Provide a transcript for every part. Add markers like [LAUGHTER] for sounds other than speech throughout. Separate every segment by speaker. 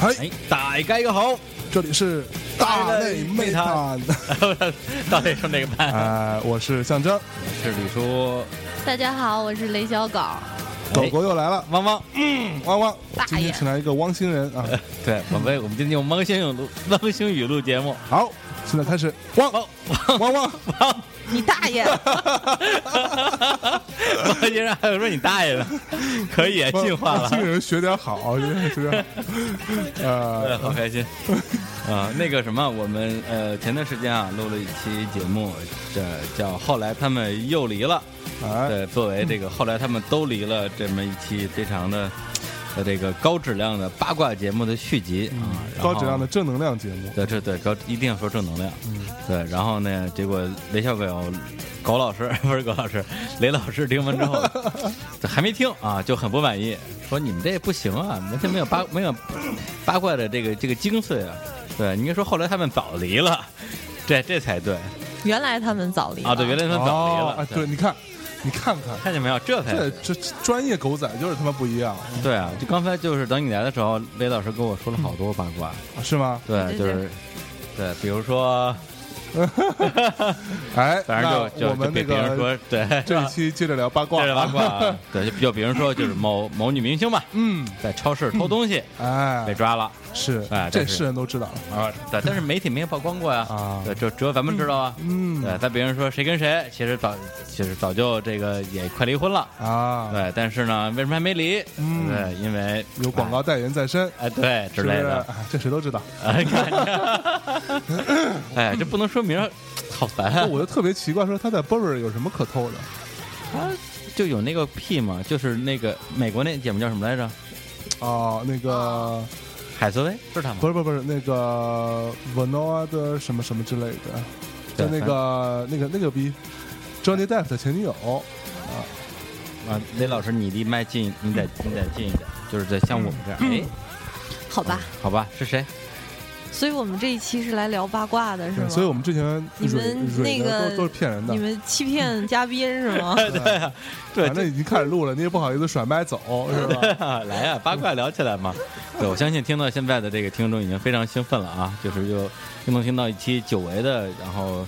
Speaker 1: 係
Speaker 2: 哎，大家一個好，
Speaker 1: 这里是大内妹探，
Speaker 2: [LAUGHS] 到底是哪个班？
Speaker 1: 哎，我是象征，
Speaker 2: 啊是李叔，
Speaker 3: 大家好，我是雷小狗。
Speaker 1: 狗
Speaker 2: 哎
Speaker 1: 狗又来了，
Speaker 2: 汪汪。
Speaker 1: 汪汪，
Speaker 3: 大爷
Speaker 1: 今天请来一个汪星人啊，
Speaker 2: [LAUGHS] 对，我们我们今天用汪星语 [LAUGHS] 录汪星语录节目，
Speaker 1: 好，现在开始，汪
Speaker 2: [LAUGHS] 汪
Speaker 1: 汪汪，
Speaker 3: [LAUGHS] 你大爷！
Speaker 2: 汪先生还有说你大 [LAUGHS] 爷的，可以啊
Speaker 1: 汪
Speaker 2: 进化
Speaker 1: 汪
Speaker 2: 了， [LAUGHS]
Speaker 1: 星人学点好，学点学点好，
Speaker 2: 对，
Speaker 1: 呃，
Speaker 2: 哎好开心。啊、那个什么，我们呃前段时间啊录了一期节目，这叫后来他们又离了。
Speaker 1: 哎，
Speaker 2: 对，呃作为这个后来他们都离了这么一期非常的呃这个高质量的八卦节目的续集啊，然后
Speaker 1: 嗯高质量的嗯正能量节目，
Speaker 2: 对，这对高一定要说正能量。对，然后呢，结果雷小狗狗老师 [LAUGHS] 不是狗老师，雷老师听完之后这还没听啊，就很不满意，说你们这不行啊，你们这没有八没有八卦的这个这个精髓啊。对，你应该说后来他们早离了，这这才对
Speaker 3: [LAUGHS] 原来他们早离了
Speaker 2: 啊，对，原来他们早离
Speaker 1: 哦
Speaker 2: 了，，哎
Speaker 1: 哎，对，你看，你看看，
Speaker 2: 看见没有，这才
Speaker 1: 这
Speaker 2: 对
Speaker 1: 这这专业狗仔就是他妈不一样，
Speaker 2: 对啊，就刚才就是等你来的时候，雷老师跟我说了好多八卦，
Speaker 1: 是
Speaker 2: [LAUGHS]
Speaker 1: 吗？
Speaker 2: 嗯对，就
Speaker 3: 对对
Speaker 2: 是对，比如说，
Speaker 1: 哎，
Speaker 2: 反正就
Speaker 1: 那我
Speaker 2: 就就
Speaker 1: 们
Speaker 2: 被
Speaker 1: 那
Speaker 2: 别人
Speaker 1: 个
Speaker 2: 说，对，
Speaker 1: 这一期接着聊八卦，
Speaker 2: [LAUGHS] 这是八卦啊， [LAUGHS] 对，就就比如说就是 [LAUGHS] 某某女明星吧，
Speaker 1: 嗯，
Speaker 2: 在超市偷东西
Speaker 1: 哎
Speaker 2: 被，抓了
Speaker 1: 是
Speaker 2: 哎，
Speaker 1: 这
Speaker 2: 但是
Speaker 1: 世人都知道了，
Speaker 2: 啊，对，但是媒体没有曝光过呀，
Speaker 1: 啊
Speaker 2: 对，只只有咱们知道啊，
Speaker 1: 嗯
Speaker 2: 对，但别人说谁跟谁，其实早其实早就这个也快离婚了，
Speaker 1: 啊，
Speaker 2: 对，但是呢，为什么还没离？
Speaker 1: 嗯
Speaker 2: 对，因为
Speaker 1: 有广告代言在身，
Speaker 2: 哎，哎对之
Speaker 1: 是不
Speaker 2: 类
Speaker 1: 是？
Speaker 2: 的，
Speaker 1: 哎这谁都知
Speaker 2: [LAUGHS]
Speaker 1: 道。
Speaker 2: 哎，你看，哎，这不能说明儿，好烦啊
Speaker 1: 那！我就特别奇怪，说他在 Burberry 有什么可偷的？
Speaker 2: 他就有那个屁嘛，就是那个美国那姐们叫什么来着？
Speaker 1: 哦，那个
Speaker 2: 海瑟薇是他吗
Speaker 1: 不？是不是不是那个 Vanoa 的什么什么之类的，
Speaker 2: 对
Speaker 1: 就那个那个那个逼 Johnny Depp 的前女友。
Speaker 2: 啊，雷老师，你离麦近，你得你得近一点，就是在像我们这样。哎，
Speaker 3: 好吧，
Speaker 2: 好吧，是谁？
Speaker 3: 所以我们这一期是来聊八卦的，是
Speaker 1: 对
Speaker 3: 吗？
Speaker 1: 所以我们之前
Speaker 3: 你们
Speaker 1: 蕊蕊
Speaker 3: 那
Speaker 1: 的都
Speaker 3: 个
Speaker 1: 都是骗人
Speaker 3: [LAUGHS]
Speaker 1: 的嗯
Speaker 3: 你。们欺骗嘉宾
Speaker 1: [LAUGHS]
Speaker 3: 是吗？
Speaker 2: 对啊， [LAUGHS] 对
Speaker 1: 反正已经开始录了，你也不好意思甩麦走，是吧？
Speaker 3: [LAUGHS]
Speaker 2: 啊， [LAUGHS] 来呀、八卦聊起来嘛。对，我相信听到现在的这个听众已经非常兴奋了啊，就是又又能听到一期久违的，然后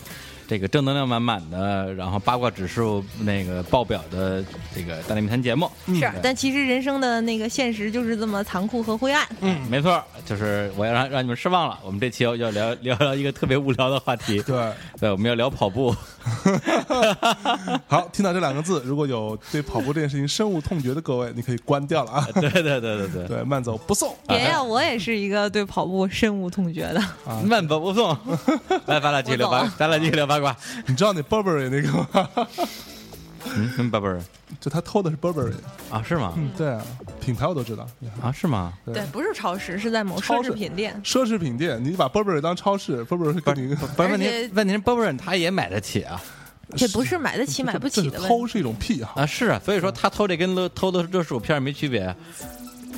Speaker 2: 这个正能量满满的，然后八卦指数那个爆表的这个大内密谈节目。
Speaker 3: 是，但其实人生的那个现实就是这么残酷和灰暗。
Speaker 1: 啊
Speaker 2: 嗯，没错，就是我要让让你们失望了。我们这期要要聊聊聊一个特别无聊的话题，
Speaker 1: 对，
Speaker 2: 对，我们要聊跑 [LAUGHS] 步。
Speaker 1: 好，听到这两个字，如果有对跑步这件事情深恶痛绝的各位，你可以关掉了
Speaker 2: [LAUGHS]
Speaker 1: 啊。
Speaker 2: 对对对对对，
Speaker 1: 对，慢走不送
Speaker 3: 别呀，我也是一个对跑步深恶痛绝的。
Speaker 1: 啊。
Speaker 2: 慢跑不送。 [LAUGHS] 来，咱俩继续聊
Speaker 3: 我
Speaker 2: 八
Speaker 3: 懂，
Speaker 2: 咱俩继续聊八卦。
Speaker 1: 你知道那 Burberry 那个吗？ [LAUGHS]
Speaker 2: 嗯，嗯宝贝儿
Speaker 1: 就他偷的是 Burberry，
Speaker 2: 啊，是吗？
Speaker 1: 嗯，对啊，品牌我都知道。
Speaker 2: 啊，是吗？
Speaker 1: 对
Speaker 3: 对，不是超市，是在某
Speaker 1: 超
Speaker 3: 奢
Speaker 1: 市
Speaker 3: 侈品店。
Speaker 1: 奢侈品店，你把 Burberry 当超市，Burberry 会跟你
Speaker 2: 不是问
Speaker 3: 而且
Speaker 2: 题，问题是波波人他也买得起啊
Speaker 3: 这不是买得起买不起
Speaker 1: 这
Speaker 3: 的
Speaker 1: 是
Speaker 3: 问
Speaker 1: 偷
Speaker 3: 题。
Speaker 1: 是一种癖好，
Speaker 2: 啊是啊，所以说他偷这跟勒偷的热薯片没区别。啊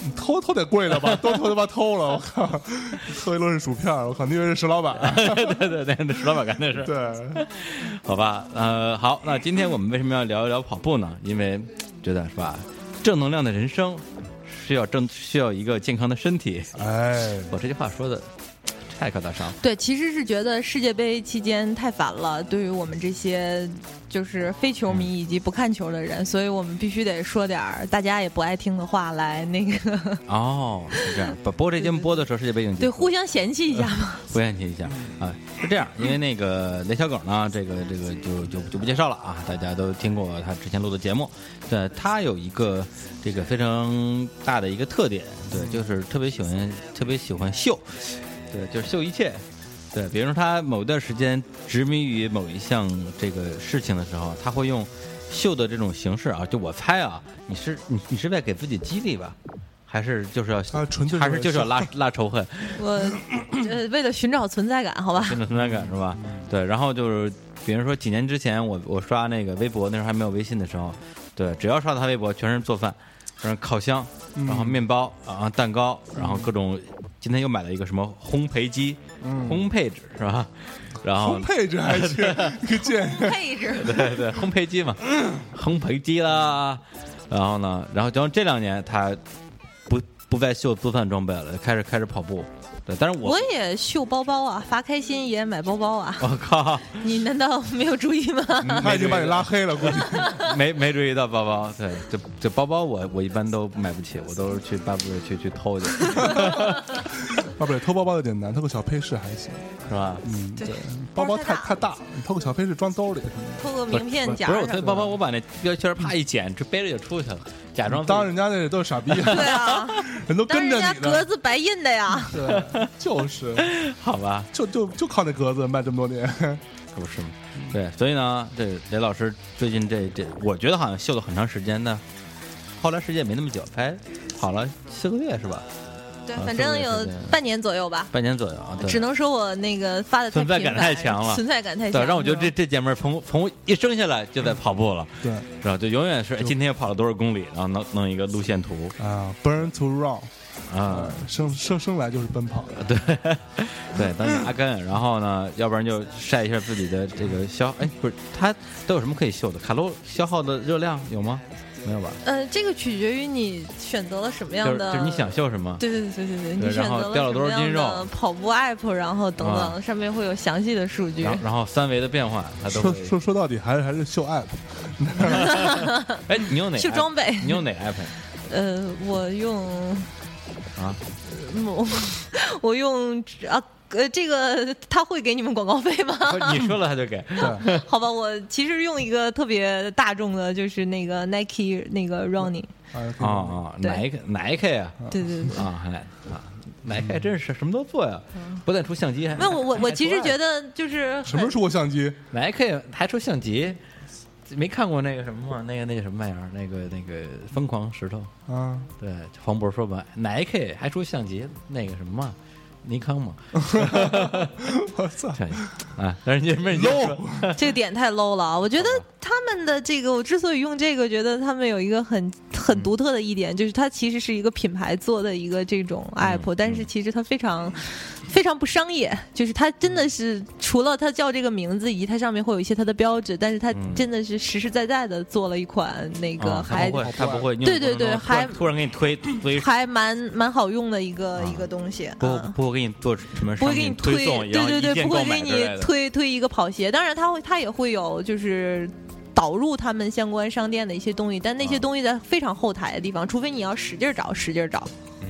Speaker 1: 你偷偷得贵了吧？都偷他妈偷了，我靠！偷一摞是薯片儿，我靠！你以为是石老板啊？
Speaker 2: [LAUGHS] 对对对，那石老板干的事。
Speaker 1: 对，
Speaker 2: [LAUGHS] 好吧，呃，好，那今天我们为什么要聊一聊跑步呢？因为觉得是吧，正能量的人生需要正需要一个健康的身体。
Speaker 1: 哎，
Speaker 2: 我这句话说的太高大上了。
Speaker 3: 对，其实是觉得世界杯期间太烦了，对于我们这些就是非球迷以及不看球的人，所以我们必须得说点儿大家也不爱听的话来那个
Speaker 2: 哦，是这样。不播这节目播的时候，世界杯已经结
Speaker 3: 对
Speaker 2: 束了
Speaker 3: 互相嫌弃一下嘛。 [LAUGHS]
Speaker 2: [LAUGHS] 不厌弃一下啊，是这样，因为那个雷小狗呢，这个这个就就就不介绍了啊，大家都听过他之前录的节目，对，他有一个这个非常大的一个特点，对，就是特别喜欢特别喜欢秀，对，就是秀一切，对，比如说他某一段时间执迷于某一项这个事情的时候，他会用秀的这种形式啊，就我猜啊，你是你你是在给自己激励吧，还是就是要
Speaker 1: 啊纯粹是
Speaker 2: 还是就是要拉拉仇恨？
Speaker 3: 我呃为了寻找存在感，好 [LAUGHS] 吧，
Speaker 2: 真的存在感是吧？对，然后就是，比如说几年之前我我刷那个微博，那时候还没有微信的时候，对，只要刷他微博，全是做饭，然后烤箱，然后面包，然后蛋糕，然后各种，今天又买了一个什么烘焙机，烘焙纸是吧？然后
Speaker 1: 烘焙这还去，你个
Speaker 2: [LAUGHS]
Speaker 1: 贱人！
Speaker 3: 配置
Speaker 2: 对对，烘焙机嘛，烘焙机啦。然后呢，然后然后这两年他不不再秀做饭装备了，开始开始跑步。对，但是我
Speaker 3: 我也秀包包啊，发开心也买包包啊，
Speaker 2: [LAUGHS] 我靠，
Speaker 3: 你难道没有注意吗？
Speaker 1: 他已经把你拉黑了，估
Speaker 2: [LAUGHS]
Speaker 1: 计。
Speaker 2: 没没注意到包包，对，这这包包我我一般都买不起，我都是去巴布瑞去去偷去，是
Speaker 1: 啊，不对，偷包包的简单，偷个小配饰还行。
Speaker 2: 吧？
Speaker 1: 嗯，
Speaker 3: 对
Speaker 1: 对，包包太
Speaker 3: 太
Speaker 1: 太大，你偷个小配饰装兜里什么
Speaker 3: 偷个名片夹
Speaker 2: 不是
Speaker 3: 什
Speaker 2: 我
Speaker 3: 么
Speaker 2: 推
Speaker 3: 的
Speaker 2: 包包，我把那标签儿啪一剪，就背着就出去了，假装
Speaker 1: 的，当人家那都是傻逼，
Speaker 3: 对啊，
Speaker 1: 人都
Speaker 3: [LAUGHS] 当
Speaker 1: 跟
Speaker 3: 然
Speaker 1: 着
Speaker 3: 人家
Speaker 1: 你
Speaker 3: 格
Speaker 1: 呢。
Speaker 3: 子白印的呀，
Speaker 1: 对，就是，
Speaker 2: 好吧，
Speaker 1: 就就就靠那格子卖这么多年。
Speaker 2: 可不是吗？对，所以呢，这雷老师最近这这，我觉得好像秀了很长时间呢，后来时间也没那么久，才好了四个月是吧？
Speaker 3: 对
Speaker 2: 啊，
Speaker 3: 反正
Speaker 2: 这个
Speaker 3: 有
Speaker 2: 是这样
Speaker 3: 半年左右吧。
Speaker 2: 半年左右啊，对
Speaker 3: 只。能说我那个发的
Speaker 2: 存在感太强了
Speaker 3: 存在感太强
Speaker 2: 对，
Speaker 3: 了，
Speaker 2: 让我觉得这这姐们儿从从一生下来就在跑步了， [LAUGHS]
Speaker 1: 对
Speaker 2: 是吧？就永远是哎今天又跑了多少公里，然后弄弄一个路线图
Speaker 1: 啊，burn to run，
Speaker 2: 啊，
Speaker 1: 生生生来就是奔跑的。
Speaker 2: 对对，当阿根，然后呢，要不然就晒一下自己的这个消，哎，不是，它都有什么可以秀的？卡路消耗的热量有吗？没有吧？
Speaker 3: 呃，这个取决于你选择了什么
Speaker 2: 就是
Speaker 3: 样的，
Speaker 2: 就是你想秀什么？
Speaker 3: 对对对对对，
Speaker 2: 对
Speaker 3: 你选
Speaker 2: 然后
Speaker 3: 择
Speaker 2: 掉了
Speaker 3: 什
Speaker 2: 多
Speaker 3: 么
Speaker 2: 少斤
Speaker 3: 样
Speaker 2: 肉
Speaker 3: 的跑步 app，然后等
Speaker 2: 啊
Speaker 3: 等，上面会有详细的数据
Speaker 2: 然。后然后三维的变化，它都
Speaker 1: 说
Speaker 2: 会。
Speaker 1: 说说到底还是还是秀 app，
Speaker 2: 哎，你用哪个 app？
Speaker 3: 秀装备
Speaker 2: 你
Speaker 3: [LAUGHS]
Speaker 2: 用哪个 app
Speaker 3: 呃，我用
Speaker 2: 啊？
Speaker 3: 我 [LAUGHS] 我用啊。呃，这个他会给你们广告费吗？
Speaker 2: 不是你说了他就
Speaker 3: [LAUGHS]
Speaker 2: 给。
Speaker 1: 对，
Speaker 3: 好吧，我其实用一个特别大众的，就是那个 Nike 那个 Running，
Speaker 1: 啊
Speaker 2: 啊啊，
Speaker 3: 对
Speaker 2: 哪一个哪一个呀？
Speaker 3: 对对对。
Speaker 2: 啊，还啊，哪一个还真是什么都做呀？不但出相机，还
Speaker 3: 嗯那我我我其实觉
Speaker 2: 得
Speaker 3: 得就是
Speaker 1: 什么时候
Speaker 3: 很
Speaker 1: 出过相机？
Speaker 2: 哪一个还出相机？没看过那个什么吗？那个那个什么玩意儿？那个那个疯狂石头，
Speaker 1: 啊，
Speaker 2: 对，黄渤说吧，哪一个还出相机？那个什么嘛，尼康嘛，
Speaker 1: 我操！
Speaker 2: 对 [LAUGHS] 啊，但是你们
Speaker 1: low
Speaker 3: 这个点太 low 了啊！我觉得他们的这个，我之所以用这个，觉得他们有一个很很独特的一点，就是它其实是一个品牌做的一个这种 app，、但是其实它非常非常不商业，就是它真的是除了它叫这个名字以及它上面会有一些它的标志，但是它
Speaker 2: 嗯
Speaker 3: 真的是实实在在的做了一款那个
Speaker 2: 啊他
Speaker 3: 还、
Speaker 2: 不会，他不会，
Speaker 3: 对对对还嗯
Speaker 2: 突然给你推推，
Speaker 3: 还蛮蛮好用的一个、
Speaker 2: 啊
Speaker 3: 一个东西。
Speaker 2: 不
Speaker 3: 嗯
Speaker 2: 不会给你做什么
Speaker 3: 不
Speaker 2: 商
Speaker 3: 会给
Speaker 2: 品
Speaker 3: 你推，
Speaker 2: 送，
Speaker 3: 对
Speaker 2: 然后
Speaker 3: 对
Speaker 2: 一
Speaker 3: 对，
Speaker 2: 键
Speaker 3: 不会
Speaker 2: 购买之
Speaker 3: 给你
Speaker 2: 类的。
Speaker 3: 推推一个跑鞋。当然，它会它也会有就是导入他们相关商店的一些东西，但那
Speaker 2: 啊
Speaker 3: 些东西在非常后台的地方，除非你要使劲儿找，使劲
Speaker 2: [LAUGHS]
Speaker 3: 儿找。
Speaker 2: 嗯，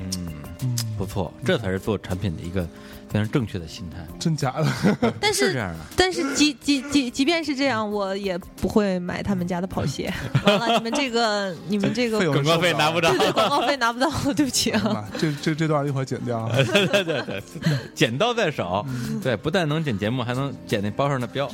Speaker 1: 嗯，
Speaker 2: 不错，这才是做产品的一个非常正确的心态。
Speaker 1: 真假的？
Speaker 3: 但
Speaker 2: 是这
Speaker 3: 是
Speaker 2: 样的，
Speaker 3: 但是即即即即便是这样，我也不会买他们家的跑鞋。完了，你们这个你们这个
Speaker 1: 费用
Speaker 2: 广告费拿不着
Speaker 3: 对，对广告费拿不到，对不起啊。
Speaker 1: 妈这这这段一会儿剪掉啊。
Speaker 2: 对对对对，剪刀在手，
Speaker 3: 嗯
Speaker 2: 对，不但能剪节目，还能剪那包上的
Speaker 3: [LAUGHS]
Speaker 2: 标，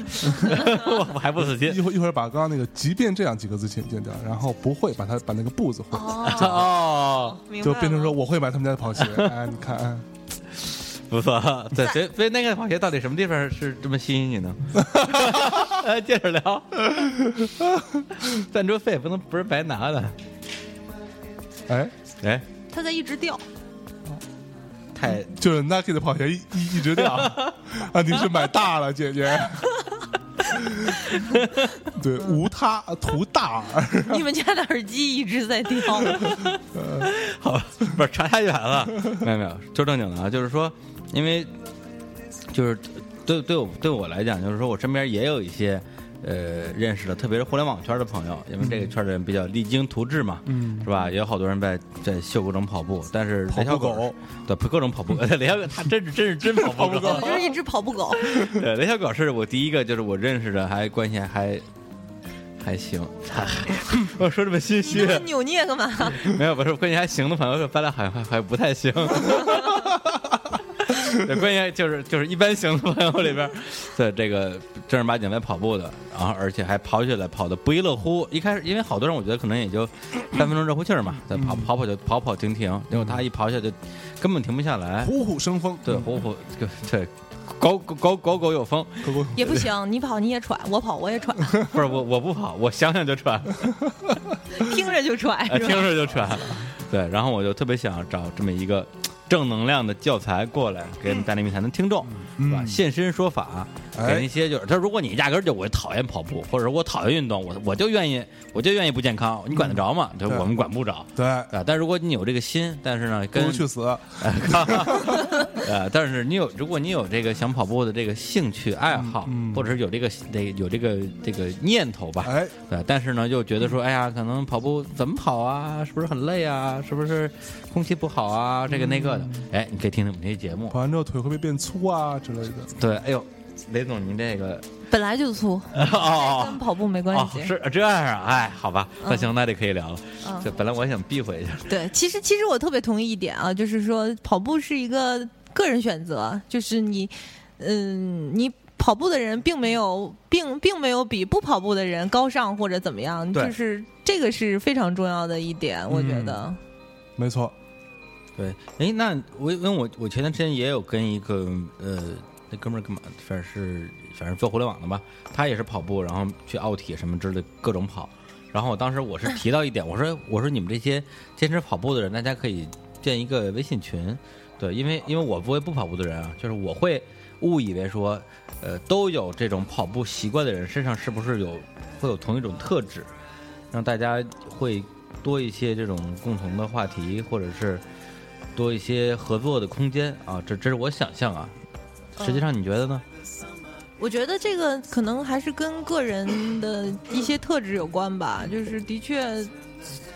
Speaker 2: [LAUGHS] 我还不死
Speaker 1: 一
Speaker 2: 心。
Speaker 1: 会儿一会儿把刚刚那个“即便这样”几个字剪剪掉，然后不会把它把那个“不”字会，
Speaker 2: 嗯
Speaker 3: 哦，
Speaker 2: 哦，
Speaker 3: 明白
Speaker 1: 就
Speaker 3: 了
Speaker 1: 变成说我会买他们家的跑鞋。哎，你看，哎
Speaker 2: 不错，对，所以所以那个跑鞋到底什么地方是这么吸引你 [LAUGHS] 呢？呃，接着聊，赞助费不能不是白拿的，
Speaker 1: 哎，
Speaker 2: 哎，
Speaker 3: 它在一直掉。
Speaker 2: 太
Speaker 1: 就是 Nike 的跑鞋一一一直掉啊！你是买大了，姐姐。对，无他图大，
Speaker 3: 你们家的耳机一直在掉，
Speaker 2: [LAUGHS] 好吧，不是差太远了。 [LAUGHS] 没有没有，说正经的啊，就是说，因为就是对对我对我来讲，就是说我身边也有一些呃认识的，特别是互联网圈的朋友，因为这个圈的人比较励精图治嘛，
Speaker 1: 嗯
Speaker 2: 是吧？也有好多人在在秀各种跑步，但是雷
Speaker 1: 跑
Speaker 2: 小
Speaker 1: 步
Speaker 2: 狗
Speaker 1: 狗
Speaker 2: 对各种跑步， [LAUGHS] 雷小狗他真是真是真跑步狗
Speaker 3: 我，就是一只跑步狗。
Speaker 2: 对，雷小狗是我第一个，就是我认识的，还关系还还行，还 [LAUGHS] 我说这么心
Speaker 3: 你
Speaker 2: 虚
Speaker 3: 那。么扭捏干嘛？
Speaker 2: [LAUGHS] 没有，不是关键还行的朋友，咱俩好像还还不太行。 [LAUGHS] 对，关键就是就是一般行的朋友里边儿，对这个正儿八经在跑步的，然后而且还跑起来跑的不亦乐乎。一开始因为好多人我觉得可能也就三分钟热乎气儿嘛，对，跑跑跑就跑跑停停，结果他一跑起来就根本停不下来。
Speaker 1: 虎虎生风。
Speaker 2: 对，虎虎对对，狗狗狗狗狗有风，
Speaker 1: 可不，
Speaker 3: 也不 [LAUGHS] 行，你跑你也喘，我跑我也 [LAUGHS] 喘，
Speaker 2: 不是我我不跑，我想想就喘。
Speaker 3: 听着就喘
Speaker 2: 啊，
Speaker 3: 是
Speaker 2: 听
Speaker 3: 吧？
Speaker 2: 着就喘。对，然后我就特别想找这么一个正能量的教材过来给我们大内密谈的听众，是吧？
Speaker 1: 嗯
Speaker 2: 现身说法，
Speaker 1: 哎
Speaker 2: 给一些就是，他说如果你压根儿就我讨厌跑步，或者说我讨厌运动，我我就愿意我就愿意不健康，你管得着吗？就
Speaker 1: 嗯对
Speaker 2: 我们管不着。
Speaker 1: 对，
Speaker 2: 啊，但如果你有这个心，但是呢，
Speaker 1: 不
Speaker 2: 跟哎
Speaker 1: 如去死。
Speaker 2: 呃，但是你有，如果你有这个想跑步的这个兴趣爱好，
Speaker 1: 嗯
Speaker 2: 或者是有这个这有这个这个念头吧，
Speaker 1: 哎，
Speaker 2: 对，但是呢，又觉得说，哎呀，可能跑步怎么跑啊？是不是很累啊？是不是空气不好啊？这个那个的，哎，你可以听听我们这些节目
Speaker 1: 跑。完之后腿会不会变粗啊之类的？
Speaker 2: 对，哎呦，雷总，您这个
Speaker 3: 本来就粗，
Speaker 2: [LAUGHS] 哦哦
Speaker 3: 跟跑步没关
Speaker 2: 哦
Speaker 3: 系。
Speaker 2: 是这样啊？哎，好吧，那
Speaker 3: 嗯
Speaker 2: 行，那就可以聊了。
Speaker 3: 嗯
Speaker 2: 这本来我想避讳一下，
Speaker 3: 对，其实其实我特别同意一点啊，就是说跑步是一个个人选择，就是你，嗯，你跑步的人并没有并并没有比不跑步的人高尚或者怎么样，
Speaker 2: 对
Speaker 3: 就是这个是非常重要的一点，我觉得。
Speaker 1: 没错，
Speaker 2: 对，哎，那我因为我我前段时间也有跟一个呃那哥们儿干嘛，反正是反正做互联网的吧，他也是跑步，然后去奥体什么之类各种跑。然后我当时我是提到一点，我说我说你们这些坚持跑步的人，大家可以建一个微信群，对，因为因为我作为不跑步的人啊，就是我会误以为说，呃，都有这种跑步习惯的人身上是不是有会有同一种特质，让大家会多一些这种共同的话题，或者是多一些合作的空间啊，这这是我想象啊。实际上你觉得呢？
Speaker 3: 我觉得这个可能还是跟个人的一些特质有关
Speaker 2: [LAUGHS]
Speaker 3: 吧，就是的确。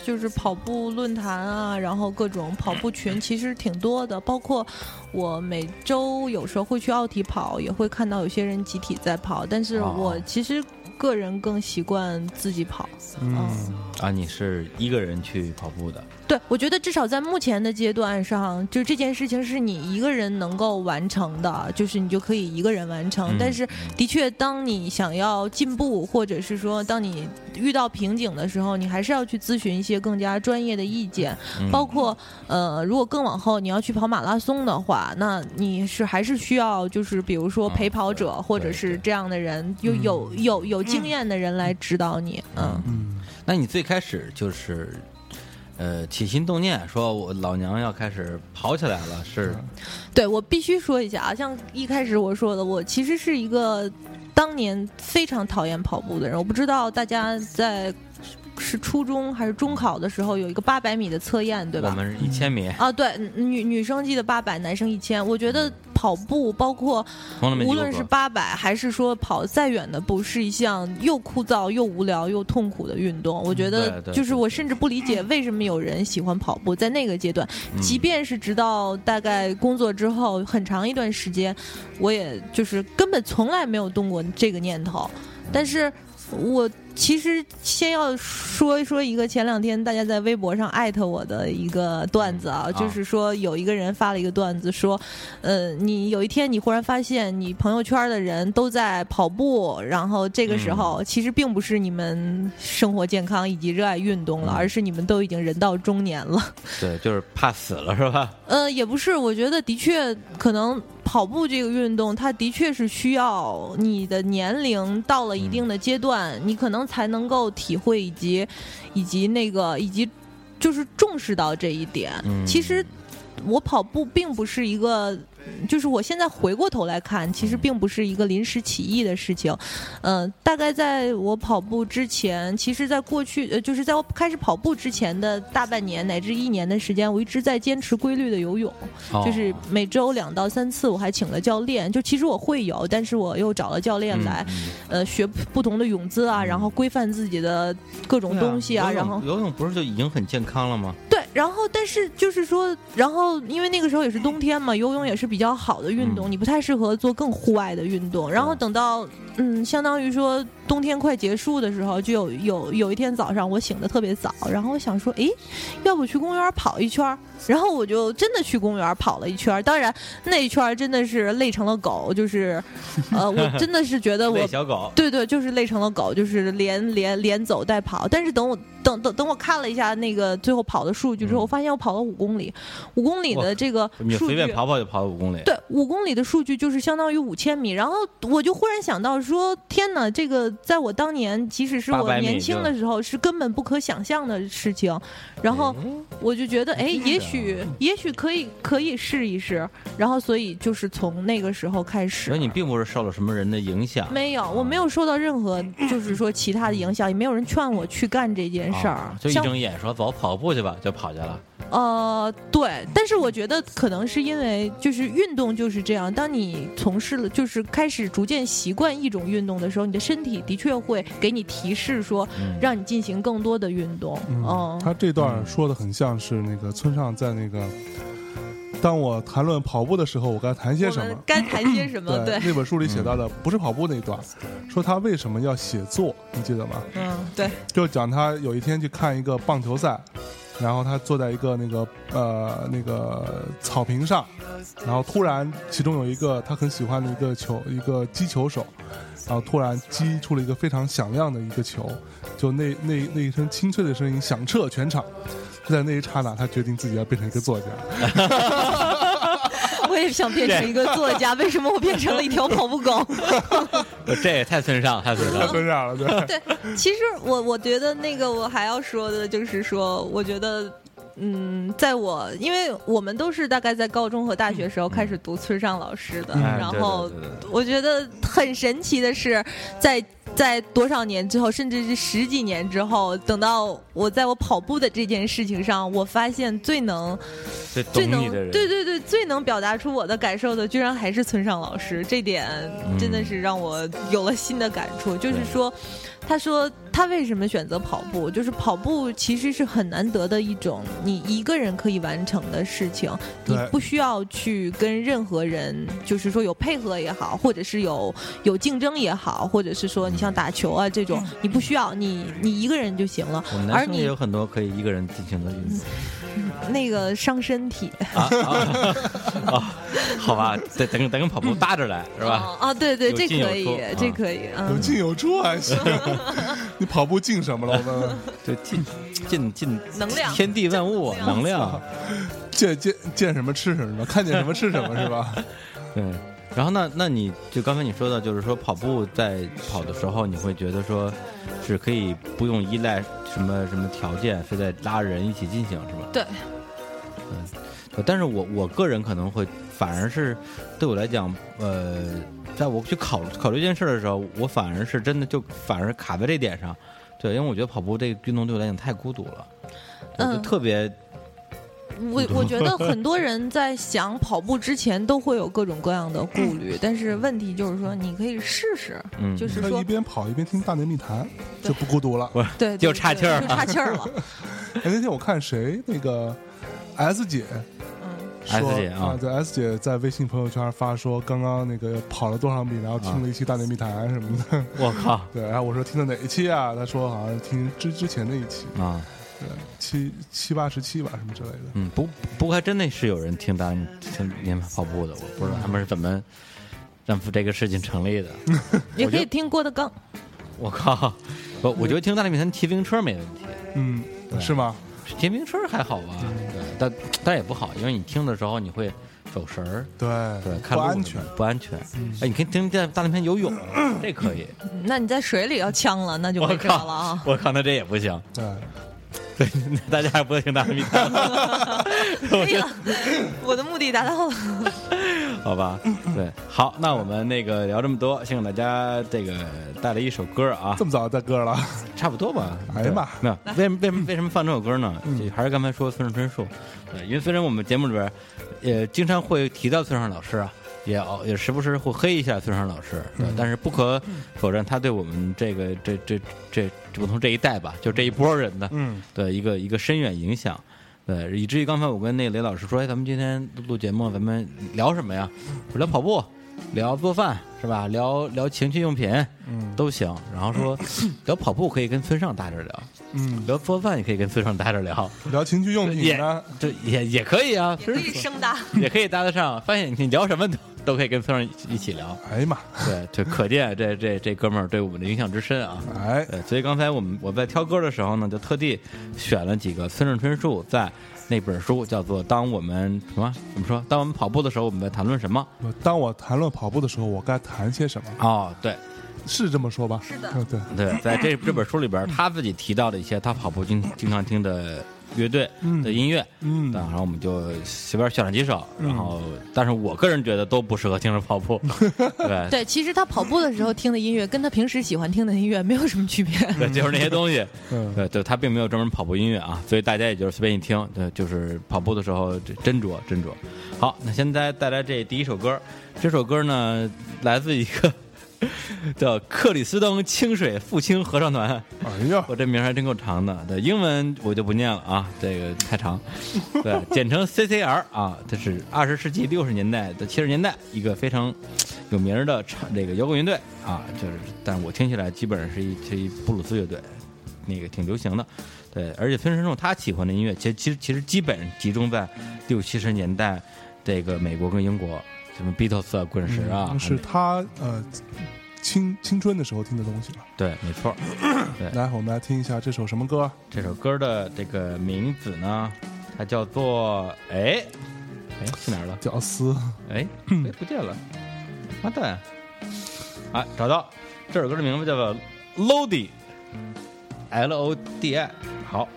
Speaker 3: 就是跑步论坛啊，然后各种跑
Speaker 2: [LAUGHS]
Speaker 3: 步群其实挺多的，包括我每周有时候会去奥体跑，也会看到有些人集体在跑，但是
Speaker 2: 哦
Speaker 3: 我其实个人更习惯自己跑。
Speaker 1: 嗯，
Speaker 2: 啊，你是一个人去跑步的，
Speaker 3: 对，我觉得至少在目前的阶段上，就这件事情是你一个人能够完成的，就是你就可以一个人完成。
Speaker 2: 嗯
Speaker 3: 但是，的确，当你想要进步，或者是说当你遇到瓶颈的时候，你还是要去咨询一些更加专业的意见。
Speaker 2: 嗯
Speaker 3: 包括呃，如果更往后你要去跑马拉松的话，那你是还是需要就是比如说
Speaker 2: 啊
Speaker 3: 陪跑者、
Speaker 2: 对
Speaker 3: 或者
Speaker 2: 对
Speaker 3: 是
Speaker 2: 对
Speaker 3: 这样的人，有
Speaker 1: 嗯
Speaker 3: 有有有经验的人来指导你。嗯，
Speaker 1: 嗯，
Speaker 2: 那你最开始就是，呃，起心动念说我老娘要开始跑起来了，是
Speaker 3: 对我必须说一下啊，像一开始我说的，我其实是一个当年非常讨厌跑步的人。我不知道大家在是初中还是中考的时候有一个八百米的测验，对
Speaker 2: 我
Speaker 3: 吧？
Speaker 2: 们一千米，
Speaker 3: 啊，对，女女生记得八百，男生一千。我觉
Speaker 2: 嗯
Speaker 3: 得跑步，包括
Speaker 2: 从来没
Speaker 3: 无
Speaker 2: 及过
Speaker 3: 论是
Speaker 2: 格
Speaker 3: 八百还是说跑再远的步，是一项又枯燥又无聊又痛苦的运动。我觉
Speaker 2: 嗯对
Speaker 3: 得，
Speaker 2: 对
Speaker 3: 就是
Speaker 2: 对
Speaker 3: 我甚至不理解为什么有人喜欢跑步，在那个阶段。
Speaker 2: 嗯
Speaker 3: 即便是直到大概工作之后很长一段时间，我也就是根本从来没有动过这个念头。但是我其实先要说一说一个前两天大家在微博上艾特我的一个段子啊
Speaker 2: 嗯，啊
Speaker 3: 就是说有一个人发了一个段子说，呃，你有一天你忽然发现你朋友圈的人都在跑步，然后这个时
Speaker 2: 嗯
Speaker 3: 候其实并不是你们生活健康以及热爱运动了，
Speaker 2: 嗯
Speaker 3: 而是你们都已经人到中年了。
Speaker 2: 对，就是怕死了是吧？
Speaker 3: 呃，也不是，我觉得的确可能跑步这个运动，它的确是需要你的年龄到了一定的阶段，你可能才能够体会以及以及那个以及就是重视到这一点。
Speaker 2: 嗯
Speaker 3: 其实我跑步并不是一个，就是我现在回过头来看，其实
Speaker 2: 嗯
Speaker 3: 并不是一个临时起意的事情。嗯、大概在我跑步之前，其实在过去，呃，就是在我开始跑步之前的大半年乃至一年的时间，我一直在坚持规律的游泳，
Speaker 2: 哦
Speaker 3: 就是每周两到三次，我还请了教练。就其实我会游，但是我又找了教练来，
Speaker 2: 嗯嗯
Speaker 3: 呃，学不同的泳姿啊，然后规范自己的各种
Speaker 2: 对
Speaker 3: 东西啊，
Speaker 2: 游泳
Speaker 3: 然后
Speaker 2: 游泳不是就已经很健康了吗？
Speaker 3: 对，然后但是就是说，然后因为那个时候也是冬天嘛，游泳也是比较好的运动，
Speaker 2: 嗯
Speaker 3: 你不太适合做更户外的运动。然后
Speaker 2: 对
Speaker 3: 等到嗯，相当于说冬天快结束的时候，就有有有一天早上我醒的特别早，然后我想说，诶，要不去公园跑一圈儿？然后我就真的去公园跑了一圈儿，当然那一圈儿真的是累成了狗，就是呃，我真的是觉得我
Speaker 2: 喂小狗，
Speaker 3: 对对，就是累成了狗，就是连连连走带跑。但是等我等等等我看了一下那个最后跑的数据之后，
Speaker 2: 嗯
Speaker 3: 我发现我跑了五公里，五公里的这个
Speaker 2: 你就
Speaker 3: 数
Speaker 2: 随
Speaker 3: 据
Speaker 2: 便。跑跑就跑五公里，
Speaker 3: 对，五公里的数据就是相当于五千米，然后我就忽然想到说天哪，这个在我当年，即使是我
Speaker 2: 800米
Speaker 3: 年轻的时候，是根本不可想象的事情。然
Speaker 2: 嗯
Speaker 3: 后我就觉得，哎，也许也许可以可以试一试。然后所以就是从那个时候开始
Speaker 2: 所以，你并不是受了什么人的影响，
Speaker 3: 没有，我没有受到
Speaker 2: [CLEARS THROAT]
Speaker 3: 任何就是说其他的影响，也没有人劝我去干这件事儿
Speaker 2: 啊。就一
Speaker 3: 像
Speaker 2: 睁眼说走跑步去吧，就跑去了。
Speaker 3: 呃，对，但是我觉得可能是因为就是运动就是这样，当你从事了就是开始逐渐习惯一种运动的时候，你的身体的确会给你提示说，
Speaker 2: 嗯
Speaker 3: 让你进行更多的运动。
Speaker 1: 嗯
Speaker 3: 嗯，
Speaker 1: 他这段说的很像是那个村上在那个，当我谈论跑步的时候，我该谈些
Speaker 3: 我
Speaker 1: 什
Speaker 3: 们
Speaker 1: 么？
Speaker 3: 该谈些
Speaker 1: [CLEARS THROAT]
Speaker 3: 什么？对，
Speaker 1: 那本书里写到的不是跑步那一段，说他为什么要写作，你记得吗？
Speaker 3: 嗯，对，
Speaker 1: 就讲他有一天去看一个棒球赛，然后他坐在一个那个呃那个草坪上，然后突然其中有一个他很喜欢的一个球一个击球手，然后突然击出了一个非常响亮的一个球，就那那那一声清脆的声音响彻全场。就在那一刹那，他决定自己要变成一个作家。
Speaker 3: 我也想变成一个作家，为什么我变成了一条跑步狗？
Speaker 2: 呃这也太村上，太村
Speaker 1: 太
Speaker 2: 上。
Speaker 1: 村上了，对，
Speaker 3: 对，其实我我觉得那个我还要说的就是说，我觉得。嗯，在我因为我们都是大概在高中和大学时候开始读村上老师的，
Speaker 1: 嗯
Speaker 2: [LAUGHS] 哎
Speaker 3: 然
Speaker 2: 对对
Speaker 3: 后
Speaker 2: 对对对
Speaker 3: 我觉得很神奇的是，在在多少年之后，甚至是十几年之后，等到我在我跑步的这件事情上，我发现最能
Speaker 2: 最
Speaker 3: 最
Speaker 2: 懂
Speaker 3: 能
Speaker 2: 你的人，
Speaker 3: 对对对最能表达出我的感受的，居然还是村上老
Speaker 2: 嗯
Speaker 3: 师，这点真的是让我有了新的感触。
Speaker 2: 嗯
Speaker 3: 就是说，他说他为什么选择跑步，就是跑步其实是很难得的一种你一个人可以完成的事情，
Speaker 1: 对
Speaker 3: 你不需要去跟任何人，就是说有配合也好，或者是有有竞争也好，或者是说你像打球啊这种，你不需要你你一个人就行了
Speaker 2: 嗯我们，
Speaker 3: 而
Speaker 2: 男生也
Speaker 3: 你
Speaker 2: 有很多可以一个人进行的运动
Speaker 3: 那个伤身体。
Speaker 2: 啊啊啊， [LAUGHS] 好吧，得得跟得跟跑步搭着来是吧？
Speaker 3: 哦啊，对对，
Speaker 2: 有
Speaker 3: 这
Speaker 2: 进有
Speaker 3: 可以
Speaker 2: 出，
Speaker 3: 这
Speaker 2: 啊
Speaker 3: 可以，
Speaker 1: 有
Speaker 3: 嗯，
Speaker 1: 进有出还行。你跑步进什么了？我们
Speaker 2: 对，进进进
Speaker 3: 能量
Speaker 2: 天地万物啊，能
Speaker 3: 能
Speaker 2: 量。
Speaker 1: 见见见什么吃什么，看见什么吃什么是吧？
Speaker 2: 对，然后那那你就刚才你说的，就是说跑步在跑的时候，你会觉得说是可以不用依赖什么什么条件，非得拉人一起进行，是吧？
Speaker 3: 对。
Speaker 2: 对，但是我我个人可能会反而是对我来讲，呃，在我去考考虑这件事的时候，我反而是真的就反而卡在这点上，对，因为我觉得跑步这个运动对我来讲太孤独了，对就
Speaker 3: 嗯
Speaker 2: 特别
Speaker 3: 我我觉得很多人在想跑步之前都会有各种各样的顾虑，但是问题就是说，你可以试试，
Speaker 2: 嗯，
Speaker 3: 就是
Speaker 1: 那
Speaker 3: 说
Speaker 1: 一，边跑一边听《大内密谈》，
Speaker 3: 对
Speaker 1: 就不孤独了。
Speaker 3: 对，对
Speaker 2: 就
Speaker 3: 对
Speaker 2: 岔气儿
Speaker 3: 就差气
Speaker 2: [LAUGHS]
Speaker 3: 儿了，
Speaker 1: 哎，那天我看谁那个 S 姐
Speaker 3: 嗯，
Speaker 1: 说
Speaker 2: S 姐啊
Speaker 1: 啊，在 S 姐在微信朋友圈发说，刚刚那个跑了多少米，然后听了一
Speaker 2: 啊
Speaker 1: 期《大内密谈》什么的。 [LAUGHS]
Speaker 2: 我靠
Speaker 1: 对，然后我说听的哪一期啊？她说好像听之之前那一期，
Speaker 2: 啊，
Speaker 1: 对，七七八十七吧，什么之类的。
Speaker 2: 嗯，不不过还真的是有人听咱听您跑步的，我不知道他们是怎么让这个事情成立的， [LAUGHS]
Speaker 3: 也可以听郭德纲，
Speaker 2: 我靠，我我觉得听大内密谈骑自行车没问题。
Speaker 1: 嗯，是吗？
Speaker 2: 骑自行车还好吧，
Speaker 1: 嗯
Speaker 2: 对，但但也不好，因为你听的时候你会走神儿，
Speaker 1: 对，
Speaker 2: 对，看
Speaker 1: 不
Speaker 2: 路
Speaker 1: 安
Speaker 2: 什
Speaker 1: 全
Speaker 2: 么。的不安全。
Speaker 1: 嗯
Speaker 2: 哎，你可以听见大连篇游
Speaker 1: [CLEARS THROAT]
Speaker 2: 泳，这可以。
Speaker 3: 嗯那你在水里要呛了，那就
Speaker 2: 我
Speaker 3: 没辙了
Speaker 2: 靠
Speaker 3: 啊，，
Speaker 2: [LAUGHS] 我靠，那这也不行。
Speaker 1: 对，
Speaker 2: 对， [LAUGHS] 大家还不会听大连篇，
Speaker 3: 可以了，我的目的达 [LAUGHS] 到了，
Speaker 2: 好吧？
Speaker 1: 嗯
Speaker 2: 对，好，那我们那个聊这么多，先给大家这个带来一首歌啊
Speaker 1: 这，么早带歌了， [LAUGHS]
Speaker 2: 差不多吧。
Speaker 1: 哎呀妈
Speaker 2: 对那为什么为什么为什么放这首歌呢？
Speaker 1: 嗯
Speaker 2: 就还是刚才说村上春树，对，因为虽然我们节目里边，呃，经常会提到村上老师啊，也偶也时不时会黑一下村上老师，对，
Speaker 1: 嗯
Speaker 2: 但是不可否认，他对我们这个这这这这不同这一代吧，就这一波人的，
Speaker 1: 嗯，
Speaker 2: 的一个一个深远影响。对，以至于刚才我跟那个雷老师说，哎，咱们今天录节目，咱们聊什么呀？我说聊跑步，聊做饭是吧？聊聊情趣用品，
Speaker 1: 嗯
Speaker 2: 都行。然
Speaker 1: [LAUGHS]
Speaker 2: 后说聊跑步可以跟村上搭着聊，
Speaker 1: 嗯，
Speaker 2: 聊做饭也可以跟村上搭着聊，
Speaker 1: 聊情趣用
Speaker 2: 也
Speaker 1: 品呢，
Speaker 2: 这也也可以啊，
Speaker 3: 也可以声大，
Speaker 2: 也可以搭得上。发现你聊什么都都可以跟村上一起聊，
Speaker 1: 哎呀妈，
Speaker 2: 对，这可见这这这哥们儿对我们的影响之深啊。
Speaker 1: 哎，
Speaker 2: 对，所以刚才我们我在挑歌的时候呢，就特地选了几个村上春树在那本书叫做《当我们什么怎么说？当我们跑步的时候，我们在谈论什么
Speaker 1: 当我谈论跑步的时候，我该谈些什么？》
Speaker 2: 哦，对，
Speaker 1: 是这么说吧？
Speaker 3: 是的
Speaker 1: 嗯，对，
Speaker 2: 对，在这这本书里边，他自己提到的一些他跑步经经常听的乐队
Speaker 1: 嗯
Speaker 2: 的音乐，
Speaker 1: 嗯
Speaker 2: 然后我们就随便选了几首，然后但是我个人觉得都不适合听着跑步，对
Speaker 3: [LAUGHS] 对，其实他跑步的时候听的音乐，跟他平时喜欢听的音乐没有什么区别。
Speaker 2: 对，就是那些东西，
Speaker 1: 嗯，
Speaker 2: 对对，他并没有专门跑步音乐啊，所以大家也就是随便一听，对，就是跑步的时候这斟酌斟酌。好，那现在带来这第一首歌，这首歌呢来自一个 [LAUGHS] 叫克里斯登清水复清合唱团。
Speaker 1: 哎呀，
Speaker 2: 我这名儿还真够长的，对，英文我就不念了啊，这个太长，对，简称 CCR 啊，这是二十世纪六十年代到七十年代一个非常有名儿的唱这个摇滚乐队啊，就是，但我听起来基本上是一是一布鲁斯乐队，那个挺流行的，对，而且村上春树他喜欢的音乐，其实其实其实基本集中在六七十年代这个美国跟英国，什么 Beatles 啊、滚石啊，
Speaker 1: 嗯是他呃青青春的时候听的东西吧。
Speaker 2: 对，没错儿，对
Speaker 1: 来，我们来听一下这首什么歌？
Speaker 2: 这首歌的这个名字呢，它叫做哎哎去哪儿了？
Speaker 1: 屌丝，
Speaker 2: 哎哎不见了，妈蛋！啊，找到这首歌的名字叫做 Lodi，L O D I。好，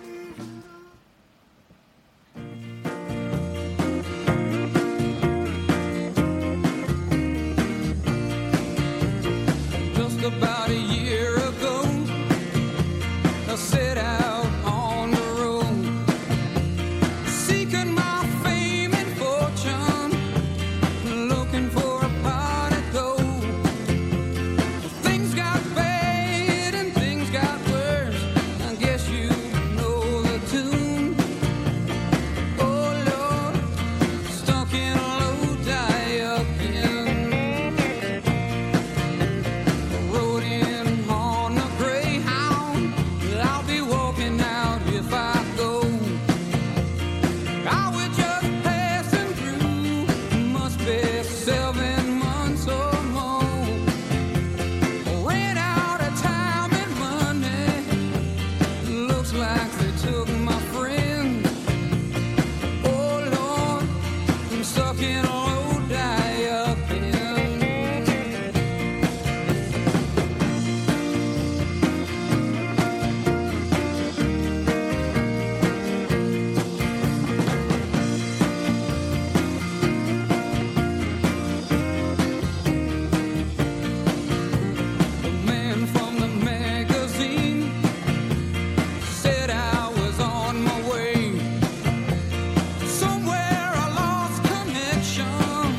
Speaker 4: Just about a year ago, I set out on the road, seeking my fame and fortune, looking for a pot of gold. Things got bad and things got worse. I guess you know the tune. Oh Lord, stuck in Lodi again. Rode in on the Greyhound. I'll be walking out if I go. I was just passing through. Must be seven months or more. Ran out of time and money. Looks like they took my friend. Oh Lord, I'm stuck in Lodi again. man from the magazine said I was on my way. Somewhere I lost connection,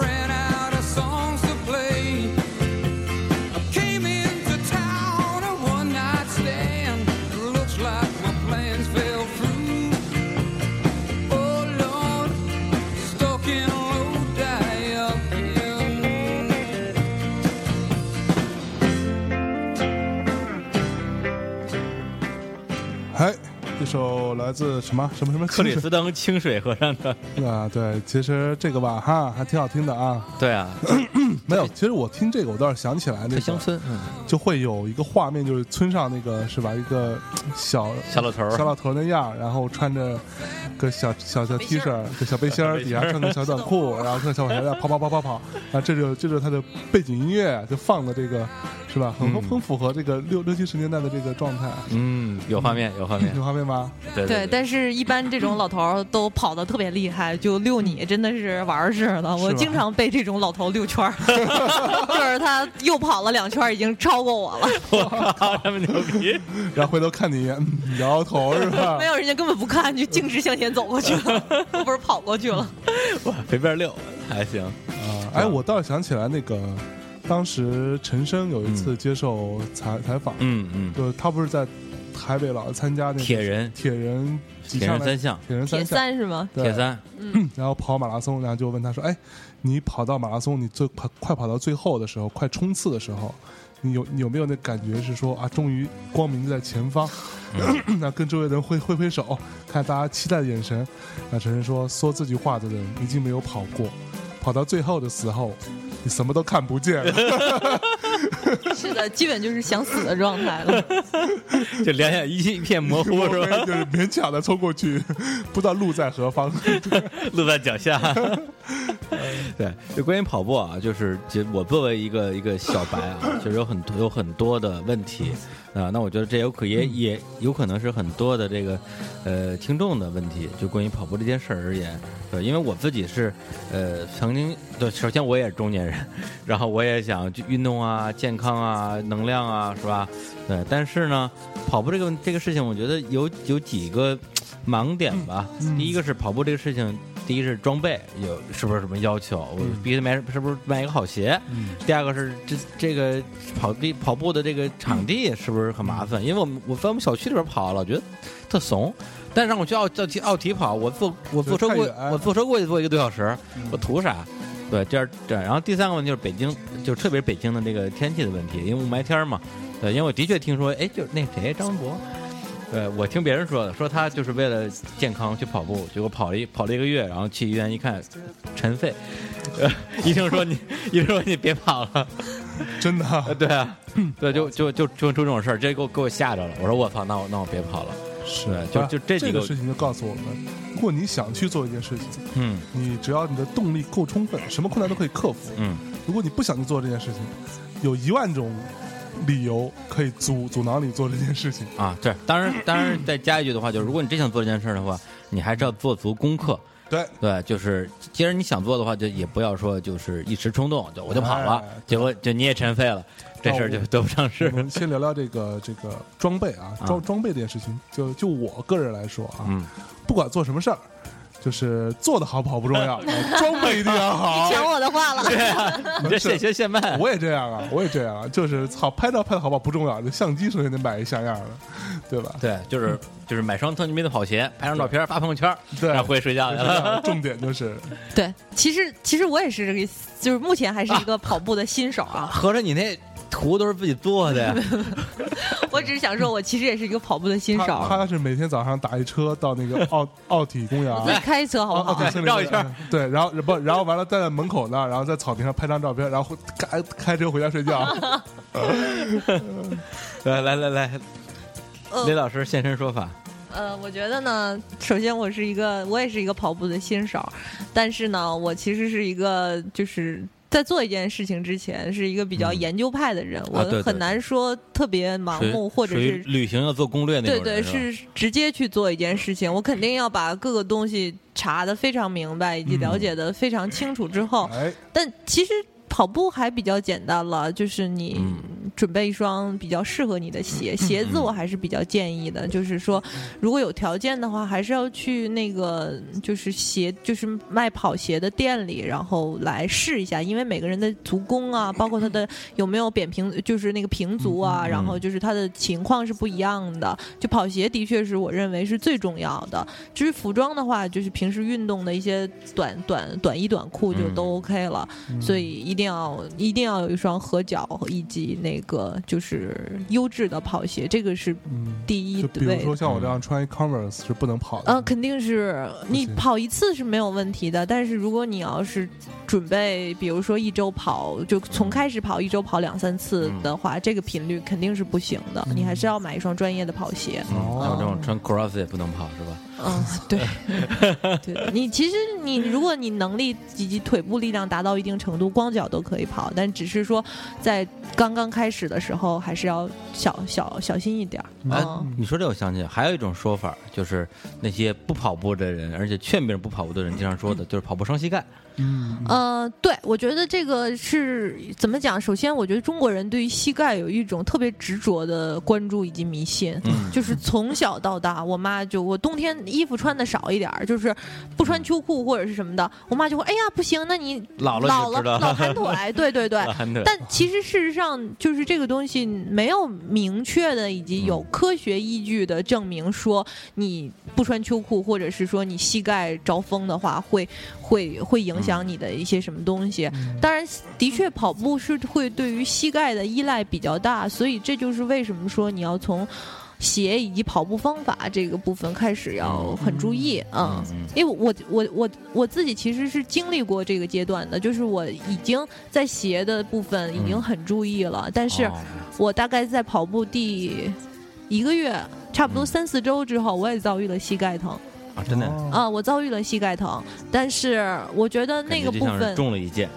Speaker 4: ran out of songs to play. I came into town a one night stand. Looks like my plans fell through. Oh Lord, stuck in Lodi again.
Speaker 1: 哎，这首来自什么什么什么
Speaker 2: 克里
Speaker 1: 青
Speaker 2: 斯登清水合唱团。
Speaker 1: 春啊？对，其实这个吧，哈，还挺好听的啊。
Speaker 2: 对啊，
Speaker 1: 没有，其实我听这个，我倒是想起来那
Speaker 2: 特乡
Speaker 1: 个，
Speaker 2: 村，嗯
Speaker 1: 就会有一个画面，就是村上那个是吧？一个小
Speaker 2: 小老头儿
Speaker 1: 小老头儿那样儿，然后穿着个小小小 T 恤儿，个小背心儿，底下穿个小短裤，然后穿小跑鞋，跑跑跑跑跑，啊，这就这就是他的背景音乐，就放的这个是吧？很
Speaker 2: 嗯
Speaker 1: 很符合这个六六七十年代的这个状态，
Speaker 2: 嗯，有画面，有画面，
Speaker 1: 有画面吗？
Speaker 2: 嗯对
Speaker 3: 对，但是一般这种老头儿都跑得特别厉害，就遛你真的是玩儿似的。我
Speaker 1: 是吧
Speaker 3: 经常被这种老头遛 [LAUGHS] 圈儿，就是他又跑了两圈儿，已经超过我了。
Speaker 2: 我靠，这么牛逼！
Speaker 1: 然后回头看你一眼，嗯摇摇头是 [LAUGHS] 吧
Speaker 3: 没？有，人家根本不看，就径直向前走过去了，我不是跑过去了。
Speaker 2: 哇， [LAUGHS] 随便溜还行，
Speaker 1: 啊，哎，我倒是想起来那个，当时陈升有一次接受采采访，
Speaker 2: 嗯嗯，
Speaker 1: 就是他不是在台北老参加那个
Speaker 2: 铁人，
Speaker 1: 铁人几
Speaker 2: 铁
Speaker 1: 项
Speaker 2: 人
Speaker 1: 来
Speaker 2: 三项，
Speaker 1: 铁人
Speaker 3: 铁
Speaker 1: 三项，
Speaker 3: 三是吗？
Speaker 1: 对
Speaker 2: 铁，三，
Speaker 1: 然后跑马拉松，然后就问他说：“哎，你跑到马拉松，你最快快跑到最后的时候，快冲刺的时候，你有你有没有那感觉是说啊，终于光明就在前方？[COUGHS]
Speaker 2: 嗯
Speaker 1: 那、跟周围的人挥挥挥手，看大家期待的眼神。那陈晨说，说这句话的人已经没有跑过，跑到最后的时候，你什么都看不见
Speaker 2: [LAUGHS]
Speaker 1: 了。
Speaker 3: [LAUGHS] 是的，基本就是想死的状态 [LAUGHS] 了。
Speaker 2: 就两眼一一片模糊是吧？
Speaker 1: 就是勉强
Speaker 2: [LAUGHS]
Speaker 1: 的冲过去，不知道路在何方。
Speaker 2: 路在脚下。 [LAUGHS] 对，就关于跑步啊，就是就我作为一个一个小白啊，就是有很多有很多的问题啊、那我觉得这有可也也有可能是很多的这个呃听众的问题，就关于跑步这件事儿而言，对，因为我自己是呃曾经对，首先我也是中年人，然后我也想去运动啊、健康啊、能量啊，是吧？对，但是呢，跑步这个这个事情，我觉得有有几个盲点吧。第一个是跑步这个事情，第一是装备有是不是什么要求，我必须得买是不是买一个好鞋。
Speaker 1: 嗯
Speaker 2: 第二个是这这个跑地跑步的这个场地是不是很麻烦？因为我们我在我们小区里边跑，老觉得特怂。但是让我去奥奥体奥体跑，我坐我坐车
Speaker 1: 太
Speaker 2: 过
Speaker 1: 远嗯
Speaker 2: 我坐车过去坐一个多小时，我图啥？对，这样这样。然后第三个问题就是北京，就是特别是北京的这个天气的问题，因为雾霾天儿嘛。对，因为我的确听说，哎，就是那谁张博，对我听别人说的，说他就是为了健康去跑步，结果跑了一跑了一个月，然后去医院一看，尘肺。呃， [LAUGHS] 医生说你，医生说你别跑了。
Speaker 1: 真的啊
Speaker 2: 呃， [LAUGHS] 对啊， [CLEARS THROAT] 对，就就就就出这种事儿，这给我给我吓着了。我说我操，那我那我别跑了。
Speaker 1: 是
Speaker 2: 对就就这
Speaker 1: 啊这
Speaker 2: 几
Speaker 1: 个
Speaker 2: 个
Speaker 1: 事情就告诉我们，如果你想去做一件事情，
Speaker 2: 嗯
Speaker 1: 你只要你的动力够充分，什么困难都可以克服。
Speaker 2: 嗯，
Speaker 1: 如果你不想去做这件事情，有一万种理由可以阻阻挠你做这件事情。
Speaker 2: 啊，对，当然，当然再加一句的话，就是如果你真想做这件事儿的话，你还是要做足功课。
Speaker 1: 对，
Speaker 2: 对，就是既然你想做的话，就也不要说就是一时冲动，就我就跑了，
Speaker 1: 哎
Speaker 2: 结果就你也尘肺了，这事儿就得不偿
Speaker 1: 我
Speaker 2: 失。 [LAUGHS]
Speaker 1: 们先聊聊这个这个装备啊，
Speaker 2: 啊
Speaker 1: 装装备这件事情。就就我个人来说啊，
Speaker 2: 嗯，
Speaker 1: 不管做什么事儿，就是做的好不好不重
Speaker 2: [LAUGHS]
Speaker 1: 要，装备一定要好。
Speaker 3: 抢我的话 [LAUGHS] 了，
Speaker 2: 你这现学现卖，
Speaker 1: 我也这样啊，我也这样啊，就是操，拍照拍的好不好不重要，这相机首先得买一像样的，对吧？
Speaker 2: 对，就是就是买双特牛逼的跑鞋，拍张照片发朋友圈，
Speaker 1: 对
Speaker 2: 然后回去睡觉去了。
Speaker 1: 重点就是
Speaker 3: 对，其实其实我也是这个，就是目前还是一个跑步的新手啊。
Speaker 2: 合着你那图都是自己做的呀？
Speaker 3: 我只是想说，我其实也是一个啊跑步的新
Speaker 1: 他
Speaker 3: 手，
Speaker 1: 他是每天早上打一车到那
Speaker 3: [LAUGHS]
Speaker 1: 个奥奥体公园
Speaker 3: 我自己
Speaker 1: 啊。
Speaker 3: 开车好不
Speaker 1: 奥
Speaker 3: 好
Speaker 1: 体？森林
Speaker 2: 绕一圈
Speaker 1: 公园，对，然后不，然后完了站在门口那儿，然后在草坪上拍张照片，然后 [LAUGHS] 开开车回家
Speaker 3: [LAUGHS]
Speaker 1: 睡觉。
Speaker 2: 来来来来，
Speaker 3: 嗯
Speaker 2: 雷老师现身说法。
Speaker 3: 呃，我觉得呢，首先我是一个，我也是一个跑步的新手，但是呢，我其实是一个就是。在做一件事情之前，是一个比较
Speaker 2: 嗯
Speaker 3: 研究派的人，
Speaker 2: 对对
Speaker 3: 我很
Speaker 2: 对
Speaker 3: 难说特别盲
Speaker 2: 属于
Speaker 3: 目，或者
Speaker 2: 属于
Speaker 3: 是
Speaker 2: 旅行要做攻略那
Speaker 3: 对
Speaker 2: 种人，
Speaker 3: 对，
Speaker 2: 吧
Speaker 3: 是直接去做一件事情。我肯定要把各个东西查的非常明白，
Speaker 2: 嗯
Speaker 3: 以及了解的非常清楚之后，
Speaker 1: 哎，
Speaker 3: 但其实跑步还比较简单了，就是你
Speaker 2: 嗯
Speaker 3: 准备一双比较适合你的鞋。鞋子我还是比较建议的，就是说如果有条件的话，还是要去那个就是鞋就是卖跑鞋的店里，然后来试一下，因为每个人的足弓啊，包括他的有没有扁平，就是那个平足啊，然后就是他的情况是不一样的。就跑鞋的确是我认为是最重要的。至于服装的话，就是平时运动的一些短短短衣短裤
Speaker 1: 嗯
Speaker 3: 就都 OK 了。所以一定要一定要有一双合脚以及那个就是优质的跑鞋，这个是
Speaker 1: 嗯，
Speaker 3: 第一
Speaker 1: 就比如
Speaker 3: 位
Speaker 1: 说。像我
Speaker 2: 嗯
Speaker 1: 这样穿一 Converse 是不能跑
Speaker 3: 嗯、
Speaker 1: 的。
Speaker 3: 肯定是你
Speaker 1: 行
Speaker 3: 跑一次是没有问题的，但是如果你要是准备，比如说一周跑，就从开始跑一周跑两三次
Speaker 1: 嗯
Speaker 3: 的话，这个频率肯定是不行的，你还是要买一双专业的跑鞋。
Speaker 2: 嗯，还有这
Speaker 1: 哦
Speaker 2: 种穿 cross 也不能跑是吧？
Speaker 3: 嗯，对，对你其实你如果你能力以及腿部力量达到一定程度，光脚都可以跑，但只是说在刚刚开始的时候，还是要小小小心一点儿。
Speaker 2: 哎
Speaker 3: 嗯，
Speaker 2: 你说这我想起来，还有一种说法，就是那些不跑步的人，而且劝别人不跑步的人，经常说的就是跑步伤膝盖。
Speaker 1: 嗯，
Speaker 3: 呃，对，我觉得这个是怎么讲？首先，我觉得中国人对于膝盖有一种特别执着的关注以及迷信，
Speaker 2: 嗯
Speaker 3: 就是从小到大，我妈就我冬天衣服穿的少一点儿，就是不穿秋裤或者是什么的，我妈就会哎呀不行，那你
Speaker 2: 老了
Speaker 3: 老
Speaker 2: 你就知道
Speaker 3: 了老盘
Speaker 2: [LAUGHS]
Speaker 3: 腿，对对对，
Speaker 2: 啊对
Speaker 3: 但其实事实上，就是这个东西没有明确的以及有科学依据的证明说你不穿秋裤，或者是说你膝盖着风的话，会会会影响你的一些什么东西。
Speaker 1: 嗯
Speaker 3: 当然，的确跑步是会对于膝盖的依赖比较大，所以这就是为什么说你要从。鞋以及跑步方法这个部分开始要很注意啊、
Speaker 2: 嗯嗯
Speaker 3: 因为我我我我自己其实是经历过这个阶段的，就是我已经在鞋的部分已经很注意了，但是
Speaker 2: 嗯哦
Speaker 3: 我大概在跑步第一个月，差不多
Speaker 2: 嗯
Speaker 3: 三四周之后，我也遭遇了膝盖疼。
Speaker 2: 啊，真的
Speaker 1: 哦
Speaker 3: 啊，我遭遇了膝盖疼，但是我觉得那个
Speaker 2: 感觉
Speaker 3: 部
Speaker 2: 就像是
Speaker 3: 分，
Speaker 2: 中了一箭，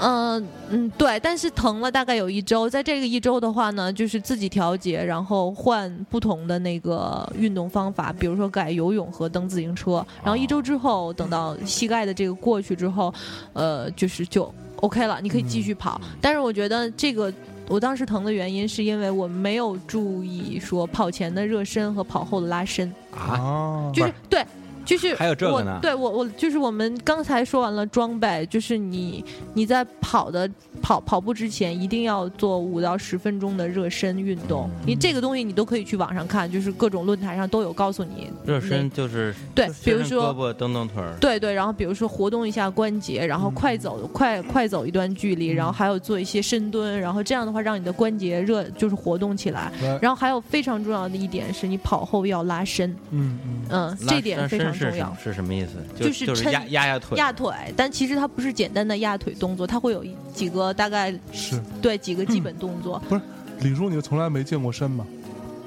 Speaker 3: 嗯嗯，对，但是疼了大概有一周，在这个一周的话呢，就是自己调节，然后换不同的那个运动方法，比如说改游泳和蹬自行车，然后一周之后，等到膝盖的这个过去之后，呃，就是就 OK 了，你可以继续跑，但是我觉得这个。我当时疼的原因是因为我没有注意说跑前的热身和跑后的拉伸，
Speaker 2: 啊，
Speaker 1: 啊
Speaker 3: 就
Speaker 2: 不
Speaker 3: 是
Speaker 2: 是
Speaker 3: 对，就是
Speaker 2: 还有这个呢
Speaker 3: 我对我我就是我们刚才说完了装备，就是你你在跑的跑跑步之前一定要做五到十分钟的热身运动，
Speaker 2: 嗯
Speaker 3: 你这个东西你都可以去网上看，就是各种论坛上都有告诉你
Speaker 2: 热身
Speaker 3: 那。
Speaker 2: 就是
Speaker 3: 对
Speaker 2: 就是
Speaker 3: 哎比如
Speaker 2: 伸胳
Speaker 3: 说
Speaker 2: 膊蹬蹬腿儿，
Speaker 3: 对对，然后比如说活动一下关节，然后
Speaker 2: 嗯
Speaker 3: 快走、快快走一段距离，然后还有做一些深蹲，然后这样的话让你的关节热就是活动起来。
Speaker 1: 来
Speaker 3: 然后还有非常重要的一点是你跑后要拉伸，
Speaker 1: 嗯嗯
Speaker 3: 嗯，
Speaker 2: 拉
Speaker 3: 这点
Speaker 2: 拉
Speaker 3: 非
Speaker 2: 伸
Speaker 3: 常
Speaker 2: 是
Speaker 3: 重
Speaker 2: 什
Speaker 3: 要
Speaker 2: 么。是什么意思？
Speaker 3: 就
Speaker 2: 就是就是
Speaker 3: 抻
Speaker 2: 压压压腿，
Speaker 3: 压腿，但其实它不是简单的压腿动作，它会有一几个大概
Speaker 1: 是。
Speaker 3: 对几个基本动作。
Speaker 2: 嗯
Speaker 1: 李叔，你从来没健过身嘛？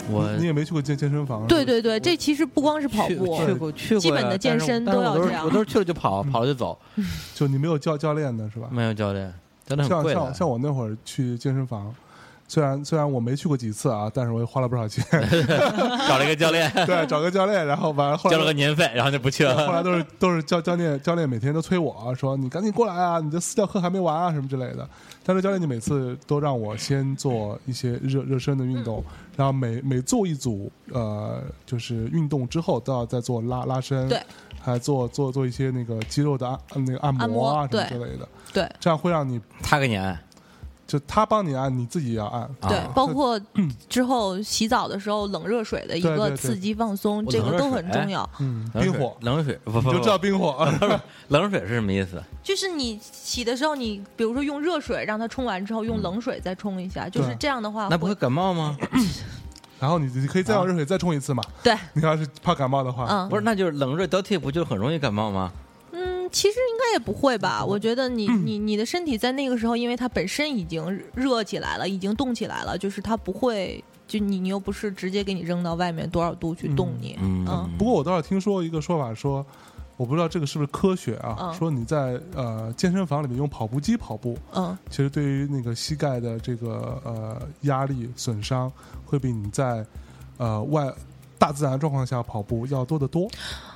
Speaker 2: 我
Speaker 1: 你也没去过健健身房？
Speaker 3: 对对对，这其实不光是跑
Speaker 2: 去
Speaker 3: 步，
Speaker 2: 嗯去过去过呀，
Speaker 3: 基本的健
Speaker 2: 但是
Speaker 3: 身
Speaker 2: 但是
Speaker 3: 都要
Speaker 2: 我
Speaker 3: 这
Speaker 2: 是
Speaker 3: 样
Speaker 2: 我都是去了就跑，跑了就走，
Speaker 1: 就你没有教教练的是吧？
Speaker 2: 没有教练，真的很
Speaker 1: 像
Speaker 2: 贵
Speaker 1: 像
Speaker 2: 的。
Speaker 1: 像我那会儿去健身房，虽然虽然我没去过几次啊，但是我也花了不少
Speaker 3: [LAUGHS]
Speaker 1: 钱。
Speaker 2: 找了一个教 [LAUGHS] 练，
Speaker 1: 对，找个教练，然后完了后
Speaker 2: 交了个
Speaker 1: 来
Speaker 2: 年费，然后就不去
Speaker 1: 后
Speaker 2: 了。
Speaker 1: 来都是都是教教练教练每天都催我说你赶紧过来啊，你的私教课还没完啊什么之类的。但是教练就每次都让我先做一些热热身的运
Speaker 3: 嗯
Speaker 1: 动，然后每每做一组呃就是运动之后都要再做拉拉伸，
Speaker 3: 对，
Speaker 1: 还做做做一些那个肌肉的按那个按
Speaker 3: 按
Speaker 1: 摩
Speaker 3: 摩
Speaker 1: 啊
Speaker 3: 对
Speaker 1: 什么之类的，
Speaker 3: 对
Speaker 2: 啊
Speaker 1: 这样会让你
Speaker 2: 他给你按，
Speaker 1: 就他帮你按，你自己也要按。
Speaker 3: 对
Speaker 2: 啊，
Speaker 3: 包括之后洗澡的时候冷热水的一
Speaker 1: 对对
Speaker 3: 个
Speaker 1: 对
Speaker 3: 刺激放松，
Speaker 2: 我
Speaker 3: 这
Speaker 2: 冷
Speaker 3: 个
Speaker 2: 热
Speaker 3: 都
Speaker 2: 水哎
Speaker 3: 很重要。
Speaker 1: 嗯，
Speaker 2: 冷
Speaker 1: 冰
Speaker 2: 水
Speaker 1: 火，嗯
Speaker 2: 冷水不不
Speaker 1: 你就
Speaker 2: 不
Speaker 1: 知道冰火。
Speaker 2: 冷水是什么意思？
Speaker 3: 就是你洗的时候，你比如说用热水让它冲完之后，用冷水再冲一下，就是
Speaker 1: 对
Speaker 3: 这样的话
Speaker 2: 嗯那不会感冒吗？
Speaker 1: [LAUGHS] 然后你你可以再用热水再冲一次嘛。
Speaker 3: 嗯对，
Speaker 1: 你要是怕感冒的话，
Speaker 3: 嗯
Speaker 2: 不是，那就是冷热交替，不就很容易感冒吗？
Speaker 3: 嗯，其实应该也不会吧？我觉得你你你的身体在那个时候，因为它本身已经热起来了，已经冻起来了，就是它不会，就你你又不是直接给你扔到外面多少度去冻你，
Speaker 2: 嗯
Speaker 3: 嗯
Speaker 1: 不过我倒是听说一个说法说，我不知道这个是不是科学啊，
Speaker 3: 嗯
Speaker 1: 说你在呃健身房里面用跑步机跑步，
Speaker 3: 嗯
Speaker 1: 其实对于那个膝盖的这个呃压力损伤，会比你在呃外大自然状况下跑步要多得多。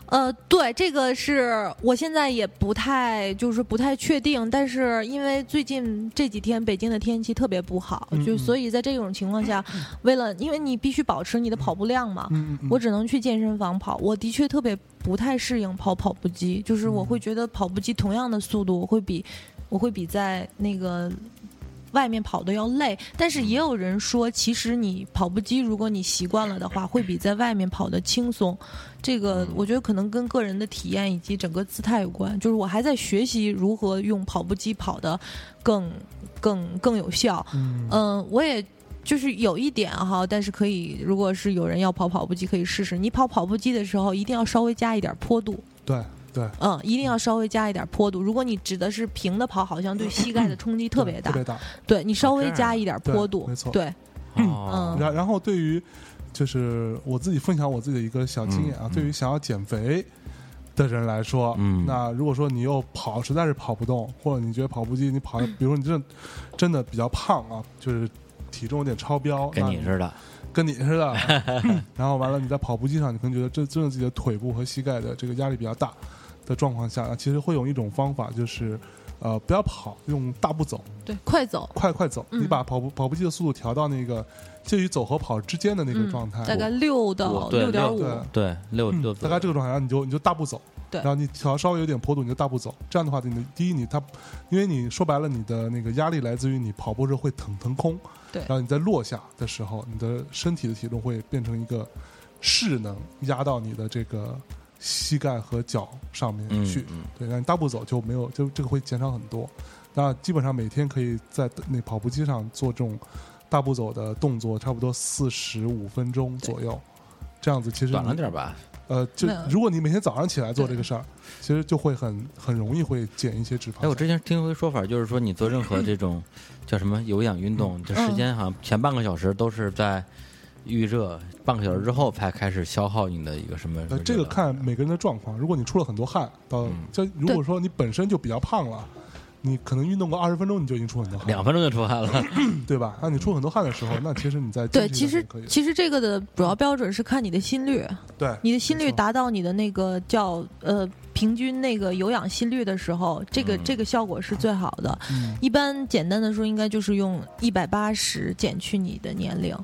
Speaker 3: 呃，对，这个是我现在也不太就是不太确定，但是因为最近这几天北京的天气特别不好，
Speaker 1: 嗯
Speaker 3: 就
Speaker 1: 嗯
Speaker 3: 所以在这种情况下，为了因为你必须保持你的跑步量嘛，
Speaker 1: 嗯嗯嗯，
Speaker 3: 我只能去健身房跑。我的确特别不太适应跑跑步机，就是我会觉得跑步机同样的速度，我会比我会比在那个。外面跑的要累，但是也有人说，其实你跑步机，如果你习惯了的话，会比在外面跑的轻松。这
Speaker 1: 嗯
Speaker 3: 个我觉得可能跟个人的体验以及整个姿态有关。就是我还在学习如何用跑步机跑的更更更有效。
Speaker 1: 嗯
Speaker 3: 嗯，我也就是有一点哈，但是可以，如果是有人要跑跑步机，可以试试。你跑跑步机的时候，一定要稍微加一点坡度，
Speaker 1: 对对，
Speaker 3: 嗯，一定要稍微加一点坡度。如果你指的是平的跑，好像对膝盖的冲击特别大
Speaker 1: 特，别大。
Speaker 3: 对你稍微
Speaker 2: 这样
Speaker 3: 加一点坡
Speaker 1: 啊对
Speaker 3: 度
Speaker 1: 没错，
Speaker 3: 对，嗯
Speaker 2: 哦
Speaker 1: 然然后对于就是我自己分享我自己的一个小经验啊，
Speaker 2: 嗯嗯
Speaker 1: 对于想要减肥的人来说，
Speaker 2: 嗯
Speaker 1: 那如果说你又跑实在是跑不动，或者你觉得跑步机你跑
Speaker 2: 嗯
Speaker 1: 得，比如说你真的真的比较胖啊，就是体重有点超标，
Speaker 2: 跟你
Speaker 1: 那
Speaker 2: 似的，
Speaker 1: 跟你似
Speaker 2: [LAUGHS]
Speaker 1: 的，然后完了你在跑步机上，你可能觉得这真的自己的腿部和膝盖的这个压力比较大的状况下，啊其实会有一种方法就是。呃，不要跑，用大步走，
Speaker 3: 对，快走，
Speaker 1: 快快走。
Speaker 3: 嗯
Speaker 1: 你把跑步跑步机的速度调到那个介于走和跑之间的那个
Speaker 3: 嗯
Speaker 1: 状态，，
Speaker 3: 大概六
Speaker 2: 我
Speaker 3: 到
Speaker 2: 对
Speaker 3: 六点
Speaker 2: 六
Speaker 3: 五，
Speaker 1: 对
Speaker 2: 对，六
Speaker 1: 嗯
Speaker 2: 六
Speaker 1: 大概这个状态，然后你就你就大步走，
Speaker 3: 对
Speaker 1: 然后你调稍微有点坡度，你就大步走。这样的话，你的第一你它，因为你说白了，你的那个压力来自于你跑步时候会腾腾空，
Speaker 3: 对
Speaker 1: 然后你在落下的时候，你的身体的体重会变成一个势能压到你的这个膝盖和脚上面
Speaker 2: 嗯
Speaker 1: 去，
Speaker 2: 嗯
Speaker 1: 对，然后你大步走就没有，就这个会减少很多。那基本上每天可以在那跑步机上做这种大步走的动作，差不多四十五分钟左右，这样子其实
Speaker 2: 短了
Speaker 1: 你
Speaker 2: 点吧，
Speaker 1: 呃，就
Speaker 3: 没有
Speaker 1: 如果你每天早上起来做这个事儿，其实就会很很容易会减一些脂肪
Speaker 2: 哎，我
Speaker 1: 酸。
Speaker 2: 之前听过一说法，就是说你做任何这种叫什么有氧运动，这时间好像前半个小时都是在预热半个小时之后才开始消耗你的一个什么？
Speaker 1: 呃，这个看每个人的状况。如果你出了很多汗，
Speaker 2: 嗯
Speaker 1: 到就如果说你本身就比较胖了，你可能运动个二十分钟你就已经出很多汗，
Speaker 2: 两分钟就出汗了，
Speaker 1: [LAUGHS] 对吧？那你出很多汗的时候，那其实你在
Speaker 3: 对，
Speaker 1: 经济
Speaker 3: 其
Speaker 1: 上
Speaker 3: 实
Speaker 1: 也可以
Speaker 3: 其实这个的主要标准是看你的心率，
Speaker 1: 对
Speaker 3: 你的心
Speaker 1: 没
Speaker 3: 率
Speaker 1: 错
Speaker 3: 达到你的那个叫呃平均那个有氧心率的时候，这个、
Speaker 2: 嗯
Speaker 3: 这个效果是最好的。
Speaker 1: 嗯
Speaker 3: 一般简单的说，应该就是用一百八十减去你的年龄，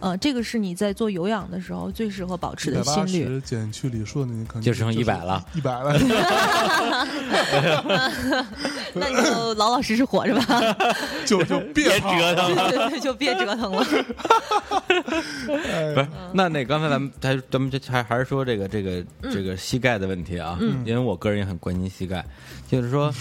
Speaker 3: 呃，这个是你在做有氧的时候最适合保持
Speaker 1: 一
Speaker 3: 的
Speaker 1: 百八
Speaker 3: 心率。
Speaker 1: 十减去李硕，你可能
Speaker 2: 就剩100了，
Speaker 1: [LAUGHS] 一百了。
Speaker 3: 那你就老老实实活着
Speaker 2: [LAUGHS]
Speaker 3: 吧，
Speaker 1: 就就别
Speaker 2: 别
Speaker 1: 胖
Speaker 2: 折腾了。
Speaker 3: 就别折腾了。
Speaker 1: 哎
Speaker 2: 不是，那那刚才咱们还咱们就还还是说这个这个这个膝盖的问题啊，因为我个人也很关心膝盖，就是说，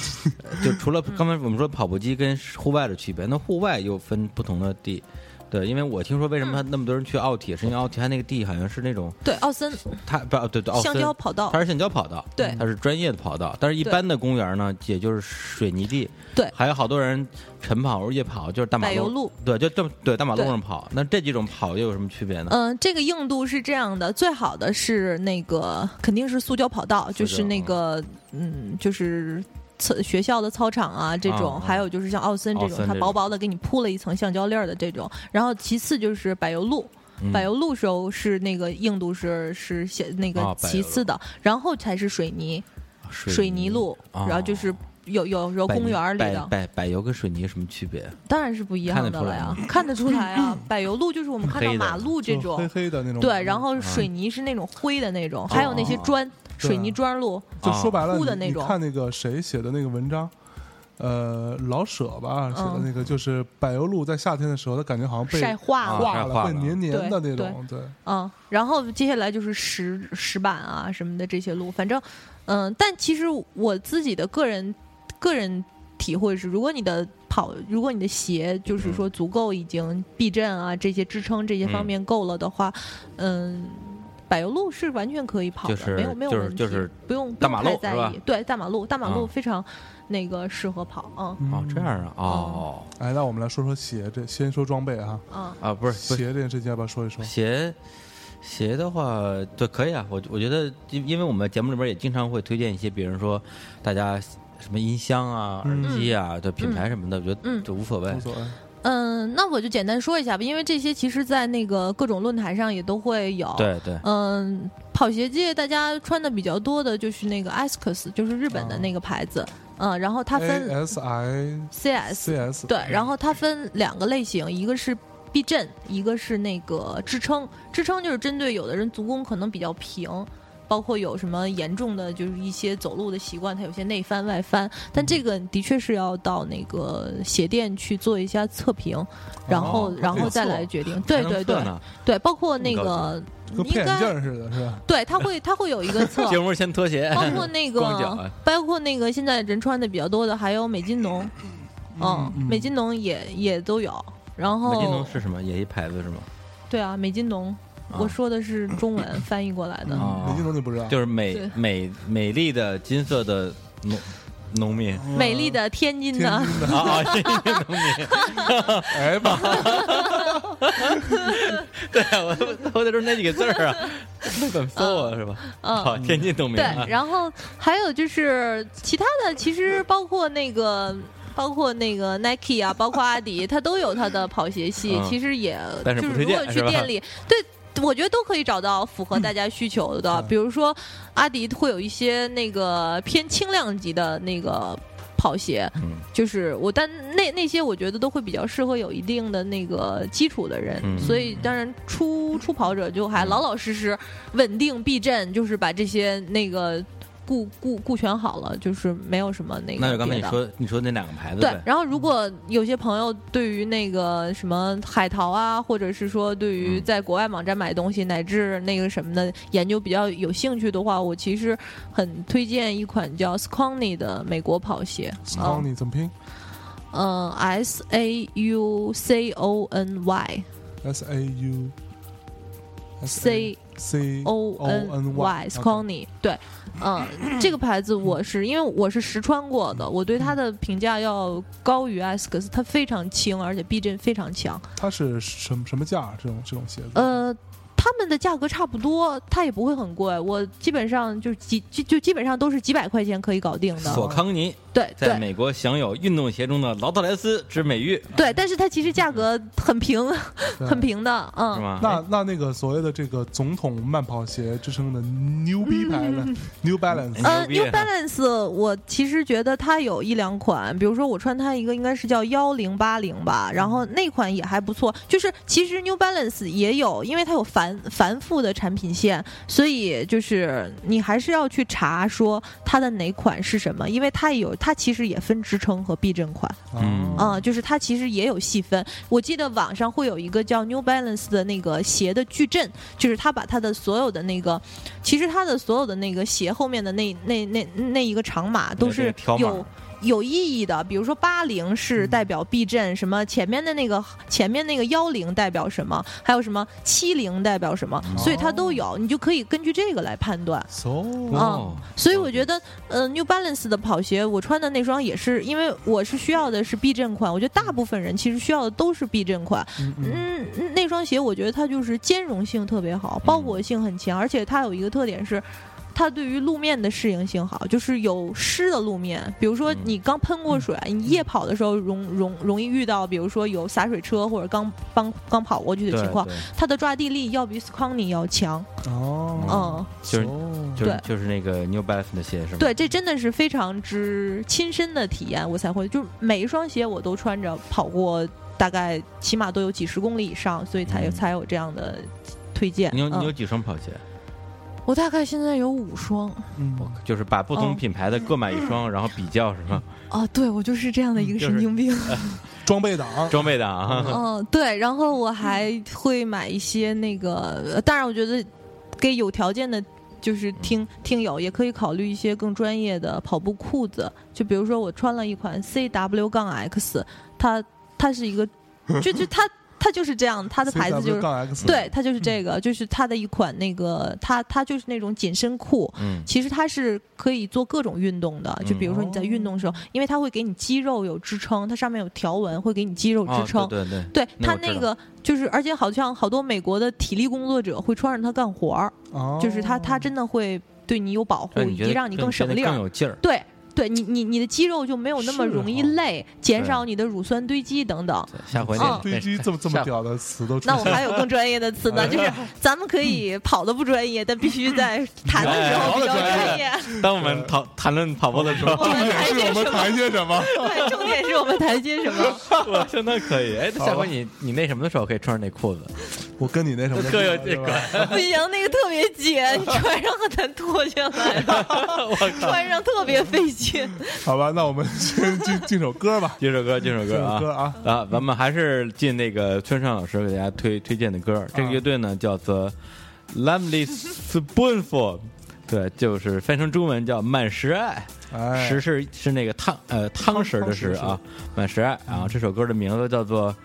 Speaker 2: 呃就除了刚才我们说跑步机跟户外的区别，那户外又分不同的地，对，因为我听说为什么那么多人去奥体，是因为奥体它那个地好像是那种
Speaker 3: 对，奥森
Speaker 2: 它不哦对对，奥
Speaker 3: 橡
Speaker 2: 森
Speaker 3: 胶跑道
Speaker 2: 它，是橡胶跑道，
Speaker 3: 对
Speaker 2: 它是专业的跑道，但是一
Speaker 3: 对
Speaker 2: 般的公园呢，也就是水泥地，
Speaker 3: 对
Speaker 2: 还有好多人晨跑、夜跑，就是大马
Speaker 3: 柏油路，
Speaker 2: 对，就这么对大马路
Speaker 3: 对
Speaker 2: 上跑。那这几种跑又有什么区别呢？
Speaker 3: 嗯、这个硬度是这样的，最好的是那个肯定是塑胶跑道，就
Speaker 2: 胶
Speaker 3: 是那个嗯，就是操。学校的操场啊，这种、
Speaker 2: 啊啊
Speaker 3: 还有就是像奥森这
Speaker 2: 奥
Speaker 3: 种，
Speaker 2: 森
Speaker 3: 它
Speaker 2: 这
Speaker 3: 薄
Speaker 2: 种
Speaker 3: 薄的给你铺了一层橡胶粒儿的这种。然后其次就是柏油路，
Speaker 2: 嗯
Speaker 3: 柏油路时候是那个硬度是是写那
Speaker 2: 啊
Speaker 3: 个
Speaker 2: 柏
Speaker 3: 其
Speaker 2: 油路
Speaker 3: 次的，然后才是水泥水泥路，
Speaker 2: 哦
Speaker 3: 然后就是有有时候
Speaker 2: 柏
Speaker 3: 公
Speaker 2: 泥
Speaker 3: 园里
Speaker 2: 柏
Speaker 3: 的，
Speaker 2: 柏柏油跟水泥有什么区别？
Speaker 3: 当然是不一样的了呀，看得出来
Speaker 2: [LAUGHS]
Speaker 3: 啊。柏油路就是我们看到
Speaker 2: 黑的嗯
Speaker 3: 马路这
Speaker 1: 就
Speaker 3: 种
Speaker 1: 黑，黑的那种，
Speaker 3: 对，然后水泥是那种灰的那
Speaker 2: 哦
Speaker 3: 种，还有那些砖，水泥砖路，
Speaker 1: 就
Speaker 2: 啊
Speaker 1: 说白了，
Speaker 3: 铺的
Speaker 1: 你
Speaker 3: 那种
Speaker 1: 你看那个谁写的那个文章，呃，老舍吧写的那个，就是柏油路在夏天的时候，他感觉好像被
Speaker 3: 晒化
Speaker 2: 啊
Speaker 3: 了，
Speaker 1: 化
Speaker 2: 晒化
Speaker 1: 了，被
Speaker 2: 了
Speaker 1: 黏黏的
Speaker 3: 对
Speaker 1: 那种，对，
Speaker 3: 嗯，然后接下来就是石石板啊什么的这些路，反正，嗯，但其实我自己的个人个人体会是，如果你的跑，如果你的鞋就是说足够已经避震啊这些支撑这些方面够了的话，嗯。柏油路是完全可以跑的，
Speaker 2: 就是
Speaker 3: 没有没有
Speaker 2: 就是
Speaker 3: 问题，
Speaker 2: 就是
Speaker 3: 不用
Speaker 2: 大马路
Speaker 3: 不用太
Speaker 2: 是
Speaker 3: 在
Speaker 2: 吧
Speaker 3: 意。对，大马路，大马路
Speaker 2: 啊
Speaker 3: 非常那个适合跑，嗯
Speaker 1: 嗯
Speaker 2: 哦，这。样啊，哦
Speaker 1: 哎，那我们来说说鞋，这先说装备哈，
Speaker 3: 嗯，
Speaker 2: 啊，不是不是
Speaker 1: 鞋这件事情要不要说一
Speaker 3: 哦
Speaker 1: 说？
Speaker 2: 鞋。鞋的话，对，可以啊。我我觉得，因因为我们节目里边也经常会推荐一些，比如说大家什么音箱啊、
Speaker 1: 嗯
Speaker 2: 耳机啊，对品牌什么的，我觉得
Speaker 3: 嗯
Speaker 2: 就无所谓
Speaker 1: 无。所谓，
Speaker 3: 嗯，那我就简单说一下吧，因为这些其实，在那个各种论坛上也都会有。
Speaker 2: 对对，
Speaker 3: 嗯，跑鞋界大家穿的比较多的就是那个 ASICS，就是日
Speaker 2: 啊
Speaker 3: 本的那个牌子。嗯，然后它
Speaker 1: A
Speaker 2: 哎
Speaker 3: 分
Speaker 1: S I
Speaker 3: CS，
Speaker 1: C S
Speaker 3: 对，
Speaker 2: 嗯
Speaker 3: 然后它分两个类型，一个是。避震，一个是那个支撑，支撑就是针对有的人足弓可能比较平，包括有什么严重的就是一些走路的习惯，它有些内翻外翻，
Speaker 2: 嗯
Speaker 3: 但这个的确是要到那个鞋店去做一下测评，然后、
Speaker 2: 哦
Speaker 3: 然
Speaker 1: 可
Speaker 3: 后
Speaker 1: 以
Speaker 3: 再
Speaker 1: 测
Speaker 3: 来决定。对
Speaker 2: 还能啊嗯测
Speaker 3: 对对 [LAUGHS]
Speaker 2: 呢
Speaker 3: 对，包括那
Speaker 2: 这么高
Speaker 3: 个
Speaker 1: 跟
Speaker 3: 应
Speaker 1: 配眼
Speaker 3: 该
Speaker 1: 镜儿似的，是吧？
Speaker 3: 对，它会它会有
Speaker 2: [LAUGHS]，
Speaker 3: 一个测
Speaker 2: 节目先脱鞋，
Speaker 3: 包括那个
Speaker 2: 光脚啊
Speaker 3: 包括那个现在人穿的比较多的，还有美津浓，嗯，
Speaker 1: 嗯
Speaker 3: 美津浓也也都有。然
Speaker 2: 美津
Speaker 3: 后
Speaker 2: 浓是什么？也一牌子是吗？
Speaker 3: 对啊，美津浓，
Speaker 2: 啊
Speaker 3: 我说的是中文翻译过来的。
Speaker 2: 哦
Speaker 1: 美金总你不知道，
Speaker 2: 就是美
Speaker 3: 对
Speaker 2: 美美丽的金色的农农
Speaker 3: [LAUGHS]
Speaker 2: 民啊
Speaker 1: 嗯
Speaker 3: 美丽的天津的， [LAUGHS]
Speaker 1: 天津的，
Speaker 3: 哦
Speaker 2: 啊，是一个农民。
Speaker 1: 哎吧，
Speaker 2: 对，我我得说那几个字儿
Speaker 3: [LAUGHS]
Speaker 2: 啊，怎么搜啊，是吧？
Speaker 3: 嗯，
Speaker 2: 好，天津农民
Speaker 3: 对
Speaker 2: 啊，，
Speaker 3: 然后还有就是其他的，其实包括那个，包括那个 Nike 啊，包括阿迪，它都有它的跑鞋系
Speaker 2: 嗯，
Speaker 3: 其实也
Speaker 2: 但是
Speaker 3: 就
Speaker 2: 不推
Speaker 3: 是如
Speaker 2: 荐
Speaker 3: 果去
Speaker 2: 是吧
Speaker 3: 店里，对。我觉得都可以找到符合大家需求的，
Speaker 1: 嗯
Speaker 3: 比如说阿迪会有一些那个偏轻量级的那个跑鞋，
Speaker 2: 嗯
Speaker 3: 就是我但那那些我觉得都会比较适合有一定的那个基础的人，
Speaker 2: 嗯
Speaker 3: 所以当然初初跑者就还老老实实、稳定避震，就是把这些那个顾顾顾全好了，就是没有什么那个。
Speaker 2: 那就刚才你。说你说那两个牌子
Speaker 3: 对
Speaker 2: 呗，
Speaker 3: 然后如果有些朋友对于那个什么海淘啊，或者是说对于
Speaker 2: 嗯
Speaker 3: 在国外网站买东西，乃至那个什么的研究比较有兴趣的话，我其实很推荐一款叫 Saucony 的美国跑鞋。嗯
Speaker 1: 帮你怎么拼
Speaker 3: 嗯，S A U C O N Y
Speaker 1: ？S A U
Speaker 3: C 哦
Speaker 1: C
Speaker 3: O N
Speaker 1: Y
Speaker 3: Y Sony 对，嗯，这个牌 [CLEARS THROAT] 子我是因为我是实穿过的，我对它的评价要高于 S X，它非常轻，而且避震非常强。
Speaker 1: 它是什么什么价？这种这种鞋子？
Speaker 3: 呃，他们的价格差不多，它也不会很贵。我基本上就是几就就基本上都是几百块钱可以搞定的。
Speaker 2: 索康尼
Speaker 3: 对
Speaker 2: 在
Speaker 3: 对
Speaker 2: 美国享有运动鞋中的劳特莱斯之美誉，
Speaker 3: 对，但是它其实价格很平，
Speaker 1: 对
Speaker 3: 很。平的，
Speaker 2: 是
Speaker 3: 嗯。
Speaker 2: 吗？哎
Speaker 1: 那那那个所谓的这个总统慢跑鞋之称的牛逼牌
Speaker 3: 嗯
Speaker 1: 呢？New Balance
Speaker 3: 呃
Speaker 2: 牛
Speaker 3: ，New
Speaker 2: 逼
Speaker 3: Balance，我其实觉得它有一两款，比如说我穿它一个应该是叫幺零八零吧，然
Speaker 2: 嗯
Speaker 3: 后那款也还不错。就是其实 New Balance 也有，因为它有繁繁复的产品线，所以就是你还是要去查说它的哪款是什么，因为它也有，它其实也分支撑和避震款。
Speaker 2: 嗯
Speaker 1: 啊
Speaker 3: 嗯，就是它其实也有细分。我记得网上会有一个叫 New Balance 的那个鞋的矩阵，就是它把它的所有的那个，其实它的所有的那个鞋后面的那那那那一个长码
Speaker 2: 那
Speaker 3: 都
Speaker 2: 个
Speaker 3: 是
Speaker 2: 条码嗯
Speaker 3: 有。有意义的，比如说八零是代表避震，什么前面的那个前面那个幺零代表什么，还有什么七零代表什么，
Speaker 2: 嗯
Speaker 3: 所以它都有，你就可以根据这个来判断。
Speaker 1: ，so
Speaker 2: 哦，
Speaker 3: 所以我觉得，呃，New Balance 的跑鞋，我穿的那双也是，因为我是需要的是避震款。我觉得大部分人其实需要的都是避震款。
Speaker 1: 嗯嗯
Speaker 3: 嗯，那双鞋我觉得它就是兼容性特别
Speaker 2: 嗯
Speaker 3: 好，包裹性很强，而且它有一个特点是。它对于路面的适应性好，就是有湿的路面，比如说
Speaker 2: 嗯
Speaker 3: 你刚喷过水，你夜跑的时候容容容易遇到，比如说有洒水车或者刚刚刚跑过去的
Speaker 2: 对
Speaker 3: 情况，
Speaker 2: 对
Speaker 3: 它的抓地力要比 Sconny 要强，
Speaker 1: 哦，
Speaker 3: 嗯，
Speaker 2: 就是
Speaker 1: so
Speaker 2: 就是
Speaker 3: 对
Speaker 2: 就是那个 New Balance 的鞋是吗？
Speaker 3: 对，这真的是非常之亲身的体验，我才会就是每一双鞋我都穿着跑过，大概起码都有几十公里以上，所以才有、
Speaker 2: 嗯
Speaker 3: 才有这样的推荐。
Speaker 2: 你有你有
Speaker 3: 嗯、
Speaker 2: 几双跑鞋？
Speaker 3: 我大概现在有五双
Speaker 1: 嗯
Speaker 2: 我靠就是把不同
Speaker 3: 哦
Speaker 2: 品牌的各买一双，然后比较是吗？
Speaker 3: 啊，对我就是这样的一个
Speaker 2: 嗯就
Speaker 3: 神
Speaker 2: 是
Speaker 3: 经病。
Speaker 1: 装备党
Speaker 2: 装备的啊，
Speaker 3: 嗯，对，然后我还会买一些那个，呃当然我觉得给有条件的。就是听听友也可以考虑一些更专业的跑步裤子，就比如说我穿了一款 CW 杠 X，它它是一个，就就它它就是这样，它的牌子就是
Speaker 1: 杠 X
Speaker 3: 对，它就是这个，就是它的一款那个，它它就是那种紧身裤，
Speaker 2: [LAUGHS] 嗯，
Speaker 3: 其实它是可以做各种运动的，就比如说你在运动的时候，因为它会给你肌肉有支撑，它上面有条纹会给你肌肉
Speaker 2: 哦
Speaker 3: 支撑，
Speaker 2: 对对对，
Speaker 3: 对
Speaker 2: 那
Speaker 3: 他
Speaker 2: 我知
Speaker 3: 那
Speaker 2: 道
Speaker 3: 个就是，而且好像好多美国的体力工作者会穿上它干活儿，
Speaker 1: 哦
Speaker 3: 就是它它真的会对你有保护，
Speaker 2: 让哎
Speaker 3: 以
Speaker 2: 你觉
Speaker 3: 及
Speaker 2: 得
Speaker 3: 让你更省
Speaker 2: 觉得
Speaker 3: 力
Speaker 2: 更
Speaker 3: 儿。
Speaker 2: 有劲儿。
Speaker 3: 对，对你你你的肌肉就没有那么
Speaker 1: 是
Speaker 3: 容易
Speaker 1: 哈
Speaker 3: 累，减
Speaker 2: 对
Speaker 3: 少你的乳酸堆积等等。
Speaker 2: 下回
Speaker 3: 嗯
Speaker 2: 那
Speaker 1: 堆积这么这么屌的词都出
Speaker 3: 那我
Speaker 1: 现
Speaker 3: 还有更专业的
Speaker 2: [LAUGHS]
Speaker 3: 词呢，就是咱们可以跑的不专业，但必须
Speaker 2: 嗯
Speaker 3: 在谈的时
Speaker 2: 哎
Speaker 3: 候比较专业。
Speaker 2: 当我们讨谈论跑步的
Speaker 1: [LAUGHS]
Speaker 2: 时候，
Speaker 3: 我们
Speaker 1: 也
Speaker 3: 谈
Speaker 1: 是
Speaker 3: 些
Speaker 1: 我们
Speaker 3: 什么？
Speaker 1: 谈些什么？
Speaker 3: 对，重点是我们谈些什
Speaker 2: [LAUGHS]
Speaker 3: 么？
Speaker 2: 我相当可以。哎，下
Speaker 1: 好吧
Speaker 2: 回你你那什么的时候可以穿上那裤子， [LAUGHS]
Speaker 1: 我跟你那什么
Speaker 2: 各有
Speaker 1: 对吧
Speaker 3: 不行，那个特别紧，你穿上很难脱下来的，穿上特别费劲。
Speaker 1: 好吧，那我们先进进首歌
Speaker 2: [LAUGHS]
Speaker 1: 吧，
Speaker 2: 这首歌，这首
Speaker 1: 这
Speaker 2: 歌
Speaker 1: 首嗯歌
Speaker 2: 啊。
Speaker 1: 啊，
Speaker 2: 啊，咱们还是进那个村上老师给大家推推荐的歌儿。这个乐队呢叫做 Lovely Spoonful，对，就是翻译成中文叫满食爱。
Speaker 1: 哎，
Speaker 2: 食是是那个汤呃汤匙的
Speaker 1: 汤
Speaker 2: 匙
Speaker 1: 匙嗯
Speaker 2: 啊，满食爱啊。这首歌的名字叫做《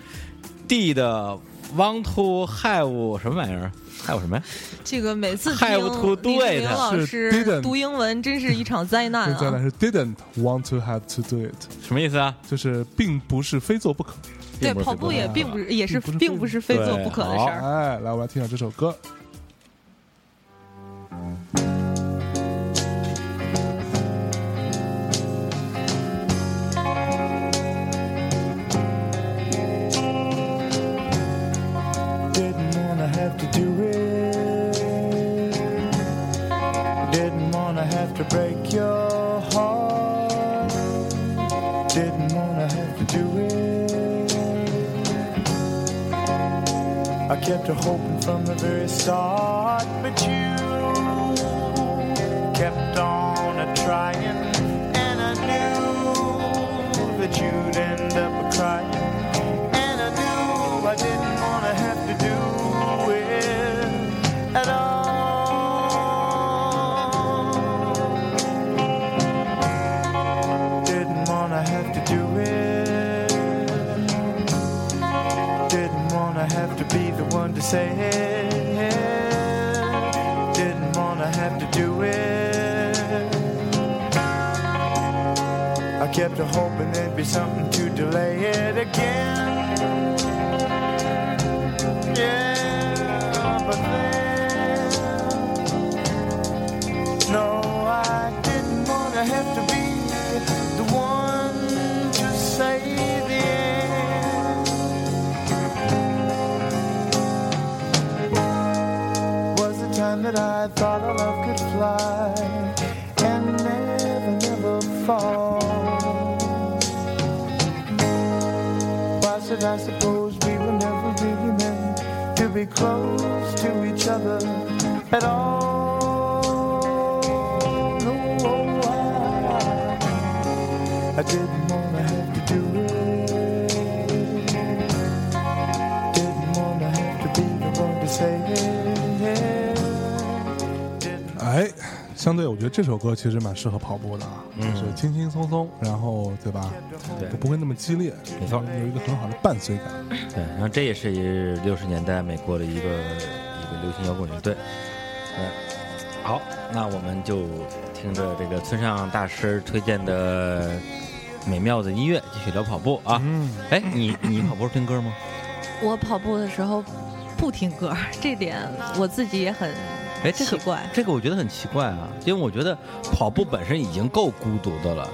Speaker 2: D 的 Want to Have 什么玩意儿？Have 什么呀？
Speaker 3: 这个每次
Speaker 2: Have
Speaker 3: 听
Speaker 2: to do
Speaker 3: 李志
Speaker 2: it
Speaker 3: 明老
Speaker 1: 是
Speaker 3: 师
Speaker 1: didn't
Speaker 3: 读英文真是一场灾难
Speaker 1: 这再来
Speaker 3: 啊！
Speaker 1: 是 didn't want to have to do it，
Speaker 2: 什么意思啊？
Speaker 1: 就是并不是非做不可。
Speaker 3: 对，
Speaker 2: 并不是
Speaker 3: 跑步也
Speaker 2: 不
Speaker 3: 并不是，也是并
Speaker 1: 并
Speaker 3: 不
Speaker 1: 不
Speaker 3: 是
Speaker 1: 是
Speaker 3: 非做不可的事
Speaker 2: 对
Speaker 3: 儿。
Speaker 1: 哎，来，我来听一下这首歌。
Speaker 5: Didn't wanna have to do it. Didn't wanna have to break your heart. Didn't wanna have to do it. I kept her hoping from the very start, but you kept on a trying, and I knew that you'd end up a crying. And I knew I didn't want to have to do it at all. Didn't want to have to do it. Didn't want to have to be the one to say it. I kept a hoping there'd be something to delay it again. Yeah, but then, no, I didn't want to have to be the one to say the end. Was the time that I thought our love could fly and never, never fall. Why should I suppose we were never really meant to be close to each other at all? No, I, I didn't wanna have to do it. Didn't wanna have to be the one to say it. Didn't
Speaker 1: 哎，相对我觉得这首歌其实蛮适合跑步的，啊，就是轻轻松松，然后对吧？
Speaker 2: 嗯对
Speaker 1: 不会那么激烈，
Speaker 2: 没错
Speaker 1: 有一个很好的伴随感。
Speaker 2: 对，然后这也是六十年代美国的一个一个流行摇滚乐队。嗯，好，那我们就听着这个村上大师推荐的美妙的音乐，继续聊跑步啊。
Speaker 1: 嗯，
Speaker 2: 哎，你你跑步是听歌吗？
Speaker 3: 我跑步的时候不听歌， [LAUGHS] 这点我自己也很
Speaker 2: 哎，这
Speaker 3: 奇
Speaker 2: 个
Speaker 3: 怪。
Speaker 2: 这个我觉得很奇怪啊，因为我觉得跑步本身已经够孤独的了，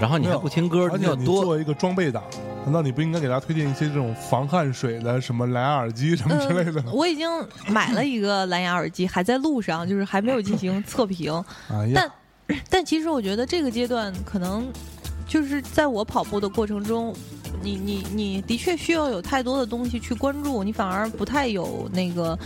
Speaker 2: 然后你还不听歌，
Speaker 1: 嗯而
Speaker 2: 你
Speaker 1: 且
Speaker 2: 有
Speaker 1: 你
Speaker 2: 多
Speaker 1: 作为一个装备党，难道你不应该给大家推荐一些这种防汗水的、什么蓝牙耳机什么之类的 [LAUGHS]
Speaker 3: 嗯，？我已经买了一个蓝牙耳机，还在路上，就是还没有进行测评。
Speaker 1: 哎呀
Speaker 3: 但，但其实我觉得这个阶段可能就是在我跑步的过程中，你你你的确需要有太多的东西去关注，你反而不太有那个。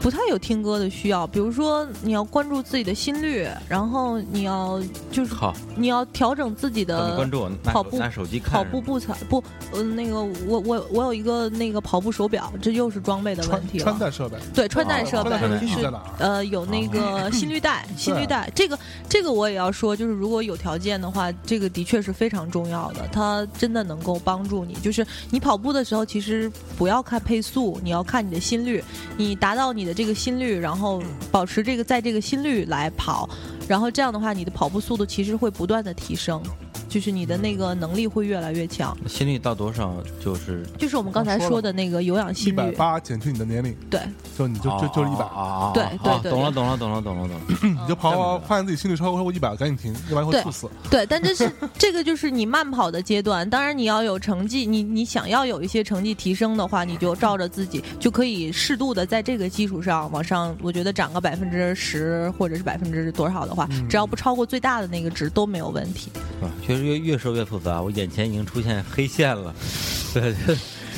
Speaker 3: 不太有听歌的需要，比如说你要关注自己的心率，然后你要就是
Speaker 2: 好？
Speaker 3: 你要调整自己
Speaker 2: 你
Speaker 3: 的
Speaker 2: 关注我，拿
Speaker 3: 呃跑
Speaker 2: 手
Speaker 3: 步
Speaker 2: 拿手机看
Speaker 3: 跑步步操不，嗯、那个我我我有一个那个跑步手表，这又是装备的问
Speaker 1: 穿
Speaker 3: 题
Speaker 1: 穿
Speaker 3: 了。
Speaker 1: 戴设备，
Speaker 3: 对，穿戴
Speaker 2: 啊
Speaker 3: 设备
Speaker 1: 穿戴设备
Speaker 3: 就
Speaker 1: 意义
Speaker 3: 是
Speaker 1: 在哪儿？
Speaker 3: 呃，有那
Speaker 1: 啊
Speaker 3: 个心率带，心率带，这个这个我也要说，就是如果有条件的话，这个的确是非常重要的，它真的能够帮助你。就是你跑步的时候，其实不要看配速，你要看你的心率，你达到你的这个心率，然后保持这个在这个心率来跑，然后这样的话，你的跑步速度其实会不断的提升，就是你的那个能力会越来越强。
Speaker 2: 心率到多少就是
Speaker 3: 就是我们刚才
Speaker 1: 啊说了
Speaker 3: 说的那个有氧
Speaker 1: 一
Speaker 3: 心
Speaker 1: 百
Speaker 3: 率，
Speaker 1: 八减去你的年龄，
Speaker 3: 对，
Speaker 1: 就你就就就是一百
Speaker 2: 啊，啊啊！啊
Speaker 3: 对对
Speaker 2: 啊
Speaker 3: 对
Speaker 2: 懂了懂了懂了懂了懂了。
Speaker 1: 你就跑跑，发现自己心率超过一百，赶紧停，要不然会
Speaker 3: 嗯对
Speaker 1: 猝 [LAUGHS] 死。
Speaker 3: 对，但这是这个就是你慢跑的阶段。当然，你要有成绩，你你想要有一些成绩提升的话，你就照着自己就可以适度的在这个基础上往上，我觉得涨个百分之十或者是百分之多少的话，只要不超过最大的那个值都没有问题。
Speaker 1: 嗯
Speaker 2: 啊，确实越越说越复杂，我眼前已经出现黑线了。对，这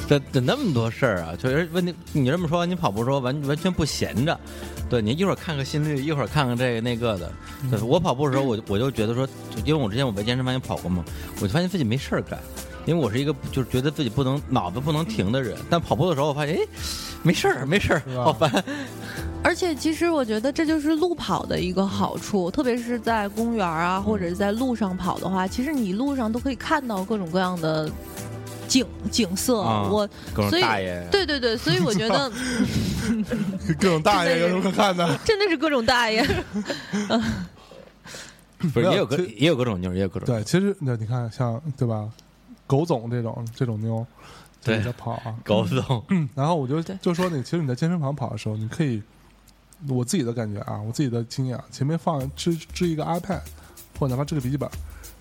Speaker 2: 这这那么多事儿啊，确实问题。你这么说，你跑步说完完全不闲着，对你一会儿看看心率，一会儿看看这个那个的。
Speaker 1: 嗯
Speaker 2: 对我跑步的时候，我我就觉得说，就因为我之前我在健身房也跑过嘛，我就发现自己没事儿干。因为我是一个就是觉得自己不能脑子不能停的人，但跑步的时候我发现，哎，没事儿没事儿，
Speaker 1: 是吧
Speaker 2: 好烦。
Speaker 3: 而且，其实我觉得这就是路跑的一个好处，特别是在公园啊，或者是在路上跑的话，其实你路上都可以看到各种各样的景景色。
Speaker 2: 啊
Speaker 3: 我
Speaker 2: 各种
Speaker 3: 所以
Speaker 2: 大爷，
Speaker 3: 对对对，所以我觉得。
Speaker 1: 各种大爷有什么可看的？
Speaker 3: 真的是各种大爷。 [LAUGHS]
Speaker 2: 不是
Speaker 1: 没有
Speaker 2: 也有各
Speaker 1: 这
Speaker 2: 也有各种妞儿，也有各种。
Speaker 1: 对，其实那你看像对吧，狗总这种这种妞，就
Speaker 2: 对
Speaker 1: 在跑啊。
Speaker 2: 狗总，
Speaker 1: 然后我就
Speaker 3: 对
Speaker 1: 就说你，其实你在健身房跑的时候，你可以，我自己的感觉啊，我自己的经验啊，前面放支支一个 iPad，或者哪怕支个笔记本，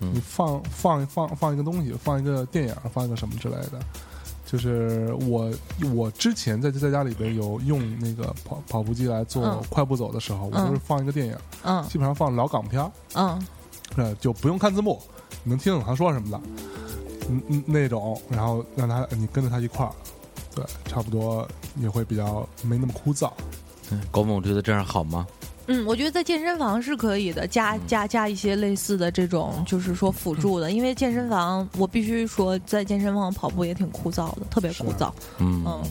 Speaker 2: 嗯
Speaker 1: 你放放放放一个东西，放一个电影，放一个什么之类的。就是我我之前在在家里边有用那个跑跑步机来做
Speaker 3: 嗯
Speaker 1: 快步走的时候，我
Speaker 3: 嗯
Speaker 1: 就是放一个电影，
Speaker 3: 嗯
Speaker 1: 基本上放老港片儿，
Speaker 3: 嗯，
Speaker 1: 呃，就不用看字幕，你能听懂他说什么的，嗯嗯那种，然后让他你跟着他一块儿，对，差不多也会比较没那么枯燥。
Speaker 2: 狗总觉得这样好吗？
Speaker 3: 嗯，我觉得在健身房是可以的，加
Speaker 1: 嗯
Speaker 3: 加加一些类似的这种，就是说辅助的，因为健身房我必须说，在健身房跑步也挺枯燥
Speaker 1: 啊
Speaker 3: 的，特别枯燥。
Speaker 2: 嗯
Speaker 3: 嗯，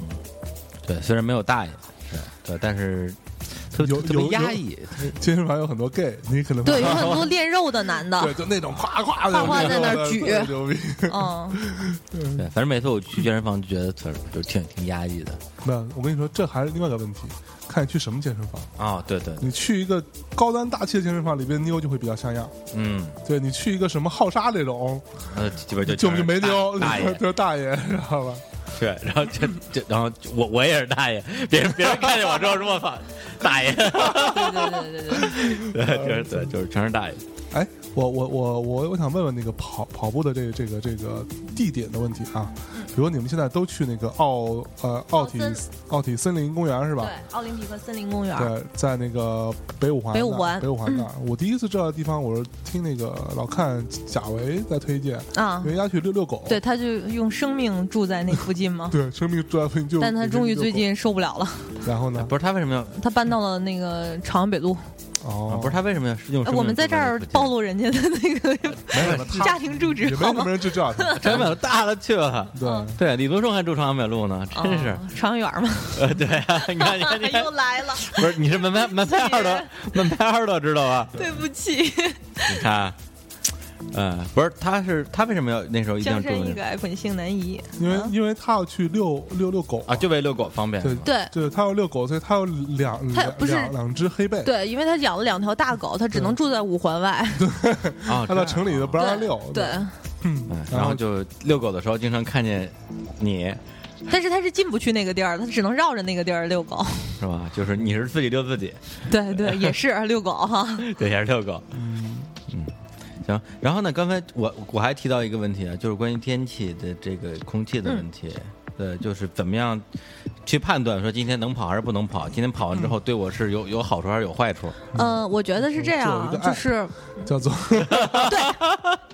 Speaker 2: 对，虽然没有大爷，是对，但是特
Speaker 1: 有
Speaker 2: 特
Speaker 1: 有
Speaker 2: 别
Speaker 1: 有
Speaker 2: 压抑，
Speaker 1: 健身房有很多 gay，你可能
Speaker 3: 对，有很多练肉的男
Speaker 1: 对，
Speaker 3: 的，
Speaker 1: 就那种夸夸
Speaker 3: 夸夸在那儿举
Speaker 1: 牛逼。
Speaker 3: 嗯，
Speaker 2: 对，反正每次我去健身房就觉得特就挺挺压抑的
Speaker 1: 那我跟你说，这还是另外一个问题，看你去什么健身房。
Speaker 2: 啊，对对，
Speaker 1: 你去一个高端大气的健身房，里边妞就会比较像样。
Speaker 2: 嗯，
Speaker 1: 对你去一个什么浩沙这种，
Speaker 2: 呃，基本就
Speaker 1: 就
Speaker 2: 全是
Speaker 1: 就没
Speaker 2: 大
Speaker 1: 妞，
Speaker 2: 大爷
Speaker 1: 就是大爷，知道吧？
Speaker 2: 对，然后就就然后就我我也是大爷，别人别人看见我之后说我操，大爷，
Speaker 3: 对对对对对对。
Speaker 2: [LAUGHS] 对，就是对，就是全是大爷，
Speaker 1: 哎，我我我我我想问问那个跑跑步的这个这个这个地点的问题啊。比如你们现在都去那个奥呃奥体
Speaker 3: 嗯奥森
Speaker 1: 奥体森林公园是吧
Speaker 3: 对？，奥林匹克森林公园。
Speaker 1: 对，在那个北五环那儿，
Speaker 3: 北五环嗯
Speaker 1: 北五环那儿。 [LAUGHS] 我第一次知道的地方，我是听那个老看贾维在推荐，
Speaker 3: 啊
Speaker 1: 因，为他去遛遛狗。。
Speaker 3: 对，他就用生命住在那附近嘛
Speaker 1: 对，生命住在附近就。
Speaker 3: 但他终于最
Speaker 1: 就遛
Speaker 3: 近受不了了，
Speaker 1: 狗，然后呢？
Speaker 2: 不是他为什么要
Speaker 3: 他搬到了那个朝阳北路。
Speaker 1: 哦
Speaker 2: 啊，不是他为什么要用
Speaker 3: 哎
Speaker 2: 生命
Speaker 3: 我们在这儿暴露人家的那个
Speaker 1: 没什么，他
Speaker 3: [LAUGHS] 家庭住
Speaker 1: 也
Speaker 3: 址
Speaker 1: 没
Speaker 3: 好
Speaker 1: 什么
Speaker 3: 吗？
Speaker 1: 人知道
Speaker 3: [LAUGHS]
Speaker 1: 他。
Speaker 2: 朝阳北路大了去了。
Speaker 1: 对，
Speaker 2: 对，李宗盛还住朝阳北路呢，真是
Speaker 3: 啊。朝阳园 [LAUGHS] 嘛，
Speaker 2: 呃，对啊，你看，你看，你看
Speaker 3: 又，来了，
Speaker 2: 不是， [LAUGHS] 你是门牌门牌号的，门牌号的知道吧？
Speaker 3: 对不 [LAUGHS] 起，
Speaker 2: 你看，嗯，不是，他是他为什么要那时候一定要
Speaker 3: 江
Speaker 2: 住
Speaker 3: 山易
Speaker 2: 那
Speaker 3: 改，本性难移。
Speaker 1: 因为
Speaker 3: 啊
Speaker 1: 因为他要去遛遛遛狗
Speaker 2: 啊？就为遛狗方便。
Speaker 1: 对
Speaker 3: 对
Speaker 1: 对，他要遛狗，所以他有两
Speaker 3: 他
Speaker 1: 两
Speaker 3: 不是
Speaker 1: 两两只黑背。
Speaker 3: 对，因为他养了两条大狗，他只能住在五环外。
Speaker 2: 啊，
Speaker 1: 他
Speaker 2: 这
Speaker 1: 到
Speaker 2: 样
Speaker 1: 城里都不让他遛。
Speaker 3: [LAUGHS] 对，
Speaker 2: 嗯
Speaker 1: 然
Speaker 2: 然
Speaker 1: 后
Speaker 2: 后就遛狗的时候，经常看见你，
Speaker 3: 但是他是进不去那个地儿，他只能绕着那个地儿遛狗。
Speaker 2: 是吧？就是你是自己遛自己，
Speaker 3: 对对，也是遛狗哈。
Speaker 2: 对，也是遛狗。嗯行。然后呢，刚才我我还提到一个问题啊，就是关于天气的这个空气的问题。对，就是怎么样去判断说今天能跑还是不能跑？今天跑完之后对我是有有好处还是有坏处？
Speaker 3: 嗯，我觉得是这
Speaker 1: 我
Speaker 3: 样
Speaker 1: 就有一，个爱
Speaker 3: 就是
Speaker 1: 叫做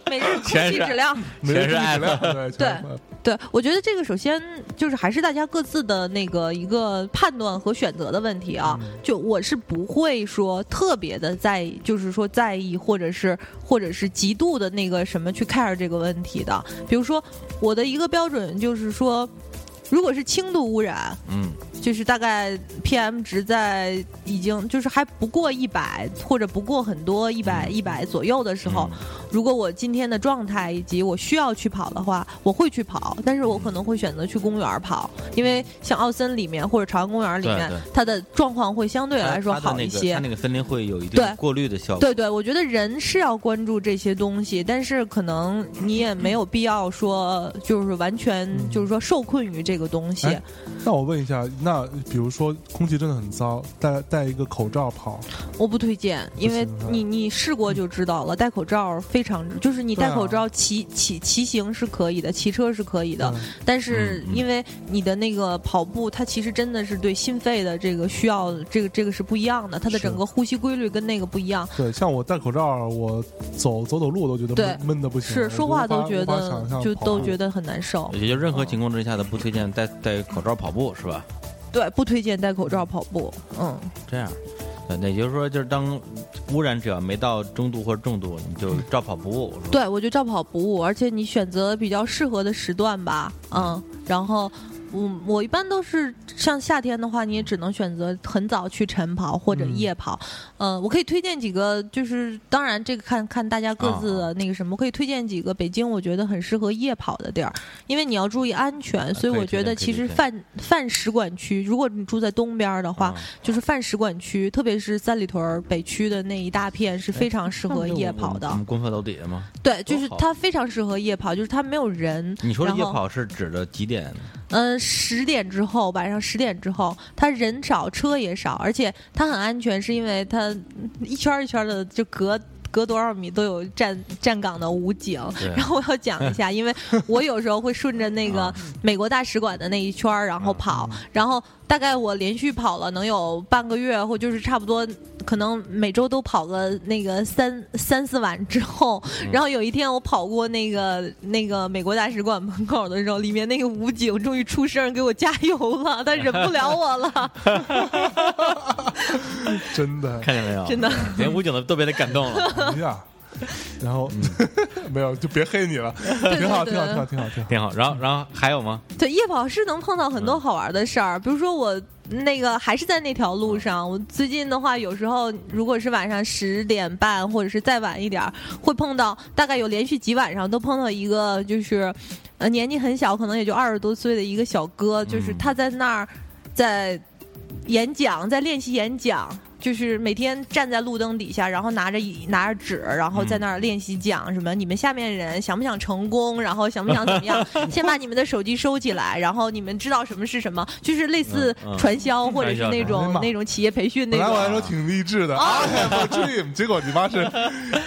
Speaker 3: 每日空
Speaker 2: 全
Speaker 3: 气
Speaker 2: 是
Speaker 3: 质量。
Speaker 1: 没
Speaker 2: 全
Speaker 1: 人
Speaker 2: 是爱
Speaker 1: 知道对
Speaker 3: 对
Speaker 1: 全是
Speaker 3: 对，我觉得这个首先就是还是大家各自的那个一个判断和选择的问题啊。就我是不会说特别的在意，就是说在意或者是或者是极度的那个什么去 care 这个问题的。比如说我的一个标准就是说，如果是轻度污染，
Speaker 2: 嗯
Speaker 3: 就是大概 PM 值在已经就是还不过一百或者不过很多一百
Speaker 2: 嗯
Speaker 3: 一百左右的时候，如果我今天的状态以及我需要去跑的话，我会去跑，但是我可能会选择去公园跑，因为像奥森里面或者朝阳公园里面
Speaker 2: 对对，
Speaker 3: 它的状况会相对来说好一些。
Speaker 2: 它那个森林会有一定
Speaker 3: 对
Speaker 2: 过滤的效果。
Speaker 3: 对对，我觉得人是要关注这些东西，但是可能你也没有必要说，就是完全
Speaker 2: 嗯
Speaker 3: 就是说受困于这个东西。
Speaker 1: 哎那我问一下，那比如说空气真的很糟，戴戴一个口罩跑，
Speaker 3: 我不推荐，因为
Speaker 1: 行是吧
Speaker 3: 你你试过就知道了，戴口罩非常，就是你
Speaker 1: 对啊
Speaker 3: 戴口罩骑骑骑行是可以的，骑车是可以的，
Speaker 1: 嗯
Speaker 3: 但是
Speaker 2: 嗯嗯
Speaker 3: 因为你的那个跑步，它其实真的是对心肺的这个需要，这个这个是不一样的，它的
Speaker 1: 是
Speaker 3: 整个呼吸规律跟那个不一样。
Speaker 1: 对，像我戴口罩，我走走走路都觉得
Speaker 3: 对
Speaker 1: 闷闷的不行，
Speaker 3: 是说话都觉得就都觉
Speaker 1: 得
Speaker 3: 得很难受，
Speaker 2: 也就任何情况之下的不推荐戴戴口罩跑步是吧？
Speaker 3: 对，不推荐戴口罩跑步，嗯，
Speaker 2: 这样，对，那也就是说，就是当污染只要没到中度或者重度，你就照跑不误。是吧，
Speaker 3: 嗯对我觉得照跑不误，而且你选择比较适合的时段吧，嗯，然后。嗯，我一般都是像夏天的话，你也只能选择很早去晨跑或者
Speaker 1: 嗯
Speaker 3: 夜跑。嗯、我可以推荐几个，就是当然这个看看大家各
Speaker 2: 啊
Speaker 3: 自的那个什么，我可以推荐几个北京我觉得很适合夜跑的地儿，因为你要注意安全，所以
Speaker 2: 可以
Speaker 3: 我
Speaker 2: 推
Speaker 3: 觉
Speaker 2: 荐
Speaker 3: 得
Speaker 2: 可以
Speaker 3: 其
Speaker 2: 推
Speaker 3: 实
Speaker 2: 荐
Speaker 3: 泛泛使馆区，如果你住在东边儿的话，
Speaker 2: 啊
Speaker 3: 就是泛使馆区，特别是三里屯儿北区的那一大片是非常适合夜跑的
Speaker 2: 哎我。嗯们公厕楼底下吗？
Speaker 3: 对，
Speaker 2: 多
Speaker 3: 就是
Speaker 2: 好
Speaker 3: 它非常适合夜跑，就是它没有人。
Speaker 2: 你说的
Speaker 3: 然
Speaker 2: 夜
Speaker 3: 后，
Speaker 2: 跑是指的几点？
Speaker 3: 嗯、十点之后，晚上十点之后，它人少，车也少，而且它很安全，是因为它一圈儿一圈儿的就隔。隔多少米都有站站岗的武警
Speaker 2: 对，
Speaker 3: [LAUGHS] 然后我要讲一下，因为我有时候会顺着那个
Speaker 2: 啊
Speaker 3: 美国大使馆的那一圈儿，然后跑，然后大概我连续跑了能有半个月，或就是差不多，可能每周都跑个那个三三四晚之后，然后有一天我跑过那个那个美国大使馆门口的时候，里面那个武警终于出声给我加油了，他忍不了我了，
Speaker 1: 真
Speaker 3: [LAUGHS]
Speaker 1: 的
Speaker 2: 看见没有？
Speaker 3: 真的，
Speaker 2: 连武警的都被他感动
Speaker 3: [LAUGHS]
Speaker 2: 了，
Speaker 1: 哎呀。然后 [LAUGHS] 没有，就别黑你了，[LAUGHS]
Speaker 3: 对
Speaker 1: 挺好，
Speaker 3: 对
Speaker 1: 挺好，挺好，
Speaker 3: 对
Speaker 1: 挺好，挺好。
Speaker 3: [LAUGHS]
Speaker 2: 挺好。然后，然后还有吗？
Speaker 3: 对，夜跑是能碰到很多好玩的事儿，比如说我那个还是在那条路上。我最近的话，有时候如果是晚上十点半，或者是再晚一点儿，会碰到大概有连续几晚上都碰到一个就是，呃，年纪很小，可能也就二十多岁的一个小哥，就是
Speaker 2: 嗯
Speaker 3: 他在那儿在演讲，在练习演讲。就是每天站在路灯底下，然后拿着一拿着纸，然后在那儿练习讲什么、你们下面人想不想成功，然后想不想怎么样？先把你们的手机收起来，然后你们知道什么是什么，就是类似
Speaker 2: 嗯嗯
Speaker 3: 传销或者是那
Speaker 1: 哎呀
Speaker 3: 种
Speaker 1: 妈
Speaker 3: 那种企业培训那哦
Speaker 1: 本来我还
Speaker 3: 种。
Speaker 1: 说挺励志的，I have a dream，结果你妈是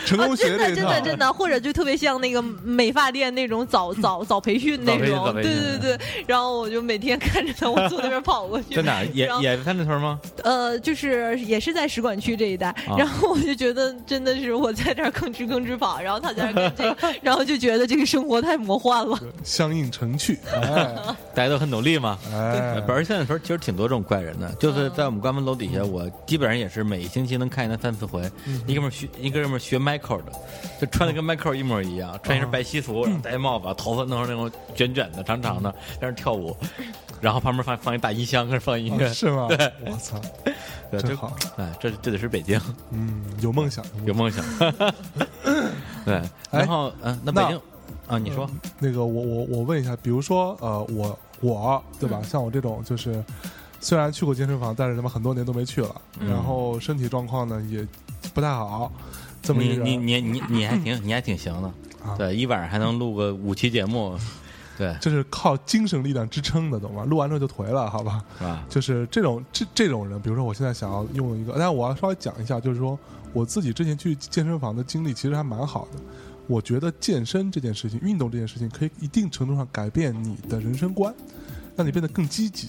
Speaker 1: 成
Speaker 3: 啊
Speaker 1: 功，学这
Speaker 3: 真的，
Speaker 1: 一
Speaker 3: 真
Speaker 1: 套
Speaker 3: 的，，真的，或者就特别像那个美发店那种早早早培训那
Speaker 2: 早
Speaker 3: 种，
Speaker 2: 培
Speaker 3: 对
Speaker 2: 训
Speaker 3: 对对。然后我就每天看着他，我从那边跑过去，
Speaker 2: 在哪儿也
Speaker 3: 然后
Speaker 2: 也看这屯吗？
Speaker 3: 呃，就是也是在使馆区这一带，然后我就觉得真的是我在这儿吭哧吭哧跑，然后他在这儿跟这个，然后就觉得这个生活太魔幻了。
Speaker 1: 相应成趣，哎
Speaker 2: 大家都很努力嘛。
Speaker 1: 哎，
Speaker 2: 不是现在时候其实挺多这种怪人的，就是
Speaker 3: 嗯
Speaker 2: 在我们关门楼底下，我基本上也是每星期能看见他三四回。
Speaker 1: 嗯
Speaker 2: 一哥们儿学一哥们儿学 Michael 的，就穿的跟 Michael 一模一样，穿一
Speaker 1: 嗯
Speaker 2: 身白西服，然后戴一帽子，头发弄成那种卷卷的、长长的，在那儿跳舞，然后旁边放放一大音箱，跟着放音乐
Speaker 1: 啊，是吗？
Speaker 2: 对
Speaker 1: 我操，
Speaker 2: 对，
Speaker 1: 真
Speaker 2: 这
Speaker 1: 好，
Speaker 2: 哎，这这得是北京
Speaker 1: 嗯，有梦想。
Speaker 2: 有梦想， [LAUGHS] 对。然后嗯，那北京啊，你说
Speaker 1: 哎那嗯个我我我问一下，比如说呃，我我对
Speaker 2: 嗯
Speaker 1: 吧？像我这种就是虽然去过健身房，但是他妈很多年都没去了，
Speaker 2: 嗯
Speaker 1: 然后身体状况呢也不太好，这么一
Speaker 2: 你
Speaker 1: 个
Speaker 2: 你你你你还挺你还挺行的
Speaker 1: 啊，
Speaker 2: 对，一晚上还能录个五期节目，对，
Speaker 1: 这是靠精神力量支撑的，懂吗？录完之后就颓了，好吧？
Speaker 2: 是吧？
Speaker 1: 就是这种这这种人，比如说我现在想要用一个，但我要稍微讲一下，就是说我自己之前去健身房的经历其实还蛮好的。我觉得健身这件事情，运动这件事情，可以一定程度上改变你的人生观，让你变得更积极，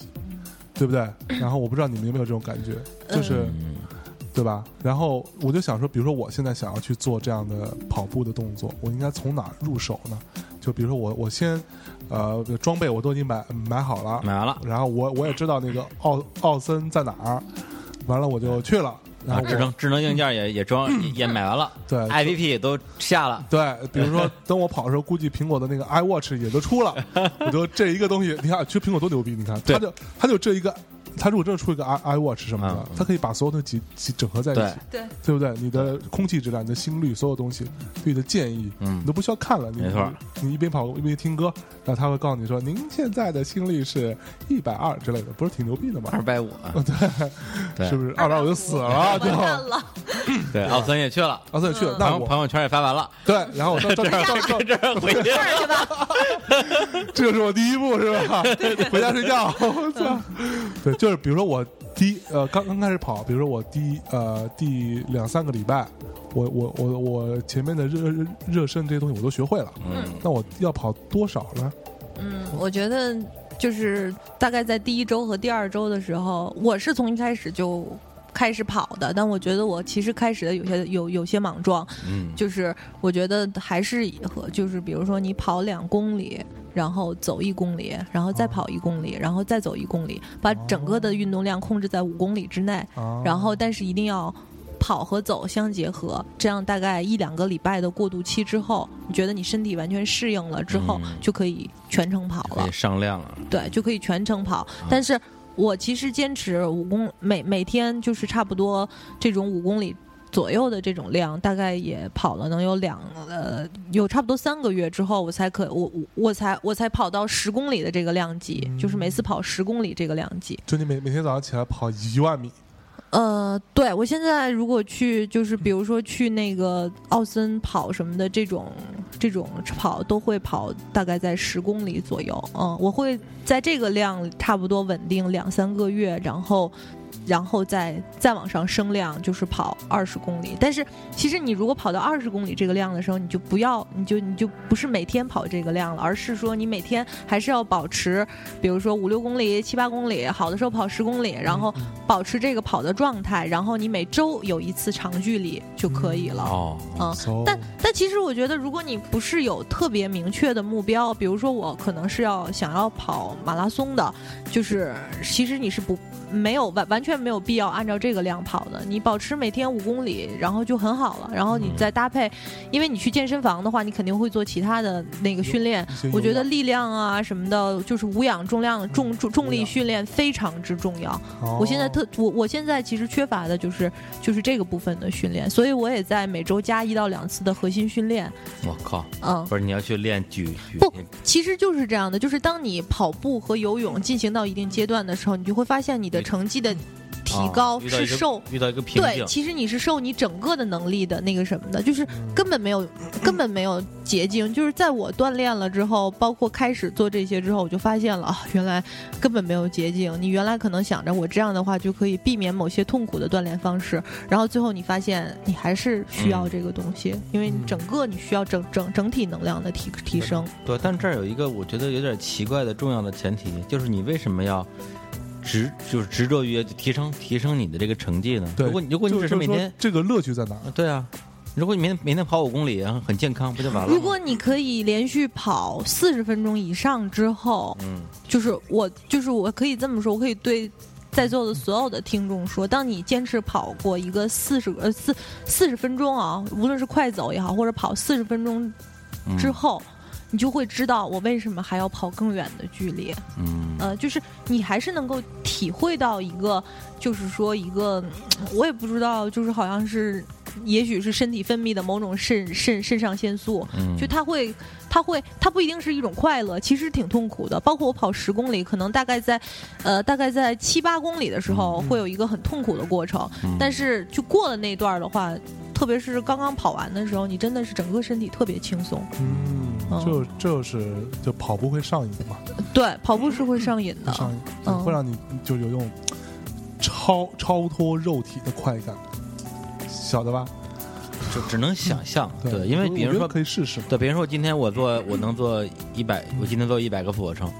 Speaker 1: 对不对？然后我不知道你们有没有这种感觉，就是、
Speaker 2: 嗯。
Speaker 1: 对吧？然后我就想说，比如说我现在想要去做这样的跑步的动作，我应该从哪儿入手呢？就比如说我我先，呃，装备我都已经买买好了，
Speaker 2: 买完了，
Speaker 1: 然后我我也知道那个奥奥森在哪儿，完了我就去了，然
Speaker 2: 啊，
Speaker 1: 后我
Speaker 2: 智
Speaker 1: 啊
Speaker 2: 能智能硬件也也装也也买完了
Speaker 1: 对
Speaker 2: ，IVP 也都下了，
Speaker 1: 对，比如说等我跑的时候，估计苹果的那个 iWatch 也都出了，我就这一个东西，你看，其实苹果多牛逼，你看，
Speaker 2: 对
Speaker 1: 它就它就这一个，它如果真的出一个 i iWatch 什么的
Speaker 2: 嗯，
Speaker 1: 它可以把所有东西集集整合在一
Speaker 2: 对
Speaker 1: 起，
Speaker 3: 对，
Speaker 1: 对不对？你的空气质量、你的心率，所有东西，对你的建议，
Speaker 2: 嗯
Speaker 1: 你都不需要看了，你
Speaker 2: 没错
Speaker 1: 你一边跑一边听歌，然后他会告诉你说，您现在的心率是一百二之类的，不是挺牛逼的吗？
Speaker 2: 二百五，对
Speaker 1: 是不是？二百我就死了，
Speaker 3: 完
Speaker 1: 最后
Speaker 3: 蛋了，
Speaker 2: 对，奥森也去了，
Speaker 1: 奥森也去了，
Speaker 2: 朋
Speaker 1: 那
Speaker 2: 友
Speaker 1: 我
Speaker 2: 朋友圈也发完了，
Speaker 1: 对，然后我到到到到，
Speaker 2: 这儿回去了，
Speaker 3: 是吧？
Speaker 1: 这就是我第一步是吧？回家睡觉，我操！
Speaker 2: 嗯
Speaker 1: 对，就是比如说我第一呃刚刚开始跑，比如说我第一呃第两三个礼拜，我我我我前面的热热热身这些东西我都学会了，
Speaker 2: 嗯，
Speaker 1: 那我要跑多少呢？
Speaker 3: 嗯，我觉得就是大概在第一周和第二周的时候，我是从一开始就开始跑的，但我觉得我其实开始的有些有有些莽撞，
Speaker 2: 嗯，
Speaker 3: 就是我觉得还是和就是比如说你跑两公里。然后走一公里，然后再
Speaker 1: 哦
Speaker 3: 跑一公里，然后再走一公里，把整个的运动量控制在五公里之内。
Speaker 1: 啊，
Speaker 3: 然后但是一定要跑和走相结合，这样大概一两个礼拜的过渡期之后，你觉得你身体完全适应了之后，
Speaker 2: 嗯
Speaker 3: 就可以全程跑
Speaker 2: 可
Speaker 3: 了
Speaker 2: 以，上量了，
Speaker 3: 对，就可以全程跑。但是我其实坚持五公每每天就是差不多这种五公里。左右的这种量，大概也跑了能有两呃，有差不多三个月之后，我才可我我我才我才跑到十公里的这个量级，就是每次跑十公里这个量级。
Speaker 1: 就你每每天早上起来跑一万米，
Speaker 3: 呃，对我现在如果去，就是比如说去那个奥森跑什么的这种这种跑，都会跑大概在十公里左右。嗯，我会在这个量差不多稳定两三个月，然后。然后再再往上升量，就是跑二十公里。但是其实你如果跑到二十公里这个量的时候，你就不要，你就你就不是每天跑这个量了，而是说你每天还是要保持，比如说五六公里、七八公里，好的时候跑十公里，然后保持这个跑的状态，然后你每周有一次长距离就可以了。
Speaker 2: 哦，
Speaker 3: 嗯，
Speaker 1: So-
Speaker 3: 但但其实我觉得，如果你不是有特别明确的目标，比如说我可能是要想要跑马拉松的，就是其实你是不没有完完全全没有必要按照这个量跑的，你保持每天五公里，然后就很好了。然后你再搭配，因为你去健身房的话，你肯定会做其他的那个训练
Speaker 1: 一嗯些有。氧
Speaker 3: 我觉得力量啊什么的，就是无氧重量重重重力训练非常之重要。
Speaker 1: 哦
Speaker 3: 我现在特我我现在其实缺乏的就是就是这个部分的训练，所以我也在每周加一到两次的核心训练。
Speaker 2: 我靠，
Speaker 3: 嗯，
Speaker 2: 不是你要去练举举
Speaker 3: 不其实就是这样的，就是当你跑步和游泳进行到一定阶段的时候，你就会发现你的成绩的提高
Speaker 2: 嗯啊遇到
Speaker 3: 是
Speaker 2: 一个
Speaker 3: 受。
Speaker 2: 遇到一个瓶
Speaker 3: 对，
Speaker 2: 颈，
Speaker 3: 其实你是受你整个的能力的那个什么的，就是
Speaker 1: 嗯
Speaker 3: 根本没有根本没有捷径。就是在我锻炼了之后，包括开始做这些之后，我就发现了啊，原来根本没有捷径。你原来可能想着我这样的话就可以避免某些痛苦的锻炼方式，然后最后你发现你还是需要这个东西，因为你整个你需要整整整体能量的提提升。
Speaker 2: 对，但这儿有一个我觉得有点奇怪的重要的前提，就是你为什么要执就是执着于提升提升你的这个成绩呢？
Speaker 1: 对
Speaker 2: 如果你如果你
Speaker 1: 就就
Speaker 2: 只
Speaker 1: 是
Speaker 2: 每
Speaker 1: 说
Speaker 2: 天，
Speaker 1: 这个乐趣在哪儿？
Speaker 2: 对啊，如果你每天每天跑五公里，然后很健康，不就完了吗？
Speaker 3: 如果你可以连续跑四十分钟以上之后，
Speaker 2: 嗯，
Speaker 3: 就是我，就是我可以这么说，我可以对在座的所有的听众说，当你坚持跑过一个四十呃四四十分钟啊，无论是快走也好，或者跑四十分钟
Speaker 2: 嗯
Speaker 3: 之后。你就会知道我为什么还要跑更远的距离，
Speaker 2: 嗯
Speaker 3: 呃，就是你还是能够体会到一个，就是说一个，嗯我也不知道，就是好像是，也许是身体分泌的某种肾肾肾上腺素，
Speaker 2: 嗯，
Speaker 3: 就它会，它会，它不一定是一种快乐，其实挺痛苦的。包括我跑十公里，可能大概在，呃，大概在七八公里的时候，会有一个很痛苦的过程。
Speaker 2: 嗯
Speaker 3: 但是就过了那段儿的话，特别是刚刚跑完的时候，你真的是整个身体特别轻松。
Speaker 1: 嗯，
Speaker 3: 哦
Speaker 1: 就这就是就跑步会上瘾嘛，
Speaker 3: 对，跑步是会上瘾
Speaker 1: 会上
Speaker 3: 的。
Speaker 1: 瘾，
Speaker 3: 嗯
Speaker 1: 会让你就有一种超超脱肉体的快感，晓得吧？
Speaker 2: 就只能想象，对，
Speaker 1: 对，
Speaker 2: 因为
Speaker 1: 我
Speaker 2: 比
Speaker 1: 我觉得
Speaker 2: 如说
Speaker 1: 可以试试嘛，
Speaker 2: 对，比如说我今天我做我能做一百，我今天做一百个俯卧撑，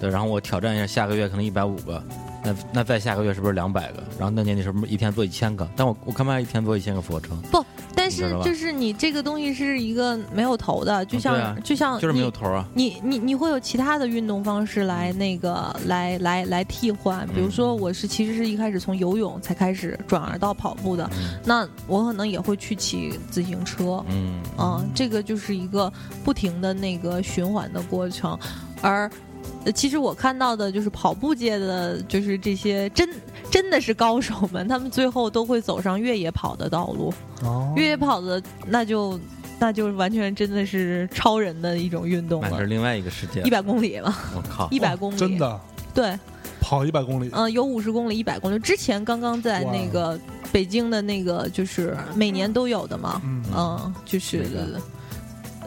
Speaker 2: 对，然后我挑战一下，下个月可能一百五个，那那再下个月是不是两百个？然后那年你是不是一天做一千个？但我我干嘛一天做一千个俯卧撑？
Speaker 3: 不，但
Speaker 2: 你知
Speaker 3: 是
Speaker 2: 道吧
Speaker 3: 就是你这个东西是一个没有头的，就
Speaker 2: 嗯
Speaker 3: 像、
Speaker 2: 对啊
Speaker 3: 就像
Speaker 2: 就是没
Speaker 3: 哦你
Speaker 2: 有头儿啊。
Speaker 3: 你你你会有其他的运动方式来那个来来来替换，比如说我是其实是一开始从游泳才开始转而到跑步的，
Speaker 2: 嗯
Speaker 3: 那我可能也会去骑自行车，
Speaker 2: 嗯，
Speaker 3: 嗯、这个就是一个不停的那个循环的过程，而。呃其实我看到的就是跑步界的，就是这些真真的是高手们，他们最后都会走上越野跑的道路。
Speaker 1: 哦，
Speaker 3: 越野跑的那就那就完全真的是超人的一种运动
Speaker 2: 那
Speaker 3: 了
Speaker 2: 是，另外一个世界
Speaker 3: 一。百公里嘛，
Speaker 2: 我靠！
Speaker 3: 一百公里，
Speaker 1: 真的
Speaker 3: 对，
Speaker 1: 跑一百公里，
Speaker 3: 嗯、有五十公里，一百公里。之前刚刚在
Speaker 1: 哇
Speaker 2: 哦
Speaker 3: 那个北京的那个，就是每年都有的嘛，
Speaker 1: 嗯
Speaker 3: 嗯、就是
Speaker 2: 哪个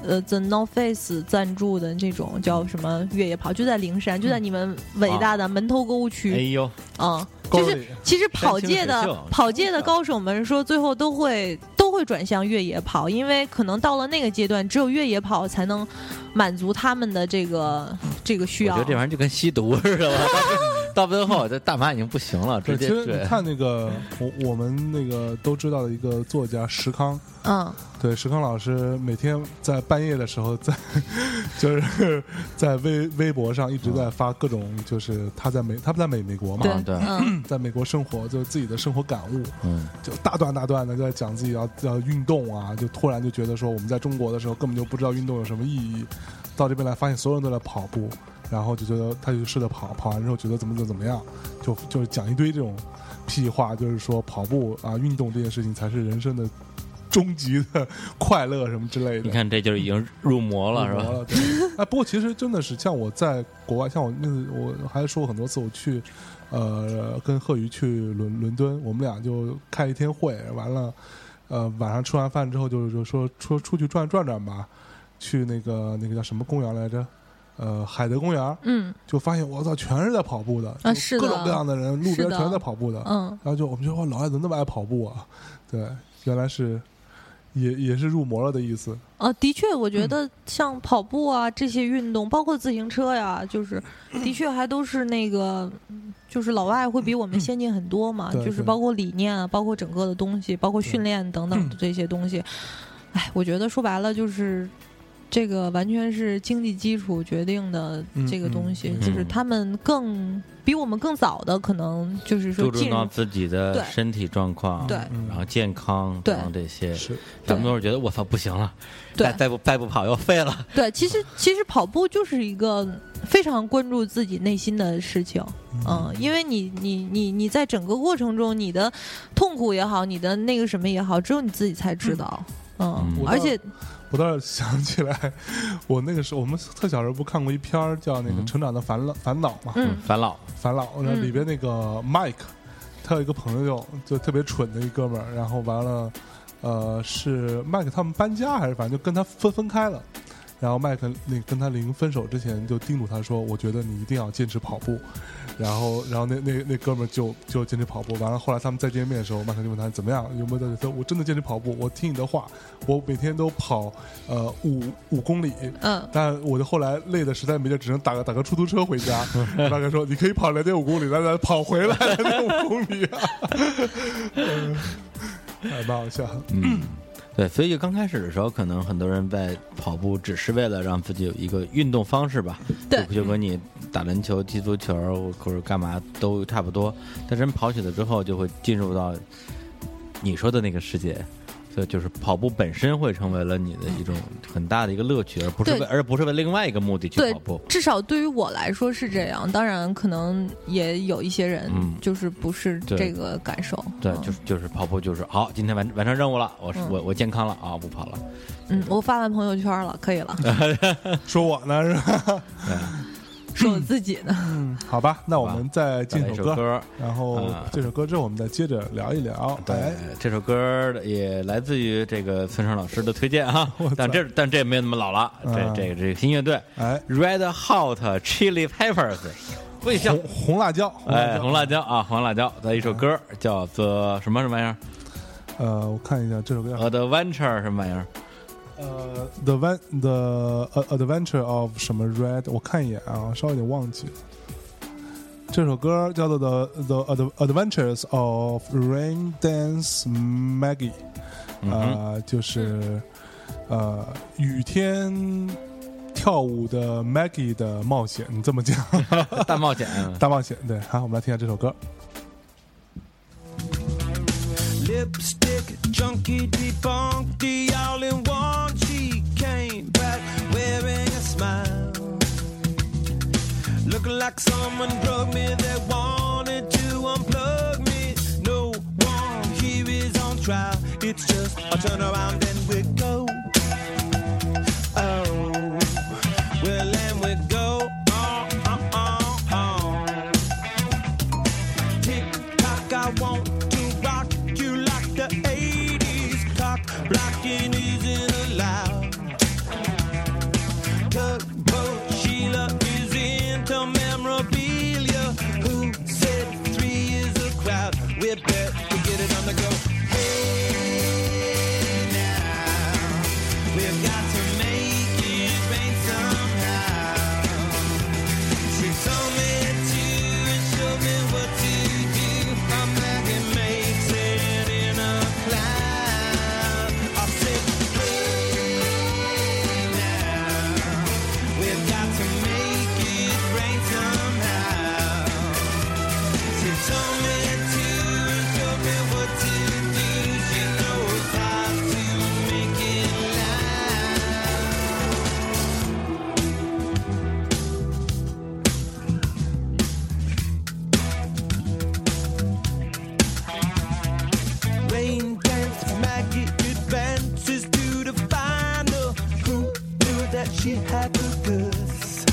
Speaker 3: 呃，The North Face 赞助的这种叫什么越野跑，就在灵山，就在你们伟大的门头
Speaker 2: 嗯
Speaker 3: 沟
Speaker 2: 哎
Speaker 3: 区，
Speaker 2: 呦，
Speaker 3: 嗯、
Speaker 1: 沟
Speaker 3: 就是
Speaker 1: 里
Speaker 3: 其实跑界
Speaker 2: 山清水
Speaker 3: 的
Speaker 2: 秀
Speaker 3: 跑界的高手们说，最后都会都会转向越野跑，因为可能到了那个阶段，只有越野跑才能满足他们的这个这个需
Speaker 2: 嗯我觉
Speaker 3: 要
Speaker 2: 得。这玩意儿就跟吸毒似的。我到最后，这大麻已经不行了，直
Speaker 1: 对，其
Speaker 2: 接
Speaker 1: 实
Speaker 2: 对
Speaker 1: 你。看那个我我们那个都知道的一个作家石康，
Speaker 3: 嗯，
Speaker 1: 对，石康老师每天在半夜的时候在， [LAUGHS] 就是在微微博上一直
Speaker 2: 嗯
Speaker 1: 在发各种，就是他在美他不在美美国嘛
Speaker 3: 对，，
Speaker 2: 对
Speaker 3: 嗯，
Speaker 1: 在美国生活，就是自己的生活感悟，
Speaker 3: [LAUGHS]
Speaker 2: 嗯，
Speaker 1: 就大段大段的在讲自己要要运动啊，就突然就觉得说我们在中国的时候根本就不知道运动有什么意义，到这边来发现所有人都在跑步，然后就觉得他就试着跑，跑完之后觉得怎么怎么怎么样，就就是讲一堆这种屁话，就是说跑步啊运动这件事情才是人生的终极的 [LAUGHS] 快乐什么之类的
Speaker 2: 你。看这就是已经入魔了，是
Speaker 1: 入魔
Speaker 2: 吧？
Speaker 1: 了，对。 [LAUGHS] 哎，不过其实真的是，像我在国外，像我那次我还说过很多次，我去，呃，跟贺宇去伦伦敦，我们俩就开一天会，完了，呃，晚上吃完饭之后就就说说出去转转转吧，去那个那个叫什么公园来着？呃，海德公园，
Speaker 3: 嗯，
Speaker 1: 就发现我操，全是在跑步的，
Speaker 3: 啊
Speaker 1: 就是
Speaker 3: 的
Speaker 1: 各种各样的人，路
Speaker 3: 是
Speaker 1: 边
Speaker 3: 的
Speaker 1: 全是在跑步的，
Speaker 3: 嗯，
Speaker 1: 然后就我们就说哇老外怎么那么爱跑步啊？对，原来是也也是入魔了的意思。
Speaker 3: 呃，的确，我觉
Speaker 2: 嗯
Speaker 3: 得像跑步啊这些运动，包括自行车呀，就是的确还都是那个，就是老外会比我们
Speaker 2: 嗯
Speaker 3: 先进很多嘛，
Speaker 1: 对
Speaker 3: 就是
Speaker 1: 对
Speaker 3: 包括理念啊，包括整个的东西，包括训练等等的这些东西。哎，我觉得说白了就是。这个完全是经济基础决定的
Speaker 1: 嗯
Speaker 3: 这个东西，
Speaker 2: 嗯
Speaker 3: 就是
Speaker 2: 嗯
Speaker 3: 他们更比我们更早的，可能就是说
Speaker 2: 注重
Speaker 3: 进
Speaker 2: 到
Speaker 3: 入
Speaker 2: 自己的
Speaker 3: 对
Speaker 2: 身体状况，
Speaker 3: 对
Speaker 2: 然后健康，
Speaker 3: 对
Speaker 2: 然后这些，
Speaker 1: 嗯是
Speaker 2: 咱们都是觉得我操不行了，
Speaker 3: 对
Speaker 2: 再再不再不跑要废了，
Speaker 3: 对，其实其实跑步就是一个非常关注自己内心的事情，嗯，因为你你你你在整个过程中，你的痛苦也好，你的那个什么也好，只有你自己才知道，嗯，
Speaker 2: 嗯
Speaker 3: 而且
Speaker 1: 我倒是想起来，我那个时候我们特小时候不看过一片儿叫那个
Speaker 2: 嗯
Speaker 1: 《成长的烦恼烦恼》嘛，
Speaker 3: 嗯
Speaker 2: 烦恼，
Speaker 1: 烦恼，然后里边那个 Mike，他有一个朋友就特别蠢的一哥们儿，然后完了，呃，是 Mike 他们搬家还是反正就跟他分分开了。然后麦克那跟他临分手之前就叮嘱他说：“我觉得你一定要坚持跑步。”然后，然后那那那哥们儿就就坚持跑步。完了，后来他们再见面的时候，麦克就问他怎么样，有没有在？他说：“我真的坚持跑步，我听你的话，我每天都跑呃五五公里。”
Speaker 3: 嗯，
Speaker 1: 但我就后来累的实在没劲，只能打个打个出租车回 [LAUGHS] 家。大概说你可以跑两点五公里，咱咱跑回来两点五公里啊， [LAUGHS] 嗯还蛮好笑的。
Speaker 2: 嗯。对，所以就刚开始的时候，可能很多人在跑步只是为了让自己有一个运动方式吧，
Speaker 3: 对
Speaker 2: 就就跟你打篮球、踢足球或者干嘛都差不多。但真跑起来之后，就会进入到你说的那个世界，所以就是跑步本身会成为了你的一种很大的一个乐趣，而不是
Speaker 3: 对
Speaker 2: 为而不是为另外一个目的去
Speaker 3: 对
Speaker 2: 跑步。
Speaker 3: 至少对于我来说是这样。当然，可能也有一些人
Speaker 2: 嗯
Speaker 3: 就是不是
Speaker 2: 对
Speaker 3: 这个感受，
Speaker 2: 对，
Speaker 3: 嗯
Speaker 2: 就是就是跑步，就是好，今天完完成任务了，我是
Speaker 3: 嗯
Speaker 2: 我我健康了啊，不跑了。
Speaker 3: 嗯，我发完朋友圈了，可
Speaker 2: [LAUGHS]
Speaker 3: 以了，
Speaker 1: 说我呢是吧？
Speaker 3: 是我自己的。
Speaker 1: 嗯， [LAUGHS] 好吧，那我们再进
Speaker 2: 来一
Speaker 1: 首歌，
Speaker 2: 首歌，
Speaker 1: 然后
Speaker 2: 啊
Speaker 1: 这首歌之后我们再接着聊一聊。
Speaker 2: 对
Speaker 1: 哎，，
Speaker 2: 呃这首歌也来自于这个村上老师的推荐啊
Speaker 1: 我操，
Speaker 2: 但这但这也没有那么老了，这
Speaker 1: 嗯
Speaker 2: 这个这个新乐队
Speaker 1: 哎，
Speaker 2: Red Hot Chili Peppers，不像
Speaker 1: 红红辣椒，红辣
Speaker 2: 哎
Speaker 1: 椒，
Speaker 2: 红辣椒啊，黄辣椒的一首歌叫做什么什么玩意儿
Speaker 1: 呃，我看一下这首歌叫
Speaker 2: ？Adventure 什么玩意儿？
Speaker 1: 呃，The Van The Adventure of 什么 Red，我看一眼啊，稍微有点忘记了。这首歌叫做 The The Ad- Adventures of Rain Dance Maggie，
Speaker 2: 嗯哼，
Speaker 1: 呃，就是呃雨天跳舞的 Maggie 的冒险，你这么讲， [LAUGHS]
Speaker 2: 大冒险。
Speaker 1: 啊大冒险。对，好，我们来听一下这首歌。
Speaker 6: Lipstick, junkie, debunked, all in one. She came back wearing a smile. Looking like someone drugged me that wanted to unplug me. No one here is on trial. It's just a turn around and we go. Oh, well, and we go. Oh, on, on, on, on. Tick tock, I want to rock you like the 80s. Cock blocking isn't allowed. Tugboat Sheila is into memorabilia. Who said three is a crowd? We bet we get it on the go. Hey, now, we've got to make it rain somehow. She told me to and showed me what to do. I'm like it makes it in a cloud. I said, "Hey, now, we've got to make it rain somehow. She told me to and showed me what to do. She knows how to make it loud. Rain dance, Maggie advances to the final. Who knew that she had the goods?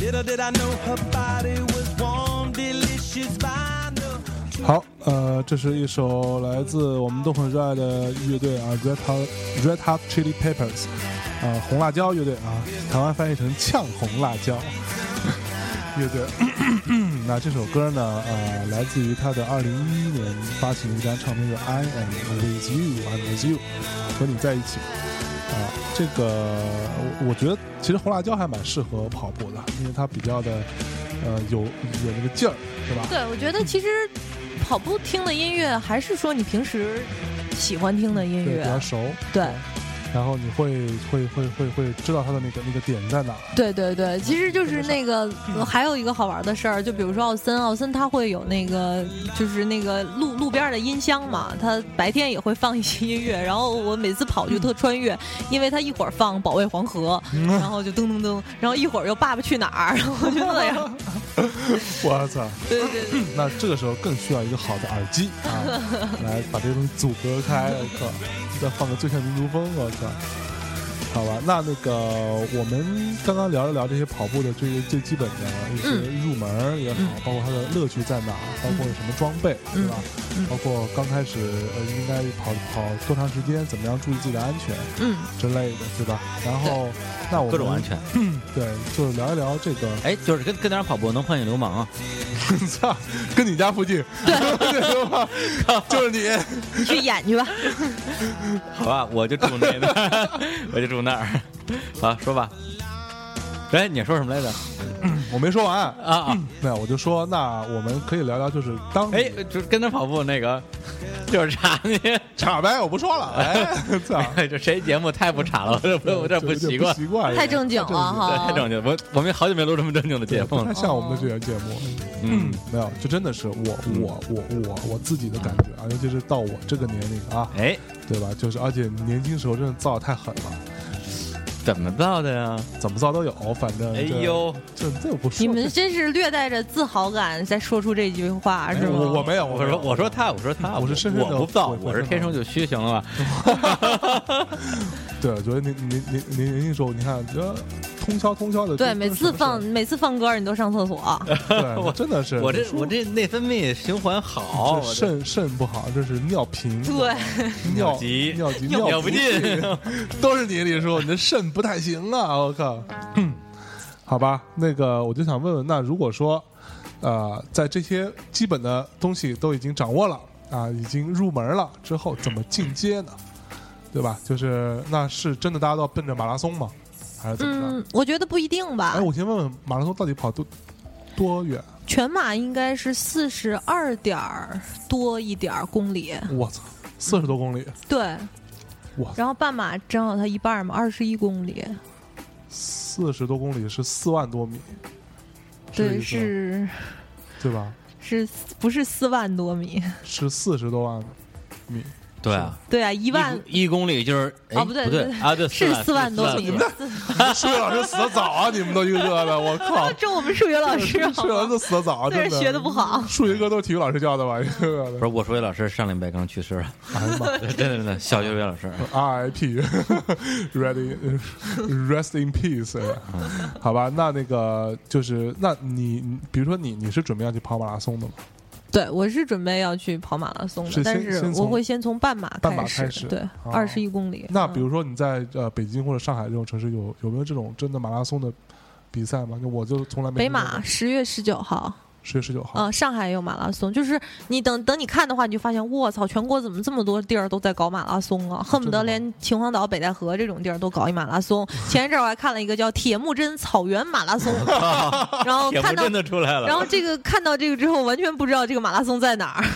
Speaker 6: Little did I know her body was warm, delicious vinyl.
Speaker 1: 好，呃，这是一首来自我们都很热爱的乐队啊，Red Hot Red Hot Chili Peppers，呃，红辣椒乐队啊，台湾翻译成呛红辣椒 [LAUGHS] 乐队。 [COUGHS] 那这首歌呢，呃，来自于他的二零一一年发行的一张唱片，叫《I Am With You》，I'm With You，和你在一起。啊、这个我我觉得其实红辣椒还蛮适合跑步的，因为它比较的，呃，有有那个劲儿，是吧？
Speaker 3: 对，我觉得其实跑步听的音乐，还是说你平时喜欢听的音
Speaker 1: 对，比较
Speaker 3: 乐，
Speaker 1: 熟。
Speaker 3: 对，
Speaker 1: 然后你会会会会会知道它的那个那个点在哪儿。
Speaker 3: 对对对，其实就是那嗯个，呃还有一个好玩的事儿，就比如说奥森，奥森他会有那个，就是那个路路边儿的音箱嘛，他白天也会放一些音乐，然后我每次跑就特穿越，因为他一会儿放《保卫黄河》，然后就噔噔噔，然后一会儿又《爸爸去哪 [LAUGHS] 儿》，然后就那样，
Speaker 1: 我操！
Speaker 3: 对对对。
Speaker 1: 那这个时候更需要一个好的耳机
Speaker 2: [LAUGHS]
Speaker 1: 啊，来把这些东西阻隔开。我靠，再放个最炫民族风，我操！好吧，那那个我们刚刚聊了聊这些跑步的最最基本的一些入门儿也
Speaker 2: 嗯
Speaker 1: 好，包括它的乐趣在哪儿，包括有什么装备，对吧？
Speaker 2: 嗯
Speaker 1: 包括刚开始呃应该跑跑多长时间，怎么样注意自己的安全，
Speaker 3: 嗯，
Speaker 1: 之类的，对吧？然后那我们
Speaker 2: 各种安全。
Speaker 1: 对，就聊一聊这个，
Speaker 2: 哎，就是跟跟哪儿跑步能碰见流氓啊？
Speaker 1: [LAUGHS] 操，跟你家附近，对，就是你。
Speaker 3: 你去演去吧。
Speaker 2: 好吧，我就住 [LAUGHS] 那边，我就住那儿。好，说吧。哎，你说什么来着？
Speaker 1: 我没说完，
Speaker 2: 啊啊！
Speaker 1: 没有，我就说，那我们可以聊聊，就是当你呃
Speaker 2: 哎，就是跟他跑步那 [LAUGHS] 个，就是查你。
Speaker 1: 卡呗，我不说
Speaker 2: [LAUGHS]
Speaker 1: 了，哎，操，
Speaker 2: 哎这谁节目太不查了，我这我有点嗯不习惯
Speaker 1: 不。习惯，
Speaker 3: 太正经了哈
Speaker 2: 对，太正经了，我我们好久没录这么正经的节目
Speaker 1: 不
Speaker 2: [LAUGHS]
Speaker 1: 太
Speaker 2: 了。
Speaker 1: 像我们的这些节目，
Speaker 2: 嗯，
Speaker 1: 没有，这真的是我我我我我自己的感觉啊，尤其是到我这个年龄啊，
Speaker 2: 哎，
Speaker 1: 对吧？就是而且年轻时候真的造得太狠了，
Speaker 2: 怎么造的呀？
Speaker 1: 怎么造都有，反正
Speaker 2: 哎
Speaker 1: 这
Speaker 2: 呦，
Speaker 1: 这这我不说，
Speaker 3: [LAUGHS] 你们真是略带着自豪感在说出这句话，是
Speaker 1: 哎
Speaker 3: 吗？
Speaker 1: 我我没有，
Speaker 2: 我
Speaker 1: 没有
Speaker 2: 说我说他，我说他，
Speaker 1: 我是深深地
Speaker 2: 我不造，
Speaker 1: 我
Speaker 2: 我是天生就虚，行了吧？
Speaker 1: 对，我觉得您您您您您一说，你看这通宵通宵的，
Speaker 3: 对，
Speaker 1: 这
Speaker 3: 每次放每次放歌，你都上厕所。
Speaker 1: 对，真的是
Speaker 2: [LAUGHS] 我这我这内分泌循环好，
Speaker 1: 这
Speaker 2: 我这
Speaker 1: 肾肾不好，这是尿频，
Speaker 3: 对，
Speaker 1: 尿
Speaker 2: 尿急
Speaker 1: 尿急
Speaker 2: 尿
Speaker 1: 尿
Speaker 2: 不
Speaker 1: 尽，
Speaker 2: 尽。
Speaker 1: [LAUGHS] 都是你李叔，你的肾不太行啊！我靠， [CLEARS THROAT] 好吧，那个我就想问问，那如果说，呃，在这些基本的东西都已经掌握了啊，已经入门了之后，怎么进阶呢？对吧？就是那是真的大家都要奔着马拉松吗？还是怎么着？
Speaker 3: 嗯，我觉得不一定吧。
Speaker 1: 哎，我先问问马拉松到底跑多多远？
Speaker 3: 全马应该是四十二点儿多一点儿公里，
Speaker 1: 我操，四十多公里，
Speaker 3: 对。
Speaker 1: 哇
Speaker 3: 然后半马正好它一半儿嘛，二十一公里，
Speaker 1: 四十多公里是四万多米，这
Speaker 3: 对，
Speaker 1: 意思吗
Speaker 3: 是
Speaker 1: 对吧？
Speaker 3: 是不是四万多米？
Speaker 1: 是四十多 [LAUGHS] 万米，
Speaker 2: 对啊，
Speaker 3: 对啊，一
Speaker 2: 一
Speaker 3: 万
Speaker 2: 公一公里就是哎
Speaker 3: 哦不对
Speaker 2: 不对
Speaker 3: 不对
Speaker 2: 啊，对，
Speaker 3: 是四万多米！
Speaker 2: 米。。
Speaker 1: 数学老师死的早啊！你们都一个个的，我靠
Speaker 3: 这我们数学老师
Speaker 1: [LAUGHS]
Speaker 3: 好
Speaker 1: 数学老师
Speaker 3: 吗？
Speaker 1: 都死的早啊，
Speaker 3: 虽
Speaker 1: 真
Speaker 3: 然
Speaker 1: 的
Speaker 3: 学的不好，
Speaker 1: 数学课都是体育老师教的吧？一个个
Speaker 2: 不
Speaker 1: 的
Speaker 2: 是，我数学老师上礼拜刚去世 [LAUGHS] 了，
Speaker 1: [LAUGHS] 哎呀妈
Speaker 2: 对对对对，小学数学老师。
Speaker 1: [LAUGHS] ，RIP，Ready Rest in Peace。好吧，那那个就是，那你你比如说你你是准备要去跑马拉松的吗？
Speaker 3: 对，我是准备要去跑马拉松
Speaker 1: 是
Speaker 3: 的，但
Speaker 1: 先
Speaker 3: 是
Speaker 1: 先
Speaker 3: 我
Speaker 1: 从
Speaker 3: 会先从半马
Speaker 1: 半马开始
Speaker 3: 始，对，
Speaker 1: 哦
Speaker 3: 二十一公里。
Speaker 1: 那比
Speaker 3: 嗯
Speaker 1: 如说你在呃北京或者上海这种城市有有没有这种真的马拉松的比赛吗？就我就从来没
Speaker 3: 北马十月十九号，
Speaker 1: 十月十九号
Speaker 3: 嗯、上海也有马拉松，就是你等等你看的话，你就发现，卧槽，全国怎么这么多地儿都在搞马拉松啊？恨不得连秦皇岛、北戴河这种地儿都搞一马拉松。前一阵儿我还看了一个叫铁木真草原马拉松，
Speaker 2: [LAUGHS]
Speaker 3: 然后
Speaker 2: 铁
Speaker 3: 看
Speaker 2: 不
Speaker 3: 到
Speaker 2: 真。的出来了，
Speaker 3: 然后这个看到这个之后，完全不知道这个马拉松在哪儿。 [LAUGHS]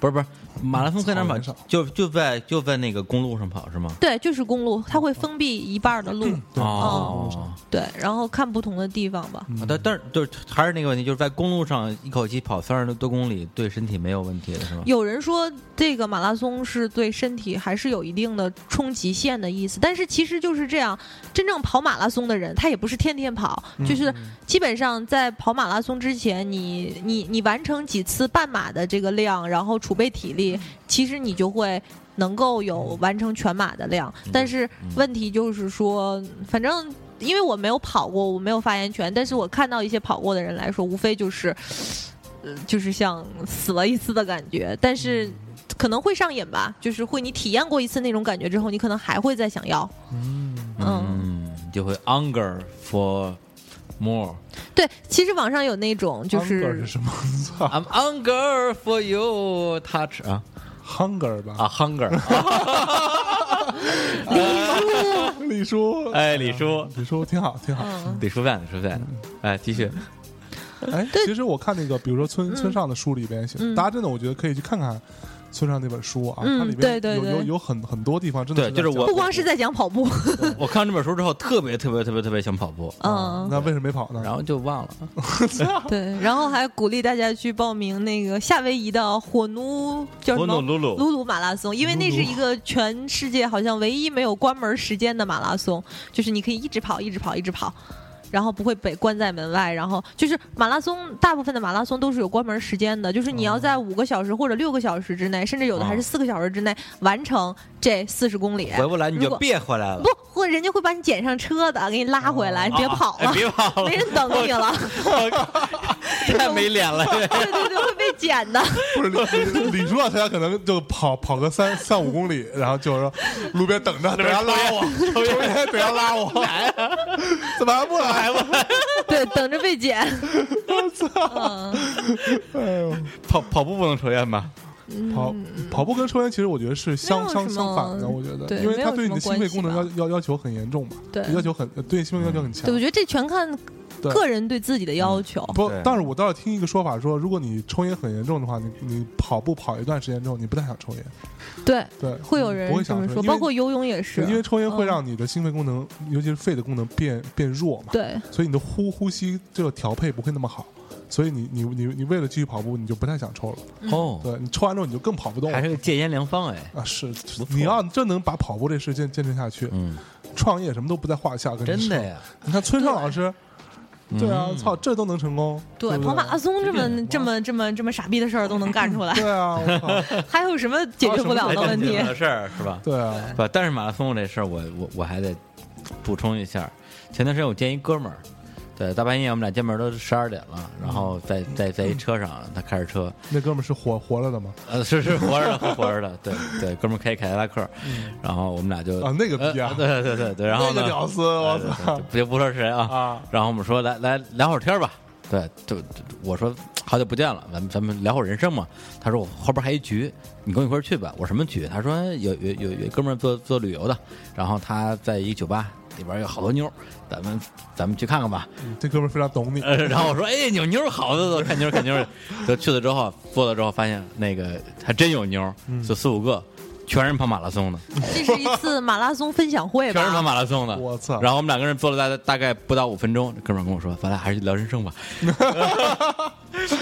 Speaker 2: 不是不是，马拉松在哪儿跑
Speaker 1: 草原上？
Speaker 2: 就就在就在那个公路上跑是吗？
Speaker 3: 对，就是公路，它会封闭一半儿的
Speaker 2: 嗯
Speaker 3: 路。
Speaker 1: 嗯对
Speaker 2: 哦，
Speaker 3: 对，然后看不同的地方吧。
Speaker 1: 嗯
Speaker 2: 但但是就是还是那个问题，就是在公路上一口气跑三十多公里，对身体没有问题的是吗？
Speaker 3: 有人说这个马拉松是对身体还是有一定的冲极限的意思，但是其实就是这样，真正跑马拉松的人，他也不是天天跑，
Speaker 1: 嗯
Speaker 3: 就是基本上在跑马拉松之前，你你你完成几次半马的这个量，然后储备体力，其实你就会。能够有完成全马的量，但是问题就是说，反正因为我没有跑过，我没有发言权，但是我看到一些跑过的人来说，无非就是呃就是像死了一次的感觉，但是可能会上瘾吧，就是会你体验过一次那种感觉之后，你可能还会再想要。
Speaker 1: 嗯
Speaker 3: 嗯，
Speaker 2: 嗯，就会 hunger for more。
Speaker 3: 对，其实网上有那种就
Speaker 1: Hunger
Speaker 3: 是
Speaker 1: 是什么？ [LAUGHS] 操
Speaker 2: I'm hunger for you touch 啊
Speaker 1: ，Hunger 吧？
Speaker 2: 啊 hunger。
Speaker 1: 李叔，
Speaker 2: 哎李叔
Speaker 1: 李叔挺好，挺好。
Speaker 3: 嗯，
Speaker 2: 李叔在呢，李叔在呢。哎，继续。
Speaker 1: 哎，其实我看那个，比如说村村上的书里边写的，
Speaker 3: 嗯
Speaker 1: 大家真的我觉得可以去看看村上那本书啊，
Speaker 3: 嗯
Speaker 1: 它里面
Speaker 3: 对对
Speaker 1: 有有
Speaker 3: 对
Speaker 1: 有很很多地方真的
Speaker 2: 对就是
Speaker 1: 在讲
Speaker 2: 我
Speaker 3: 不光是在讲跑步，
Speaker 2: 我看完这本书之后，特别特别特别特别想跑步，
Speaker 1: 啊
Speaker 3: 嗯，
Speaker 1: 那为什么没跑呢？
Speaker 2: 然后就忘了。 [LAUGHS]
Speaker 3: 对，然后还鼓励大家去报名那个夏威夷的火奴叫什
Speaker 2: 我
Speaker 3: 么
Speaker 2: 努？鲁鲁，
Speaker 3: 鲁鲁马拉松，因为那是一个全世界好像唯一没有关门时间的马拉松，就是你可以一直跑，一直跑，一直跑，然后不会被关在门外。然后就是马拉松，大部分的马拉松都是有关门时间的，就是你
Speaker 2: 哦
Speaker 3: 要在五个小时或者六个小时之内，甚至有的还是四个小时之内完成这四十公里。
Speaker 2: 回不来你
Speaker 3: 如
Speaker 2: 就
Speaker 3: 果
Speaker 2: 别回来了
Speaker 3: 不，，或人家会把你捡上车的，给你拉回来，你别跑
Speaker 2: 哎 [LAUGHS]
Speaker 3: 了，
Speaker 1: [LAUGHS]
Speaker 2: 别跑了
Speaker 3: 没，人等
Speaker 2: [LAUGHS]
Speaker 3: 你了。
Speaker 2: 太没脸了。这
Speaker 3: 对对对，会被捡的。
Speaker 1: 不是李李李叔啊，他可能就跑跑个三三五公里，然后就说路边等 [LAUGHS] 着，等人家拉我，抽烟等人家拉我，怎么还不来？
Speaker 3: [LAUGHS] 对，等着被捡。我操！
Speaker 2: [LAUGHS] 跑跑步不能抽烟吧？
Speaker 1: 跑跑步跟抽烟其实我觉得是相
Speaker 3: 嗯没有
Speaker 1: 相
Speaker 3: 什么
Speaker 1: 相反的，我觉得，
Speaker 3: 对
Speaker 1: 因为它对你的
Speaker 3: 没有什么
Speaker 1: 心肺功能要
Speaker 3: 关
Speaker 1: 要要求很严重嘛，
Speaker 3: 对
Speaker 1: 要求很对心肺要求很强
Speaker 3: 对，我。觉得这全看
Speaker 1: 对
Speaker 3: 个人对自己的要求。
Speaker 1: 不
Speaker 2: 对，
Speaker 1: 但是我倒是听一个说法说，如果你抽烟很严重的话，你你跑步跑一段时间之后，你不太想抽烟，
Speaker 3: 对，
Speaker 1: 对，
Speaker 3: 嗯会有
Speaker 1: 不
Speaker 3: 人
Speaker 1: 会
Speaker 3: 这
Speaker 1: 想
Speaker 3: 么
Speaker 1: 抽
Speaker 3: 说，
Speaker 1: 烟
Speaker 3: 包括游泳也是
Speaker 1: 因为，因为抽烟会
Speaker 3: 嗯
Speaker 1: 让你的心肺功能，尤其是肺的功能变变弱嘛，
Speaker 3: 对
Speaker 1: 所以你的呼呼吸这个调配不会那么好，所以你你你你为了继续跑步，你就不太想抽了。
Speaker 2: 哦，
Speaker 1: 对你抽完之后你就更跑不动
Speaker 2: 还
Speaker 1: 了
Speaker 2: 是个戒烟良方哎。
Speaker 1: 啊！是
Speaker 2: 错，
Speaker 1: 你要真能把跑步这事坚坚持下去，
Speaker 2: 嗯，
Speaker 1: 创业什么都不在话下。跟你
Speaker 2: 真的
Speaker 1: 说，
Speaker 2: 呀，
Speaker 1: 你看村上老师，对啊，
Speaker 2: 嗯
Speaker 1: 操，这都能成功，对
Speaker 3: 对，
Speaker 1: 不对，
Speaker 3: 跑马拉松这啊么这么这么这么傻逼的事儿都能干出 [LAUGHS] 来，
Speaker 1: 对啊，我靠，
Speaker 3: 还有什么解决不了的问题
Speaker 2: 哎这是你？的事儿是吧？
Speaker 1: 对啊，
Speaker 2: 不，但是马拉松这事儿，我我我还得补充一下。前段时间我见一哥们儿，对，大半夜我们俩见面都十二点了，然后在在在一车上，他开着车，
Speaker 1: 那哥们儿是活活了的吗？
Speaker 2: 呃，是是活着的，活着的，对对，哥们儿开凯迪拉克，然后我们俩就
Speaker 1: 啊那个逼啊
Speaker 2: 呃对对对对，然后
Speaker 1: 那
Speaker 2: 呢
Speaker 1: 个，屌丝，我
Speaker 2: 对
Speaker 1: 操
Speaker 2: 对对不不说是谁啊，
Speaker 1: 啊！
Speaker 2: 然后我们说来来聊会儿天儿吧，对，就就我说好久不见了，咱们咱们聊会儿人生嘛。他说我后边还一局，你跟我一块儿去吧。我说什么局？他说有有有有一哥们儿做做旅游的，然后他在一酒吧里边有好多妞儿，咱们咱们去看看吧。
Speaker 1: 嗯这哥们儿非常懂你，
Speaker 2: 呃，然后我说哎有妞儿好的，走看妞儿看妞儿。就去了之后坐了之后发现那个还真有妞儿，
Speaker 1: 嗯
Speaker 2: 就四五个。全是跑马拉松的，
Speaker 3: 这是一次马拉松分享会
Speaker 2: 全是跑
Speaker 3: 吧？
Speaker 2: 马拉松的。
Speaker 1: 我操
Speaker 2: 然后我们两个人坐了大概大概不到五分钟，这哥们儿跟我说：“咱俩还是聊人
Speaker 1: [LAUGHS]
Speaker 2: 生吧。”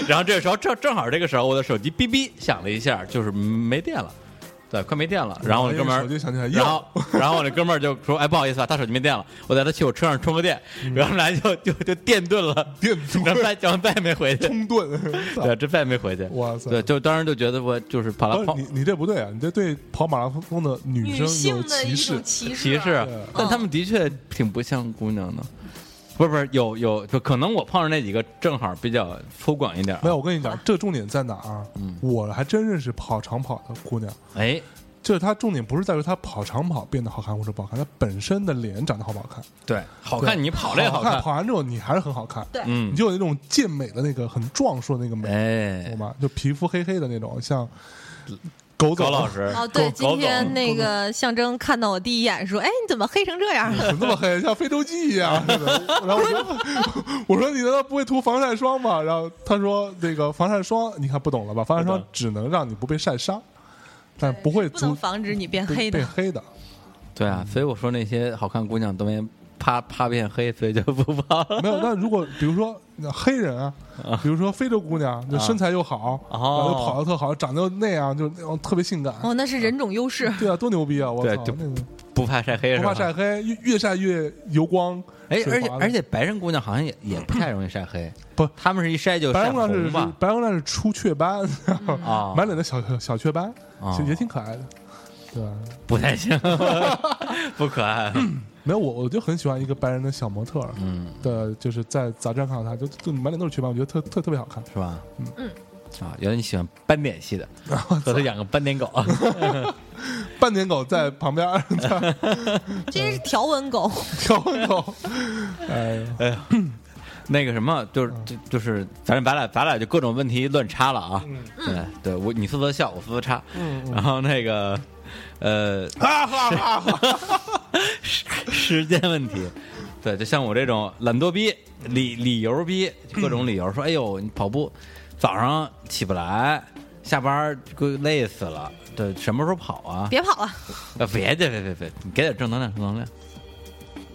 Speaker 2: 然后这个时候正正好这个时候，我的手机哔哔响了一下，就是没电了，对，快没电了。然后我那哥们
Speaker 1: 我手机
Speaker 2: 儿。
Speaker 1: 想起来，
Speaker 2: 然
Speaker 1: 哟
Speaker 2: 后，然后我那哥们儿就说：“哎，不好意思啊，他手机没电了，我带他去我车上充个电。”然后我们俩就就就电顿了，
Speaker 1: 嗯电
Speaker 2: 然
Speaker 1: 盾
Speaker 2: 后再然后再也没回去，
Speaker 1: 冲盾，操
Speaker 2: [LAUGHS] 对，这再也没回去。
Speaker 1: 哇塞
Speaker 2: 对，就当时就觉得我就是跑来
Speaker 1: 不
Speaker 2: 跑
Speaker 1: 是你，你这不对啊！你这对跑马拉松的女
Speaker 3: 女
Speaker 1: 生
Speaker 3: 性
Speaker 1: 有
Speaker 3: 的
Speaker 1: 歧
Speaker 3: 一种
Speaker 1: 视。
Speaker 3: 歧
Speaker 2: 歧视
Speaker 1: 对，
Speaker 2: 但他们的确挺不像姑娘的。不是不是，有有，就可能我碰上那几个正好比较粗犷一点。
Speaker 1: 没有，，我跟你讲，这重点在哪儿啊？
Speaker 2: 嗯
Speaker 1: 我还真认识跑长跑的姑娘，
Speaker 2: 哎，
Speaker 1: 就是她重点不是在于她跑长跑变得好看或者不好看，她本身的脸长得好不好看。
Speaker 2: 对，好看
Speaker 1: 对
Speaker 2: 你跑了也
Speaker 1: 好
Speaker 2: 看，
Speaker 1: 跑完之后你还是很好看，
Speaker 3: 对
Speaker 1: 你
Speaker 2: 嗯，
Speaker 1: 就有那种健美的那个很壮硕的那个美，
Speaker 2: 哎
Speaker 1: 懂，吗？就皮肤黑黑的那种，像狗
Speaker 2: 高
Speaker 1: 总
Speaker 2: 老师，
Speaker 3: 哦，对，
Speaker 2: 狗
Speaker 3: 今
Speaker 2: 狗
Speaker 3: 天
Speaker 2: 总
Speaker 3: 那个象征看到我第一眼说：“哎，你怎么黑成这样啊
Speaker 1: 怎么那么黑，像非洲鸡一样似的。
Speaker 2: [LAUGHS]
Speaker 1: 然后我说：“我说你难道不会涂防晒霜吗？”然后他说：“那个防晒霜，你看不懂了吧？防晒
Speaker 2: 不
Speaker 1: 霜
Speaker 2: 懂
Speaker 1: 只能让你不被晒伤，但不会？”
Speaker 3: 不能
Speaker 1: 阻
Speaker 3: 防止你变
Speaker 1: 被
Speaker 3: 黑的
Speaker 1: 被。黑的。
Speaker 2: 对啊，所以我说那些好看姑娘都没啪啪变黑，所以就不跑了。
Speaker 1: 没有，那如果比如说那黑人啊，比如说非洲姑娘，就身材又好，
Speaker 2: 哦
Speaker 1: 然后又跑得特好，长得又那样，就那种特别性感。
Speaker 3: 哦，那是人种优势。
Speaker 1: 对啊，多牛逼啊！我
Speaker 2: 对
Speaker 1: 操，
Speaker 2: 就
Speaker 1: 那个
Speaker 2: 不怕晒黑是
Speaker 1: 不
Speaker 2: 吧？
Speaker 1: 怕晒黑，越越晒越油光。
Speaker 2: 哎，
Speaker 1: 水
Speaker 2: 而且
Speaker 1: 滑的
Speaker 2: 而且白人姑娘好像也也不太容易晒黑，
Speaker 1: 不
Speaker 2: 她们是一晒就
Speaker 1: 白
Speaker 2: 晒
Speaker 1: 人姑娘是
Speaker 2: 红吧？
Speaker 1: 白人姑娘是出雀斑，
Speaker 2: 啊，
Speaker 1: [LAUGHS] 满脸的小小雀斑，
Speaker 2: 哦
Speaker 1: 其实也挺可爱的。对啊吧？
Speaker 2: 不太
Speaker 1: [LAUGHS]
Speaker 2: 行，不可爱。
Speaker 1: 没有我，我就很喜欢一个白人的小模特儿
Speaker 2: 嗯，
Speaker 1: 的，就是在杂志上看到她，就就满脸都是雀斑，我觉得特特特别好看。
Speaker 2: 是吧？嗯啊，原来你喜欢斑点系的，回头养个斑点狗。
Speaker 1: 半年狗在旁边
Speaker 2: [LAUGHS]
Speaker 1: 儿 [LAUGHS] 在
Speaker 3: 今天是条纹狗，
Speaker 1: 跳狗，哎呦，
Speaker 2: [LAUGHS] 那个什么，就是就就是，反正咱俩咱俩就各种问题乱插了啊。对对，我你负责笑，我负责插。然后那个呃，
Speaker 1: 哈哈哈！
Speaker 2: 时时间问题，对，就像我这种懒惰逼、理理由逼，各种理由说，哎呦，你跑步早上起不来，下班儿就累死了，对，什么时候跑啊？
Speaker 3: 别跑了，
Speaker 2: 呃，别别别别别，你给点正能量，正能量。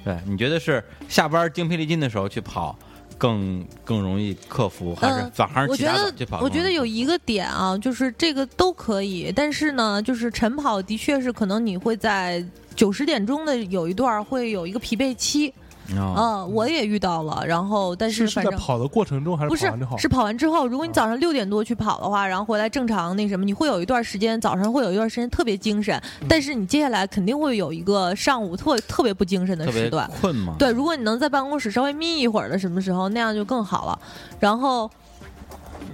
Speaker 2: 对，你觉得是下班精疲力尽的时候去跑，更更容易克服，还是
Speaker 3: 嗯
Speaker 2: 早上
Speaker 3: 我
Speaker 2: 起
Speaker 3: 觉
Speaker 2: 来早去
Speaker 3: 得
Speaker 2: 跑更容易克服？
Speaker 3: 我觉得有一个点啊，就是这个都可以，但是呢，就是晨跑的确是可能你会在九十点钟的有一段儿会有一个疲惫期，
Speaker 2: 哦
Speaker 3: 嗯，我也遇到了，然后但
Speaker 1: 是
Speaker 3: 反
Speaker 1: 在
Speaker 3: 正。
Speaker 1: 跑的过程中还
Speaker 3: 不
Speaker 1: 是
Speaker 3: 是
Speaker 1: 跑完啊就好？，
Speaker 3: 是跑完之后，如果你早上六点多去跑的话，然后回来正常那什么，你会有一段时间早上会有一段时间特别精神，
Speaker 2: 嗯
Speaker 3: 但是你接下来肯定会有一个上午特特别不精神的
Speaker 2: 特别
Speaker 3: 时段。
Speaker 2: 困嘛。
Speaker 3: 对，如果你能在办公室稍微眯一会儿的什么时候，那样就更好了。然后，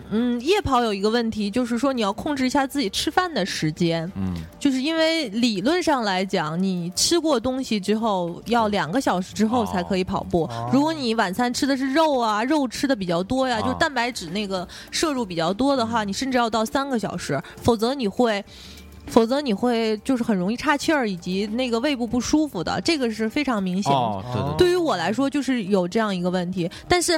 Speaker 3: 嗯，夜跑有一个问题，就是说你要控制一下自己吃饭的时间，
Speaker 2: 嗯，
Speaker 3: 就是因为理论上来讲，你吃过东西之后要两个小时之后才可以跑步。
Speaker 1: 哦
Speaker 3: 如果你晚餐吃的是肉啊，肉吃的比较多呀，
Speaker 2: 哦
Speaker 3: 就是蛋白质那个摄入比较多的
Speaker 1: 嗯
Speaker 3: 话，你甚至要到三个小时，否则你会。否则你会就是很容易岔气儿，以及那个胃部不舒服的，这个是非常明显的。
Speaker 2: 哦，对对
Speaker 1: 哦
Speaker 3: 对于我来说，就是有这样一个问题，但是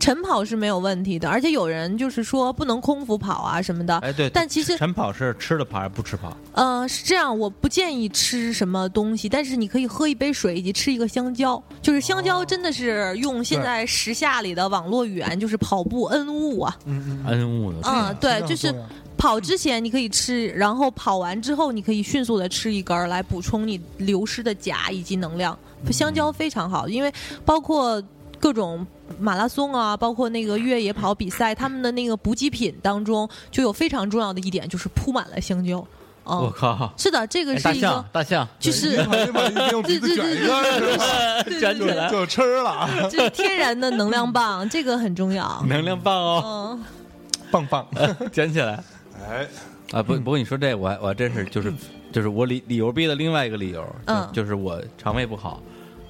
Speaker 3: 晨跑是没有问题的，而且有人就是说不能空腹跑啊什么的。
Speaker 2: 哎对，
Speaker 3: 但其实，
Speaker 2: 晨跑是吃了跑还是不吃跑？
Speaker 3: 嗯、是这样，我不建议吃什么东西，但是你可以喝一杯水以及吃一个香蕉。就是香蕉真的是用
Speaker 1: 哦
Speaker 3: 现在时下里的网络语言，就是跑步恩物啊。
Speaker 1: 嗯嗯嗯，
Speaker 2: 恩物的
Speaker 1: 这
Speaker 3: 嗯
Speaker 1: 个
Speaker 3: 对
Speaker 1: 很
Speaker 3: 就是
Speaker 1: 重要
Speaker 3: 跑之前你可以吃，然后跑完之后你可以迅速的吃一根儿来补充你流失的钾以及能量。香蕉非常
Speaker 2: 嗯
Speaker 3: 好，因为包括各种马拉松啊，包括那个越野跑比赛，他们的那个补给品当中就有非常重要的一点，就是铺满了香蕉。
Speaker 2: 我
Speaker 3: 嗯，
Speaker 2: 靠！
Speaker 3: 是的，这个
Speaker 2: 哦哎
Speaker 3: 是
Speaker 2: 大
Speaker 3: 一个
Speaker 2: 象，，大象，
Speaker 3: 就是
Speaker 1: 对
Speaker 2: [LAUGHS]
Speaker 1: 一会儿一会儿一定用鼻子卷一个，是吧
Speaker 2: 卷起
Speaker 3: 对
Speaker 2: 来，
Speaker 1: 就吃了啊，
Speaker 3: 这是天然的能量棒，这个很重要。
Speaker 2: 能量棒哦，
Speaker 3: 嗯，
Speaker 1: [LAUGHS] 棒棒。
Speaker 2: 卷起来。
Speaker 1: 哎，
Speaker 2: 啊，不不过你说这我还我还真是就是就是我理理由逼的另外一个理由，就
Speaker 3: 嗯
Speaker 2: 就是我肠胃不好，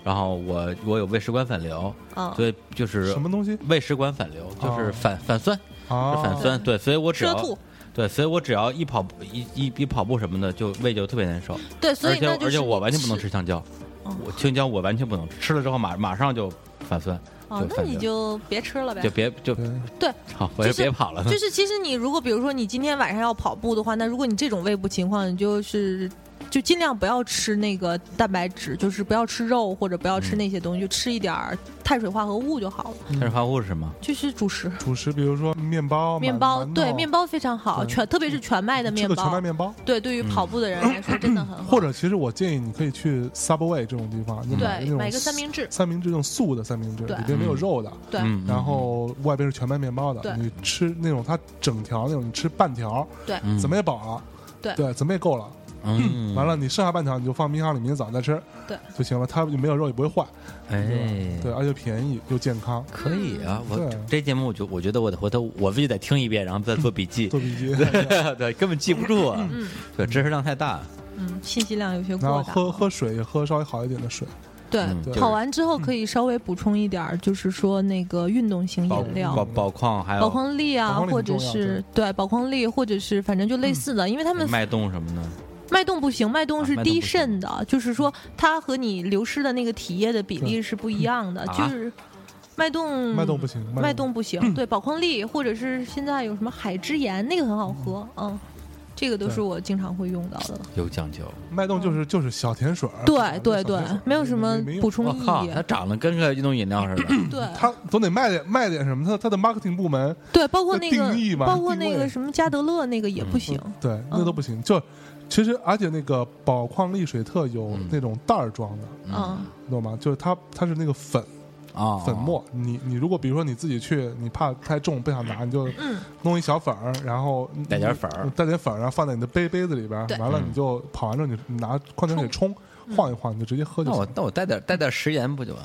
Speaker 2: 然后我我有胃食管反流，
Speaker 3: 嗯
Speaker 2: 所以就是
Speaker 1: 什么东西
Speaker 2: 胃食管反流就是
Speaker 1: 哦
Speaker 2: 反反酸，
Speaker 1: 啊
Speaker 2: 是反酸，对，所以我只
Speaker 3: 吃了
Speaker 2: 要
Speaker 3: 哦吐，
Speaker 2: 对，所以我只要一跑步一一一跑步什么的，就胃就特别难受，
Speaker 3: 对，所
Speaker 2: 而
Speaker 3: 以
Speaker 2: 且
Speaker 3: 那就是
Speaker 2: 而且我完全不能
Speaker 3: 吃
Speaker 2: 吃香蕉
Speaker 3: 哦，
Speaker 2: 我青椒我完全不能吃，吃了之后马马上就反酸，
Speaker 3: 哦
Speaker 2: 就，
Speaker 3: 那
Speaker 2: 反
Speaker 3: 你
Speaker 2: 流
Speaker 3: 就别吃了呗
Speaker 2: 就。别就
Speaker 1: 对
Speaker 3: 对，
Speaker 2: 好，我就
Speaker 3: 就是
Speaker 2: 别跑了，
Speaker 3: 就是其实你如果比如说你今天晚上要跑步的话，那如果你这种胃部情况，你就是就尽量不要吃那个蛋白质，就是不要吃肉或者
Speaker 1: 嗯
Speaker 3: 不要吃那些东西，就吃一点儿碳水化合物就好了，
Speaker 2: 但是发物是什么？
Speaker 3: 就是主食。
Speaker 1: 主食，比如说面包、
Speaker 3: 面包对面
Speaker 1: 包，
Speaker 3: 包非常好，
Speaker 1: 对
Speaker 3: 全特别是全麦的
Speaker 1: 吃
Speaker 3: 面
Speaker 1: 个全麦
Speaker 3: 包，嗯
Speaker 1: 面嗯包。
Speaker 3: 对对于跑步的人来说真的很
Speaker 1: [COUGHS]
Speaker 3: 好。
Speaker 1: 或者，其实我建议你可以去 Subway 这种地方，你买
Speaker 3: 对
Speaker 1: 那种
Speaker 3: 买个三明治，
Speaker 1: 三明治，那种素的三明治，
Speaker 3: 对
Speaker 1: 里边没有肉的，
Speaker 3: 对
Speaker 2: 嗯
Speaker 1: 然后外边是全麦面包的。
Speaker 3: 对
Speaker 1: 你吃那种它整条那种，你吃半条，
Speaker 3: 对
Speaker 2: 嗯
Speaker 1: 怎么也饱了。
Speaker 3: 对
Speaker 1: 怎么也够了。
Speaker 2: 嗯，
Speaker 1: 完了，你剩下半条你就放冰箱里，明天早上再吃，
Speaker 3: 对
Speaker 1: 就行了。它没有肉也不会坏，
Speaker 2: 哎，
Speaker 1: 对，而且便宜又健康。
Speaker 2: 可以啊，我
Speaker 1: 对
Speaker 2: 这节目我就我觉得我得回头我必须得听一遍，然后再做笔记
Speaker 1: 做，笔记，
Speaker 2: [LAUGHS] 对，根本记不住啊，对，知识量太大，
Speaker 3: 嗯，信息量有些
Speaker 1: [LAUGHS] 然后
Speaker 3: 过大。
Speaker 1: 喝喝水也喝稍微好一点的水，
Speaker 3: 对
Speaker 2: 嗯，
Speaker 1: 对
Speaker 3: 跑完之后可以稍微补充一点儿，就是说那个运动型
Speaker 2: 宝
Speaker 1: 嗯
Speaker 3: 饮料
Speaker 2: 宝。宝矿还
Speaker 3: 宝
Speaker 2: 有
Speaker 3: 矿力
Speaker 1: 宝
Speaker 3: 啊，
Speaker 1: 矿力
Speaker 3: 或
Speaker 1: 很重
Speaker 3: 者
Speaker 1: 要嗯
Speaker 3: 是对宝矿力，或者是反正就类似的，因为他们
Speaker 2: 脉动什么的，
Speaker 3: 脉动不行，脉动是
Speaker 2: 啊脉动
Speaker 3: 低
Speaker 2: 不行
Speaker 3: 渗的，就是说
Speaker 1: 嗯
Speaker 3: 它和你流失的那个体液的比例是不一样的，
Speaker 2: 啊
Speaker 3: 就是脉动
Speaker 1: 脉动不行，
Speaker 3: 脉动不行，对宝矿力或者是现在有什么海之盐，那个很好喝，嗯，这个都
Speaker 1: 对啊
Speaker 3: 是我经常会用到的，
Speaker 2: 有讲究。
Speaker 1: 脉动就是就是小甜水儿，
Speaker 3: 嗯对对
Speaker 1: 小甜
Speaker 3: 对
Speaker 1: 水儿，
Speaker 3: 没有什么
Speaker 1: 没没用啊
Speaker 3: 补充
Speaker 2: 我
Speaker 3: 意
Speaker 2: 靠，
Speaker 3: 义
Speaker 2: 它，长得跟个运动饮料似的，
Speaker 3: 对
Speaker 1: 他总得卖点卖点什么，他他的 marketing 部门
Speaker 3: 对，包括
Speaker 1: 它
Speaker 3: 那个
Speaker 1: 定义嘛
Speaker 3: 包括
Speaker 1: 定
Speaker 3: 那
Speaker 1: 位嗯
Speaker 3: 个什么加德乐那个也不行，嗯
Speaker 1: 对那都不行，就其实而且那个宝矿力水特有
Speaker 2: 嗯
Speaker 1: 那种袋儿装的，
Speaker 3: 嗯，
Speaker 1: 你懂吗？就是它它是那个粉
Speaker 2: 啊，
Speaker 1: 粉末，你你如果比如说你自己去，你怕太重不想拿，你就
Speaker 3: 嗯
Speaker 1: 弄一小粉儿，然后
Speaker 2: 带点粉儿
Speaker 1: 带点粉儿，然后放在你的杯杯子里边儿
Speaker 3: 对，嗯
Speaker 1: 完了
Speaker 2: 嗯
Speaker 1: 你就跑完之后你你拿矿泉水冲。晃一晃，你就直接喝就
Speaker 2: 那我
Speaker 1: 行。
Speaker 2: 那我带点带点食盐不就完？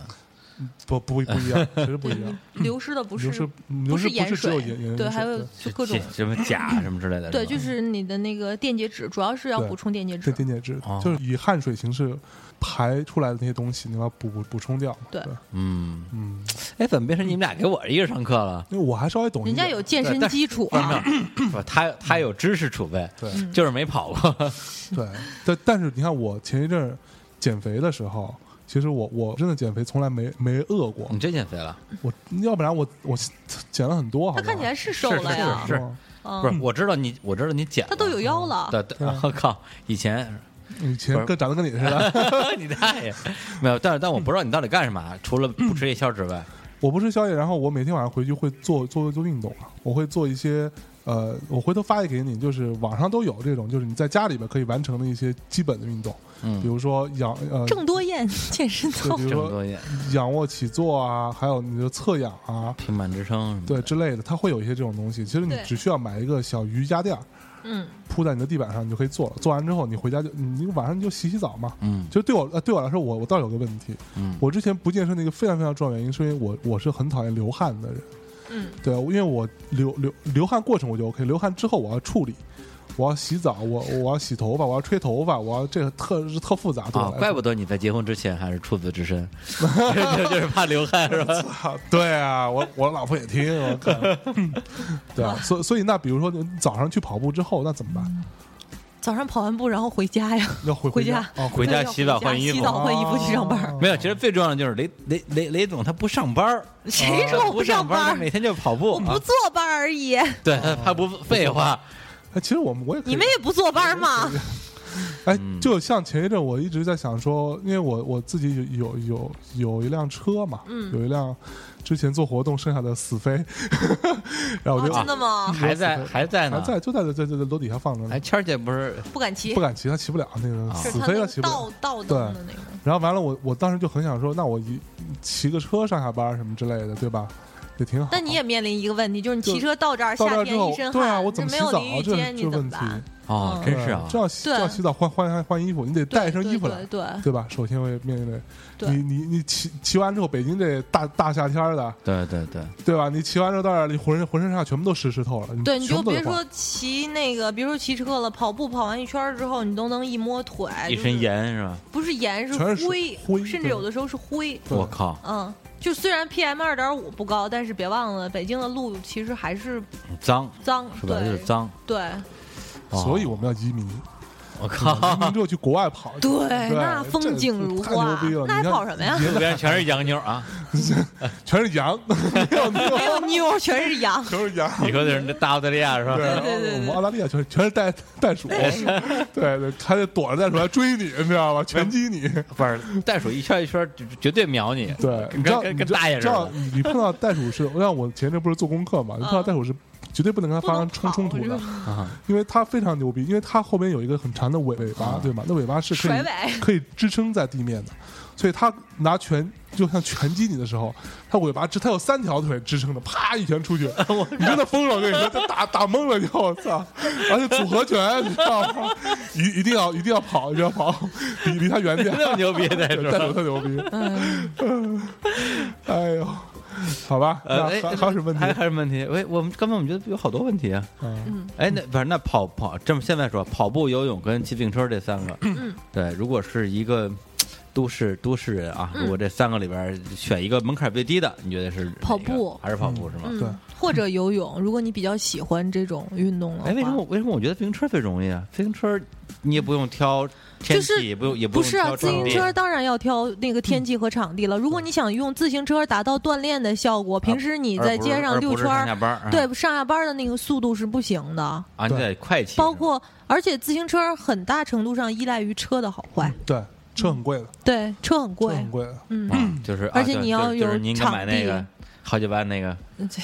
Speaker 1: 不不不一
Speaker 2: [LAUGHS]
Speaker 1: 样，其实不
Speaker 3: 对
Speaker 1: 一样
Speaker 3: 你。流失的不
Speaker 1: 流失
Speaker 3: 是
Speaker 1: 流失
Speaker 3: 是盐
Speaker 1: 不是只有
Speaker 3: 水
Speaker 1: 盐盐，
Speaker 3: 对，
Speaker 1: 水
Speaker 3: 还有
Speaker 1: 对
Speaker 3: 就各种
Speaker 2: 什么钾什么之类的。
Speaker 3: 对，
Speaker 2: 吧
Speaker 3: 就是你的那个电解质，主要是要
Speaker 1: 对
Speaker 3: 补充电解质
Speaker 1: 对。电解质
Speaker 2: 哦，
Speaker 1: 就是以汗水形式排出来的那些东西，你要补补补充掉。
Speaker 3: 对
Speaker 2: 嗯，
Speaker 1: 嗯，
Speaker 2: 哎，怎么变成你们俩给我一个上课了？
Speaker 1: 因为我还稍微懂一
Speaker 3: 人
Speaker 1: 点，
Speaker 3: 家有健身
Speaker 2: 对但
Speaker 3: 基础啊，
Speaker 2: [COUGHS] 不，他他有知识储备，
Speaker 1: 对
Speaker 2: 就是没跑过。 [LAUGHS]
Speaker 1: [LAUGHS] 对，但但是你看我前一阵儿减肥的时候。其实我我真的减肥从来没没饿过，
Speaker 2: 嗯你真减肥了？
Speaker 1: 我要不然我我减了很多，好
Speaker 3: 他
Speaker 1: 不好
Speaker 3: 看起来是瘦
Speaker 2: 是
Speaker 3: 了呀
Speaker 2: 是。是
Speaker 1: 吗
Speaker 2: 不是，我知道你，我知道你剪了，
Speaker 3: 嗯他都有啊腰了，
Speaker 2: 对对，
Speaker 1: 啊
Speaker 2: 我靠，以前 [LAUGHS]
Speaker 1: 以前跟长得跟你似的，
Speaker 2: 你大爷，没有，但是但我不知道你到底干什么，啊除了不吃夜宵之外，
Speaker 1: 我不吃宵夜，然后我每天晚上回去会做做做运动啊，我会做一些呃，我回头发一给你，就是网上都有这种，就是你在家里边可以完成的一些基本的运动，比
Speaker 2: 嗯，
Speaker 1: 如说仰呃，
Speaker 3: 郑多燕健身
Speaker 1: 对
Speaker 3: 操
Speaker 1: 比
Speaker 2: 这
Speaker 1: 如
Speaker 2: 么
Speaker 1: 说
Speaker 2: 多年，
Speaker 1: 仰卧起坐啊，还有你的侧仰啊，
Speaker 2: 平板支撑，
Speaker 1: 对，之类的，它会有一些这种东西。其实你
Speaker 3: 对
Speaker 1: 只需要买一个小瑜伽垫儿，
Speaker 3: 嗯，
Speaker 1: 铺在你的地板上，你就可以做了。做完之后，你回家就你晚上就洗洗澡嘛。
Speaker 2: 嗯
Speaker 1: 其实对我呃对我来说，我我倒有个问题，
Speaker 2: 嗯
Speaker 1: 我之前不健身的一个非常非常重要的原因，是因为我我是很讨厌流汗的人。
Speaker 3: 嗯，
Speaker 1: 对，因为我流流流汗过程我就 OK，流汗之后我要处理，我要洗澡，我我要洗头发，我要吹头发，我要这个特是特复杂，对
Speaker 2: 啊
Speaker 1: 我，来
Speaker 2: 怪
Speaker 1: 说。
Speaker 2: 不得你在结婚之前还是处子之身， [LAUGHS] 就是就是怕流汗是吧？
Speaker 1: [LAUGHS] 啊对啊，我我老婆也听，我靠， [LAUGHS] 对啊，所以所以那比如说你早上去跑步之后，那怎么办？
Speaker 3: 早上跑完步然后回家呀，
Speaker 1: 要回哦
Speaker 3: 回
Speaker 1: 家
Speaker 3: 家
Speaker 1: 哦，
Speaker 2: 回家洗澡换衣服
Speaker 3: 洗澡换衣服去上班儿。
Speaker 2: 没有，其实最重要的就是雷雷雷雷总他不上班儿，啊
Speaker 3: [LAUGHS] 谁说
Speaker 2: 他
Speaker 3: 我
Speaker 2: 不
Speaker 3: 不
Speaker 2: 上
Speaker 3: 上
Speaker 2: 班儿，他
Speaker 3: 班
Speaker 2: 每
Speaker 3: 儿？
Speaker 2: 天就跑步
Speaker 3: 我不
Speaker 2: 啊，
Speaker 3: 坐班儿而已，
Speaker 2: 对他他
Speaker 1: 哦
Speaker 2: 不废话，
Speaker 1: 哎，其实我们我也可以
Speaker 3: 你们也不坐班儿吗？
Speaker 1: 哎，就像前一阵我一直在想说，因为我我自己有有有有一辆车嘛，
Speaker 3: 嗯
Speaker 1: 有一辆之前做活动剩下的死飞， [LAUGHS] 然后我
Speaker 3: 哦，
Speaker 1: 就、
Speaker 3: 真的吗？
Speaker 2: 还在还在
Speaker 1: 还
Speaker 2: 呢，
Speaker 1: 在就在在在在楼底下放着
Speaker 2: 啊哎，
Speaker 1: 呢，
Speaker 2: 谦儿姐不是
Speaker 3: 不敢骑
Speaker 1: 不，敢骑，它骑不了那个
Speaker 3: 是
Speaker 1: 死
Speaker 3: 他
Speaker 1: 飞它
Speaker 3: 能
Speaker 1: 骑不了
Speaker 3: 倒。倒蹬的那个。
Speaker 1: 然后完了我，我当时就很想说，那我一骑个车上下班什么之类的，对吧？也挺好。
Speaker 3: 但你也面临一个问题，就是你
Speaker 1: 就
Speaker 3: 骑车到这儿，
Speaker 1: 到这
Speaker 3: 夏
Speaker 1: 儿之
Speaker 3: 天
Speaker 1: 后
Speaker 3: 一身，汗，
Speaker 1: 对啊，我怎么
Speaker 3: 这
Speaker 1: 洗
Speaker 3: 没有
Speaker 1: 澡
Speaker 3: 淋？浴
Speaker 1: 这
Speaker 3: 间，
Speaker 1: 这
Speaker 3: 你怎
Speaker 1: 问
Speaker 3: 么
Speaker 1: 题，
Speaker 3: 办？
Speaker 2: 哦，
Speaker 3: 嗯
Speaker 2: 真是啊
Speaker 1: 呃这，要洗这
Speaker 3: 对
Speaker 1: 要洗澡换换换衣服，你得带一身衣服来嗯
Speaker 3: 对。对，
Speaker 1: 对吧？首先会面对，
Speaker 3: 对
Speaker 1: 你你你骑骑完之后，北京这大大夏天儿的，
Speaker 2: 对对对，
Speaker 1: 对吧？你骑完之后到这儿，你浑身浑身上下全部都湿湿透了，
Speaker 3: 对，你
Speaker 1: 全
Speaker 3: 就
Speaker 1: 部都得
Speaker 3: 别
Speaker 1: 换
Speaker 3: 说骑那个，别说骑车了，跑步跑完一圈儿之后，你都能一摸腿，
Speaker 2: 一
Speaker 3: 哎就是
Speaker 2: 身盐是吧？
Speaker 3: 不是盐是
Speaker 1: 全是
Speaker 3: 灰，
Speaker 1: 灰
Speaker 3: 甚至
Speaker 1: 对
Speaker 3: 有的时候是灰。
Speaker 1: 对
Speaker 2: 我靠，
Speaker 3: 嗯，就虽然 PM 二点五不高，但是别忘了北京的路其实还是
Speaker 2: 脏
Speaker 3: 脏，
Speaker 2: 是吧？就是
Speaker 3: 对
Speaker 2: 脏，
Speaker 3: 对
Speaker 2: 哦
Speaker 1: 所以我们要移
Speaker 2: [LAUGHS]
Speaker 1: 民，
Speaker 2: 我 [LAUGHS]
Speaker 1: 移
Speaker 2: 靠
Speaker 1: 民，之后去国外跑，
Speaker 3: 对，
Speaker 1: 这
Speaker 3: 那风景如
Speaker 1: 太牛
Speaker 3: 画
Speaker 1: 逼了，，
Speaker 3: 那还
Speaker 1: 你看
Speaker 3: 跑什么呀？ [LAUGHS]
Speaker 2: 路边全是洋妞啊！ [LAUGHS]
Speaker 1: 全是羊， [LAUGHS] 没有没有。
Speaker 3: 没 [LAUGHS] 有妞儿，全是羊
Speaker 1: 全是羊。
Speaker 2: 你说的是大澳大利亚是吧？
Speaker 1: 然后
Speaker 3: 对对
Speaker 1: 我
Speaker 3: 对
Speaker 1: 们澳大利亚全全是袋袋鼠，对 [LAUGHS] 对，还得躲着袋鼠来追你，你知道吗？拳击你，
Speaker 2: 不是，袋鼠一圈一圈，绝绝对秒你。
Speaker 1: 对，
Speaker 2: 跟
Speaker 1: 你知道
Speaker 2: 跟
Speaker 1: 你
Speaker 2: 跟
Speaker 1: 知道
Speaker 2: 大爷
Speaker 1: 你
Speaker 2: 似
Speaker 1: 知道
Speaker 2: 的。
Speaker 1: 你你碰到袋鼠是，让我前阵不是做功课嘛，你碰到袋鼠是绝对不能跟它
Speaker 3: 嗯不
Speaker 1: 发生
Speaker 3: 能
Speaker 1: 冲
Speaker 3: 跑
Speaker 1: 冲突的
Speaker 3: 是，
Speaker 2: 啊
Speaker 1: 因为它非常牛逼，因为它后面有一个很长的尾尾巴，对吗？那尾巴是可
Speaker 3: 甩
Speaker 1: 以
Speaker 3: 尾，
Speaker 1: 可以支撑在地面的，所以它拿拳就像拳击你的时候，它尾巴支，它有三条腿支撑着，啪一拳出
Speaker 2: [LAUGHS]
Speaker 1: 去，你真的疯了，我跟你说，它打打懵了就，我操！而且组合拳，你知道吗？一一定要一定要跑，一定要跑，离离它远点。
Speaker 2: [LAUGHS] 那么牛逼
Speaker 1: [LAUGHS]
Speaker 2: 的
Speaker 1: 对
Speaker 2: 是
Speaker 1: 袋鼠
Speaker 2: 吧？
Speaker 1: 特牛
Speaker 3: [LAUGHS]
Speaker 1: 逼，
Speaker 3: 嗯
Speaker 1: [LAUGHS] 哎呦，好吧，那
Speaker 2: 呃哎
Speaker 1: 还还有什么问题
Speaker 2: 还？还有什么问题？喂，我们刚才我们觉得有好多问题啊。
Speaker 1: 嗯
Speaker 2: 哎，那不是那跑跑，这么现在说跑步、游泳跟骑自行车这三个，
Speaker 3: 嗯
Speaker 2: 对，如果是一个都市都市人
Speaker 3: 嗯
Speaker 2: 啊，如果这三个里边儿选一个门槛最低的，你觉得是哪一个
Speaker 3: 跑步
Speaker 2: 还是跑步是吗？
Speaker 3: 嗯
Speaker 1: 对，
Speaker 3: 或者游泳，如果你比较喜欢这种运动的话。
Speaker 2: 哎，为什么我为什么我觉得自行车最容易啊？自行车你也不用挑天
Speaker 3: 就是
Speaker 2: 气，也不用也
Speaker 3: 不
Speaker 2: 用
Speaker 3: 是啊
Speaker 2: 挑，
Speaker 3: 自
Speaker 2: 场
Speaker 3: 行
Speaker 2: 地嗯
Speaker 3: 车当然要挑那个天气和场地了。如果你想用自行车达到锻炼的效果，平时你在街上
Speaker 2: 而不
Speaker 3: 溜
Speaker 2: 是
Speaker 3: 圈
Speaker 2: 上下
Speaker 3: 儿，
Speaker 2: 班儿，
Speaker 3: 对上下班的那个速度是不行的。
Speaker 2: 啊，你得快骑，
Speaker 3: 包括，而且自行车很大程度上依赖于车的好坏，
Speaker 2: 嗯
Speaker 1: 对，车很贵的，
Speaker 3: 对，车很
Speaker 1: 车
Speaker 3: 贵。 [LAUGHS]
Speaker 1: 很贵的。
Speaker 3: 嗯，
Speaker 2: 啊就是，啊
Speaker 3: 而且
Speaker 2: 对
Speaker 3: 你要
Speaker 2: 就是就是
Speaker 3: 有
Speaker 2: 你应该买那个
Speaker 3: 场
Speaker 2: 好几万那个，
Speaker 3: 对对对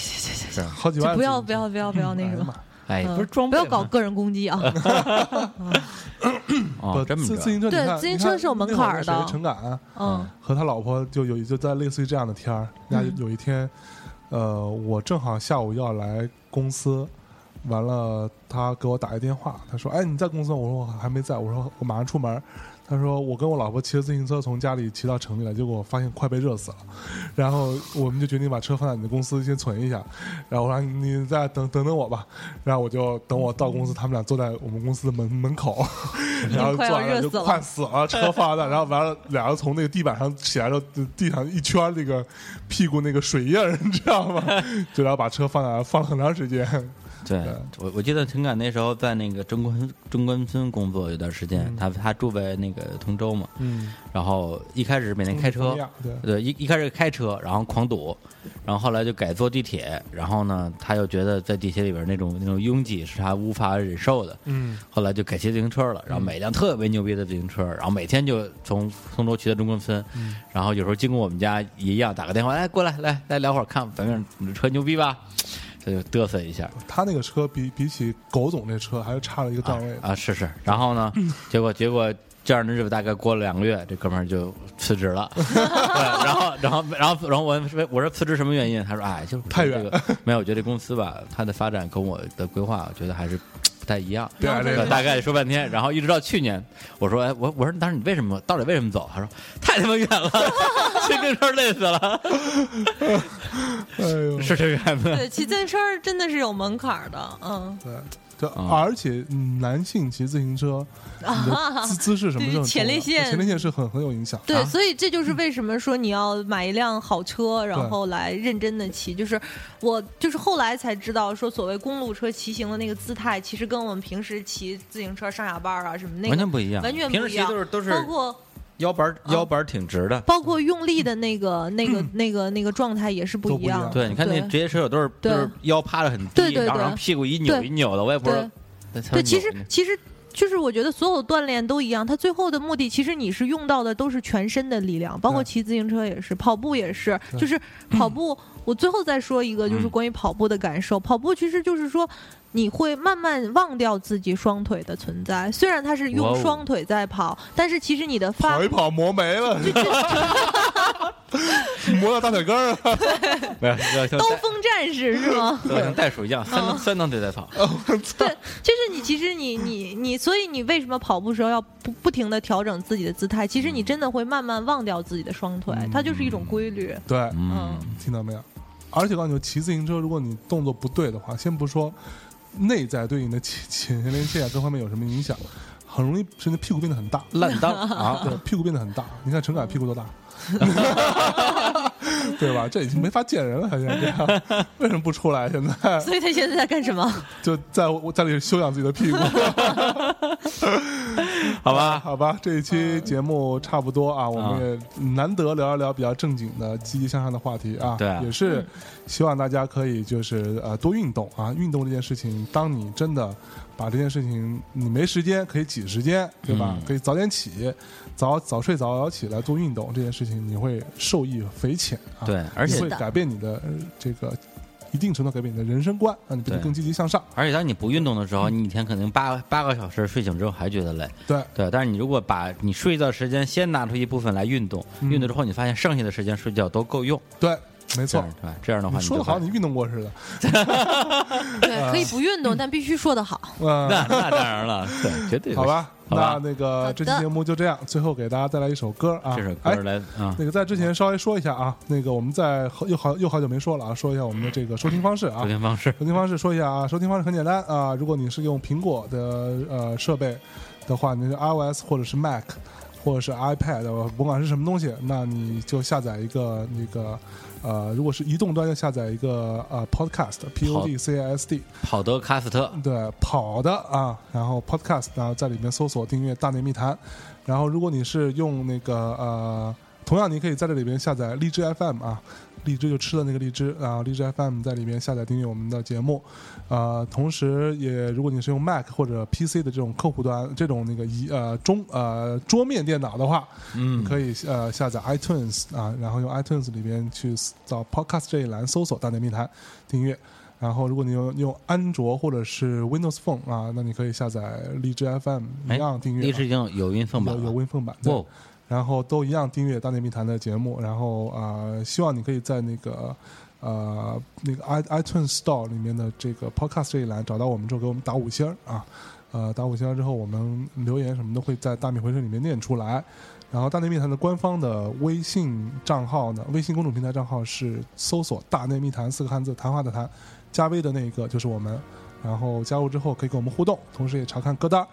Speaker 2: 是
Speaker 1: 好几
Speaker 3: 对，
Speaker 1: 万。
Speaker 3: 就不要不要不要不要那
Speaker 1: 哎呀
Speaker 3: 什
Speaker 1: 妈
Speaker 3: 么，
Speaker 2: 哎，
Speaker 3: 嗯
Speaker 2: 不是装
Speaker 3: 不要
Speaker 2: 备
Speaker 3: 搞
Speaker 2: 吗
Speaker 3: 个人攻击
Speaker 2: [LAUGHS]
Speaker 3: 啊。
Speaker 2: 哦，这么
Speaker 1: 自
Speaker 2: 着
Speaker 1: 自行车你
Speaker 3: 对
Speaker 1: 看
Speaker 3: 自行
Speaker 1: 你
Speaker 3: 车
Speaker 1: 看
Speaker 3: 是有门
Speaker 1: 那会儿
Speaker 3: 槛儿
Speaker 1: 谁
Speaker 3: 的
Speaker 1: 陈敢
Speaker 2: [LAUGHS]
Speaker 3: 嗯
Speaker 1: 和他老婆就有一就在类似于这样的天儿，那有一天，呃，我正好下午要来公司，完了他给我打一电话，他说：“哎，你在公司吗？”我说：“我还没在。”我说：“我马上出门。”他说：“我跟我老婆骑着自行车从家里骑到城里来，结果我发现快被热死了。然后我们就决定把车放在你的公司先存一下。然后我说你再等等等我吧。然后我就等我到公司，他们俩坐在我们公司的门门 [LAUGHS] 口，然后
Speaker 3: 快
Speaker 1: 坐
Speaker 3: 要
Speaker 1: 完了
Speaker 3: 热
Speaker 1: 就
Speaker 3: 死了
Speaker 1: [LAUGHS] 快死了，车放在那，然后完了俩人从那个地板上起来之后，地上一圈 [LAUGHS] 那个屁股那个水印儿，你知道吗？就然后把车放在那儿放了很长时间。
Speaker 2: 对我我记得陈敢那时候在那个中关中关村工作有段时间，他他住在那个通州嘛，
Speaker 1: 嗯，
Speaker 2: 然后一开始每天嗯开车
Speaker 1: 同样，对
Speaker 2: 对，一一开始开车，然后狂堵，然后后来就改坐地铁，然后呢，他又觉得在地铁里边那种那种拥挤是他无法忍受的，
Speaker 1: 嗯，
Speaker 2: 后来就改骑自行车了，然后买一辆特别牛逼的自行车，然后每天就从通州骑到中关村，然后有时候经过我们家也一样打个电话，哎，过来来来聊会儿，看咱们你这车牛逼吧，这就嘚瑟一下，
Speaker 1: 他那个车比比起狗总那车还是差了一个档位的。
Speaker 2: 啊，是是。然后呢，结果结果这样的日子大概过了两个月，这哥们儿就辞职
Speaker 3: [LAUGHS]
Speaker 2: 了。对，然后然后然后然后我问我说辞职什么原因？他说哎，就是我
Speaker 1: 太
Speaker 2: 觉得
Speaker 1: 远
Speaker 2: 这个没有，我觉得这公司吧，它的发展跟我的规划，我觉得还是不太一样。
Speaker 1: 对啊对啊
Speaker 2: 对大概说半天，然后一直到去年，我说哎，我我说当时你为什么到底为什么走？他说太他妈远
Speaker 3: [LAUGHS]
Speaker 2: 了，骑自行车累死了，
Speaker 1: 哎呦，
Speaker 2: 是这个样子。
Speaker 3: 对，骑自行车真的是有门槛儿的，嗯，
Speaker 1: 对，就
Speaker 2: 啊
Speaker 1: 而且嗯男性骑自行
Speaker 3: [LAUGHS]
Speaker 1: 车，你的姿姿势什么
Speaker 3: 对
Speaker 1: 时候？
Speaker 3: 前列腺
Speaker 1: 前列腺是很很有影响。
Speaker 2: 啊
Speaker 3: 对，所以这
Speaker 2: 嗯
Speaker 3: 就是为什么说你要买一辆好车，然后来认真的骑。就是我就是后来才知道，说所谓公路车骑行的那个姿态，其实跟我们平时骑自行车上下班儿啊什么那个啊
Speaker 2: 完全不一样
Speaker 3: 完全
Speaker 2: 平
Speaker 3: 不
Speaker 2: 时
Speaker 3: 一
Speaker 2: 骑
Speaker 3: 样，
Speaker 2: 都是都是
Speaker 3: 包括
Speaker 2: 腰板腰板挺直的，
Speaker 3: 包括用力的那个、那
Speaker 2: 嗯
Speaker 3: 个、那个、那个状态也是
Speaker 1: 都
Speaker 3: 不
Speaker 1: 不
Speaker 3: 一
Speaker 1: 一
Speaker 3: 样
Speaker 1: 样
Speaker 3: 的。
Speaker 2: 对，你看那职业车手都是都
Speaker 3: 对
Speaker 2: 是腰趴的很低，
Speaker 3: 对对
Speaker 2: 然后
Speaker 3: 对
Speaker 2: 然后屁股一扭
Speaker 3: 对
Speaker 2: 一扭的，我也不知道。那才
Speaker 3: 对，
Speaker 2: 扭
Speaker 3: 其实
Speaker 2: 呢
Speaker 3: 其实就是我觉得所有锻炼都一样，它最后的目的其实你是用到的都是全身的力量，包
Speaker 2: 嗯
Speaker 3: 括
Speaker 1: 对
Speaker 3: 骑自行车也是，跑步也是，
Speaker 1: 对
Speaker 3: 就是跑步。我最后再说一个，就是
Speaker 2: 嗯
Speaker 3: 关于跑步的感受。跑步其实就是说。你会慢慢忘掉自己双腿的存在，虽然它是
Speaker 2: 哇
Speaker 3: 用
Speaker 2: 哦
Speaker 3: 双腿在跑，但是其实你的发
Speaker 1: 跑一跑磨没了，
Speaker 3: [LAUGHS]
Speaker 2: [LAUGHS]
Speaker 1: [LAUGHS] 磨到大腿根儿了。
Speaker 2: [LAUGHS] 没有要像
Speaker 3: 刀
Speaker 2: 袋
Speaker 3: 锋战士是吗？
Speaker 2: 要像袋鼠一样，
Speaker 3: 嗯
Speaker 2: 三三蹬腿在跑。
Speaker 3: 对，就是你，其实你你你，所以你为什么跑步时候要不不停的调整自己的姿态？其实你真的会慢慢忘掉自己的双腿，它就是一种规律。
Speaker 1: 对，
Speaker 2: 嗯，
Speaker 1: 听到没有？而且我告诉你，骑自行车，如果你动作不对的话，先不说内在对你的前前前列腺啊各方面有什么影响，很容易甚至屁股变得很大。
Speaker 2: 烂
Speaker 3: [LAUGHS]
Speaker 2: 裆啊，
Speaker 1: [LAUGHS] 对，屁股变得很大。你看陈凯屁股多大， [LAUGHS] 对吧？这已经没法见人了，他现在这样，为什么不出来？现在
Speaker 3: 所以他现在在干什么？
Speaker 1: 就在我家里休养自己的屁股。
Speaker 2: 好吧，
Speaker 1: [LAUGHS] 好吧，这一期
Speaker 2: 嗯
Speaker 1: 节目差不多啊，我们也难得聊一聊比较正经的、积极向上的话题啊。
Speaker 2: 对啊
Speaker 1: 也是希望大家可以就是呃多运动啊，运动这件事情，当你真的把这件事情你没时间可以挤时间，对吧？
Speaker 2: 嗯
Speaker 1: 可以早点起，早早睡早早起来多运动这件事情，你会受益匪浅啊。
Speaker 2: 对而且
Speaker 1: 你会改变你的呃这个一定程度改变你的人生观，让你变得
Speaker 2: 对
Speaker 1: 更积极向上。
Speaker 2: 而且当你不运动的时候，你一天可能八八个小时，睡醒之后还觉得累。
Speaker 1: 对
Speaker 2: 对，但是你如果把你睡觉的时间先拿出一部分来运动，
Speaker 1: 嗯
Speaker 2: 运动之后你发现剩下的时间睡觉都够用，
Speaker 1: 对，没
Speaker 2: 这
Speaker 1: 错
Speaker 2: 样。对吧？这样的话
Speaker 1: 你
Speaker 2: 你
Speaker 1: 说的
Speaker 2: 就
Speaker 1: 好像
Speaker 2: 会
Speaker 1: 你运动过似的，
Speaker 3: 对，可以不运动，但必须说得好。
Speaker 2: [LAUGHS]
Speaker 1: 嗯、
Speaker 2: [LAUGHS] 那那当然了，对，绝对
Speaker 1: 好吧，
Speaker 2: 好吧
Speaker 1: 那那个
Speaker 3: 的
Speaker 1: 这期节目就这样，最后给大家带来一首歌啊，
Speaker 2: 这首歌
Speaker 1: 哎
Speaker 2: 来啊
Speaker 1: 那个在之前稍微说一下啊，那个我们在好又好又好久没说了啊，说一下我们的这个收听方式啊
Speaker 2: 收。听方式。
Speaker 1: 收听方式说一下啊，收听方式很简单啊，如果你是用苹果的呃设备的话，你是 iOS 或者是 Mac 或者是 iPad，呃甭管是什么东西，那你就下载一个那个呃，如果是移动端就下载一个呃 Podcast P O D C A S D，
Speaker 2: 跑德卡斯特，
Speaker 1: 对，跑的啊，然后 Podcast，然后在里面搜索订阅《大内密谈》，然后如果你是用那个呃，同样你可以在这里边下载荔枝 FM 啊，荔枝就吃的那个荔枝啊，荔枝 FM 在里面下载订阅我们的节目，呃，同时也如果你是用 Mac 或者 PC 的这种客户端这种那个一呃中呃桌面电脑的话，
Speaker 2: 嗯，
Speaker 1: 可以呃下载 iTunes 啊，然后用 iTunes 里边去到 Podcast 这一栏搜索“大内密谈”订阅。然后，如果你用用安卓或者是 Windows Phone 啊，那你可以下载荔枝 FM 一
Speaker 2: 哎
Speaker 1: 样订阅啊，
Speaker 2: 历史已经有音送版
Speaker 1: 有有
Speaker 2: 了。
Speaker 1: WinPhone 版，对
Speaker 2: 哇，
Speaker 1: 然后都一样订阅《大内密谈》的节目，然后啊、呃希望你可以在那个呃那个 i iTunes Store 里面的这个 Podcast 这一栏找到我们之后，给我们打五星儿啊，呃，打五星儿之后，我们留言什么都会在《大米回声》里面念出来。然后《大内密谈》的官方的微信账号呢，微信公众平台账号是搜索“大内密谈”四个汉字，谈话的谈，加微的那一个就是我们。然后加入之后可以跟我们互动，同时也查看歌单儿，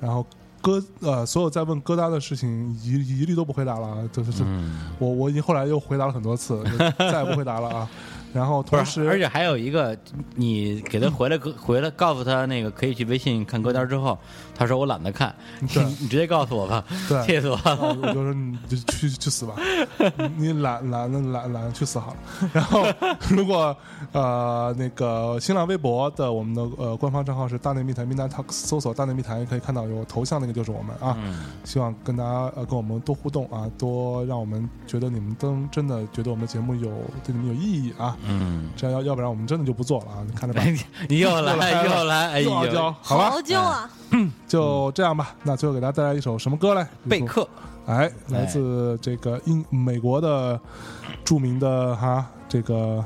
Speaker 1: 然后歌呃所有在问歌单的事情一一律都不回答了，啊，就是、
Speaker 2: 嗯，
Speaker 1: 我我已经后来又回答了很多次，就再也不回答了啊。然后
Speaker 2: 不
Speaker 1: 同
Speaker 2: 是，
Speaker 1: 时
Speaker 2: 而且还有一个，你给他回来个回来告诉他那个可以去微信看歌单之后，他说我懒得看，你
Speaker 1: 对
Speaker 2: 你直接告诉我吧，
Speaker 1: 对
Speaker 2: 气死我
Speaker 1: 然后啊
Speaker 2: 了。
Speaker 1: 我就说你就去去死吧，你懒懒懒懒去死好了。然后如果呃那个新浪微博的我们的呃官方账号是大内密谈 Midnight Talks，搜索大内密谈也可以看到有头像那个就是我们啊。
Speaker 2: 嗯
Speaker 1: 希望跟大家呃跟我们多互动啊，多让我们觉得你们真真的觉得我们的节目有对你们有意义啊。
Speaker 2: 嗯，
Speaker 1: 这样要要不然我们真的就不做了啊，你看着办。
Speaker 2: 哎你又来
Speaker 1: 又
Speaker 2: 又来，哎
Speaker 1: 又傲娇
Speaker 2: 呦，
Speaker 1: 好吧，
Speaker 3: 好久啊，
Speaker 1: 就这样吧。那最后给大家带来一首什么歌嘞？
Speaker 2: 备课
Speaker 1: 哎，来自这个英美国的著名的哈这个呃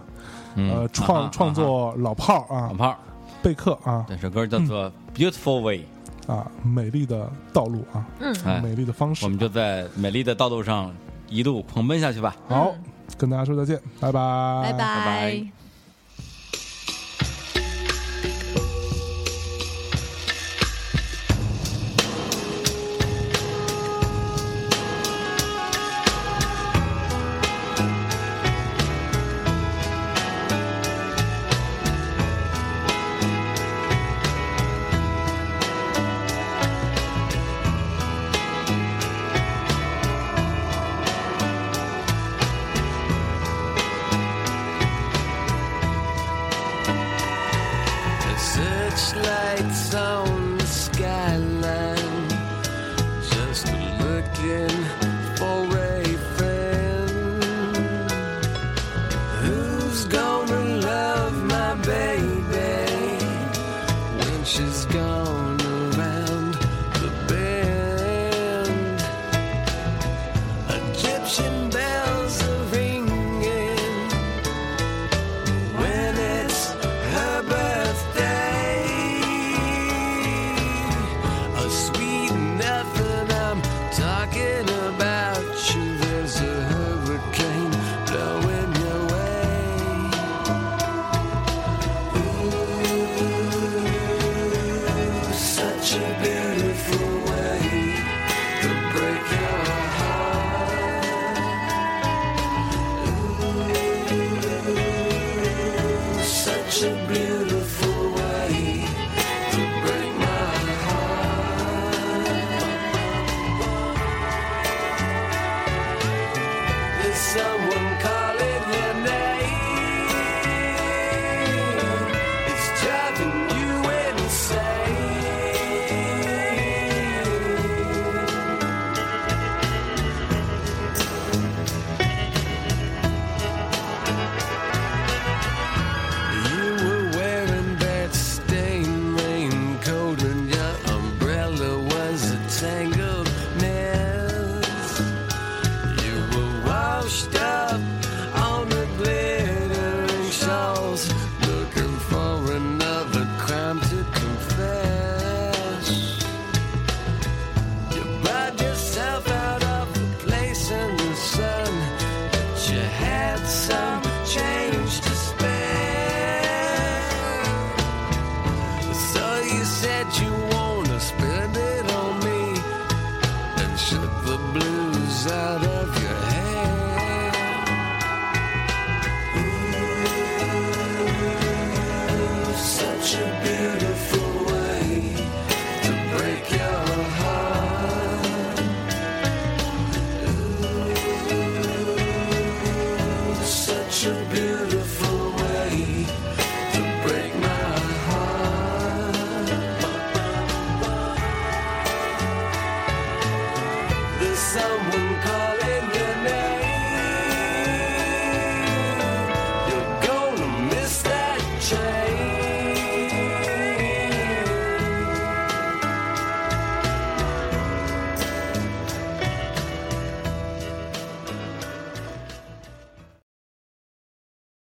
Speaker 2: 嗯啊
Speaker 1: 创
Speaker 2: 哈
Speaker 1: 创作老炮儿
Speaker 2: 啊哈
Speaker 1: 啊
Speaker 2: 老，炮儿，
Speaker 1: 贝克啊
Speaker 2: 这首歌叫做《Beautiful Way》，
Speaker 1: 啊，美丽的道路啊，
Speaker 3: 嗯，
Speaker 2: 哎，
Speaker 1: 美丽的方
Speaker 2: 我
Speaker 1: 式。
Speaker 2: 们就在美丽的道路上一路狂奔下去吧。
Speaker 1: 好，跟大家说再见，拜哎拜，
Speaker 3: 拜拜
Speaker 2: 拜。
Speaker 6: The searchlights on the skyline, just looking for a friend. Who's gonna love my baby when she's gone around the bend? Egyptian bells are ringing when it's her birthday. A sweet nothing I'm talking about you. There's a hurricane blowing your way. Ooh, such a beautiful way to break your heart. such a blue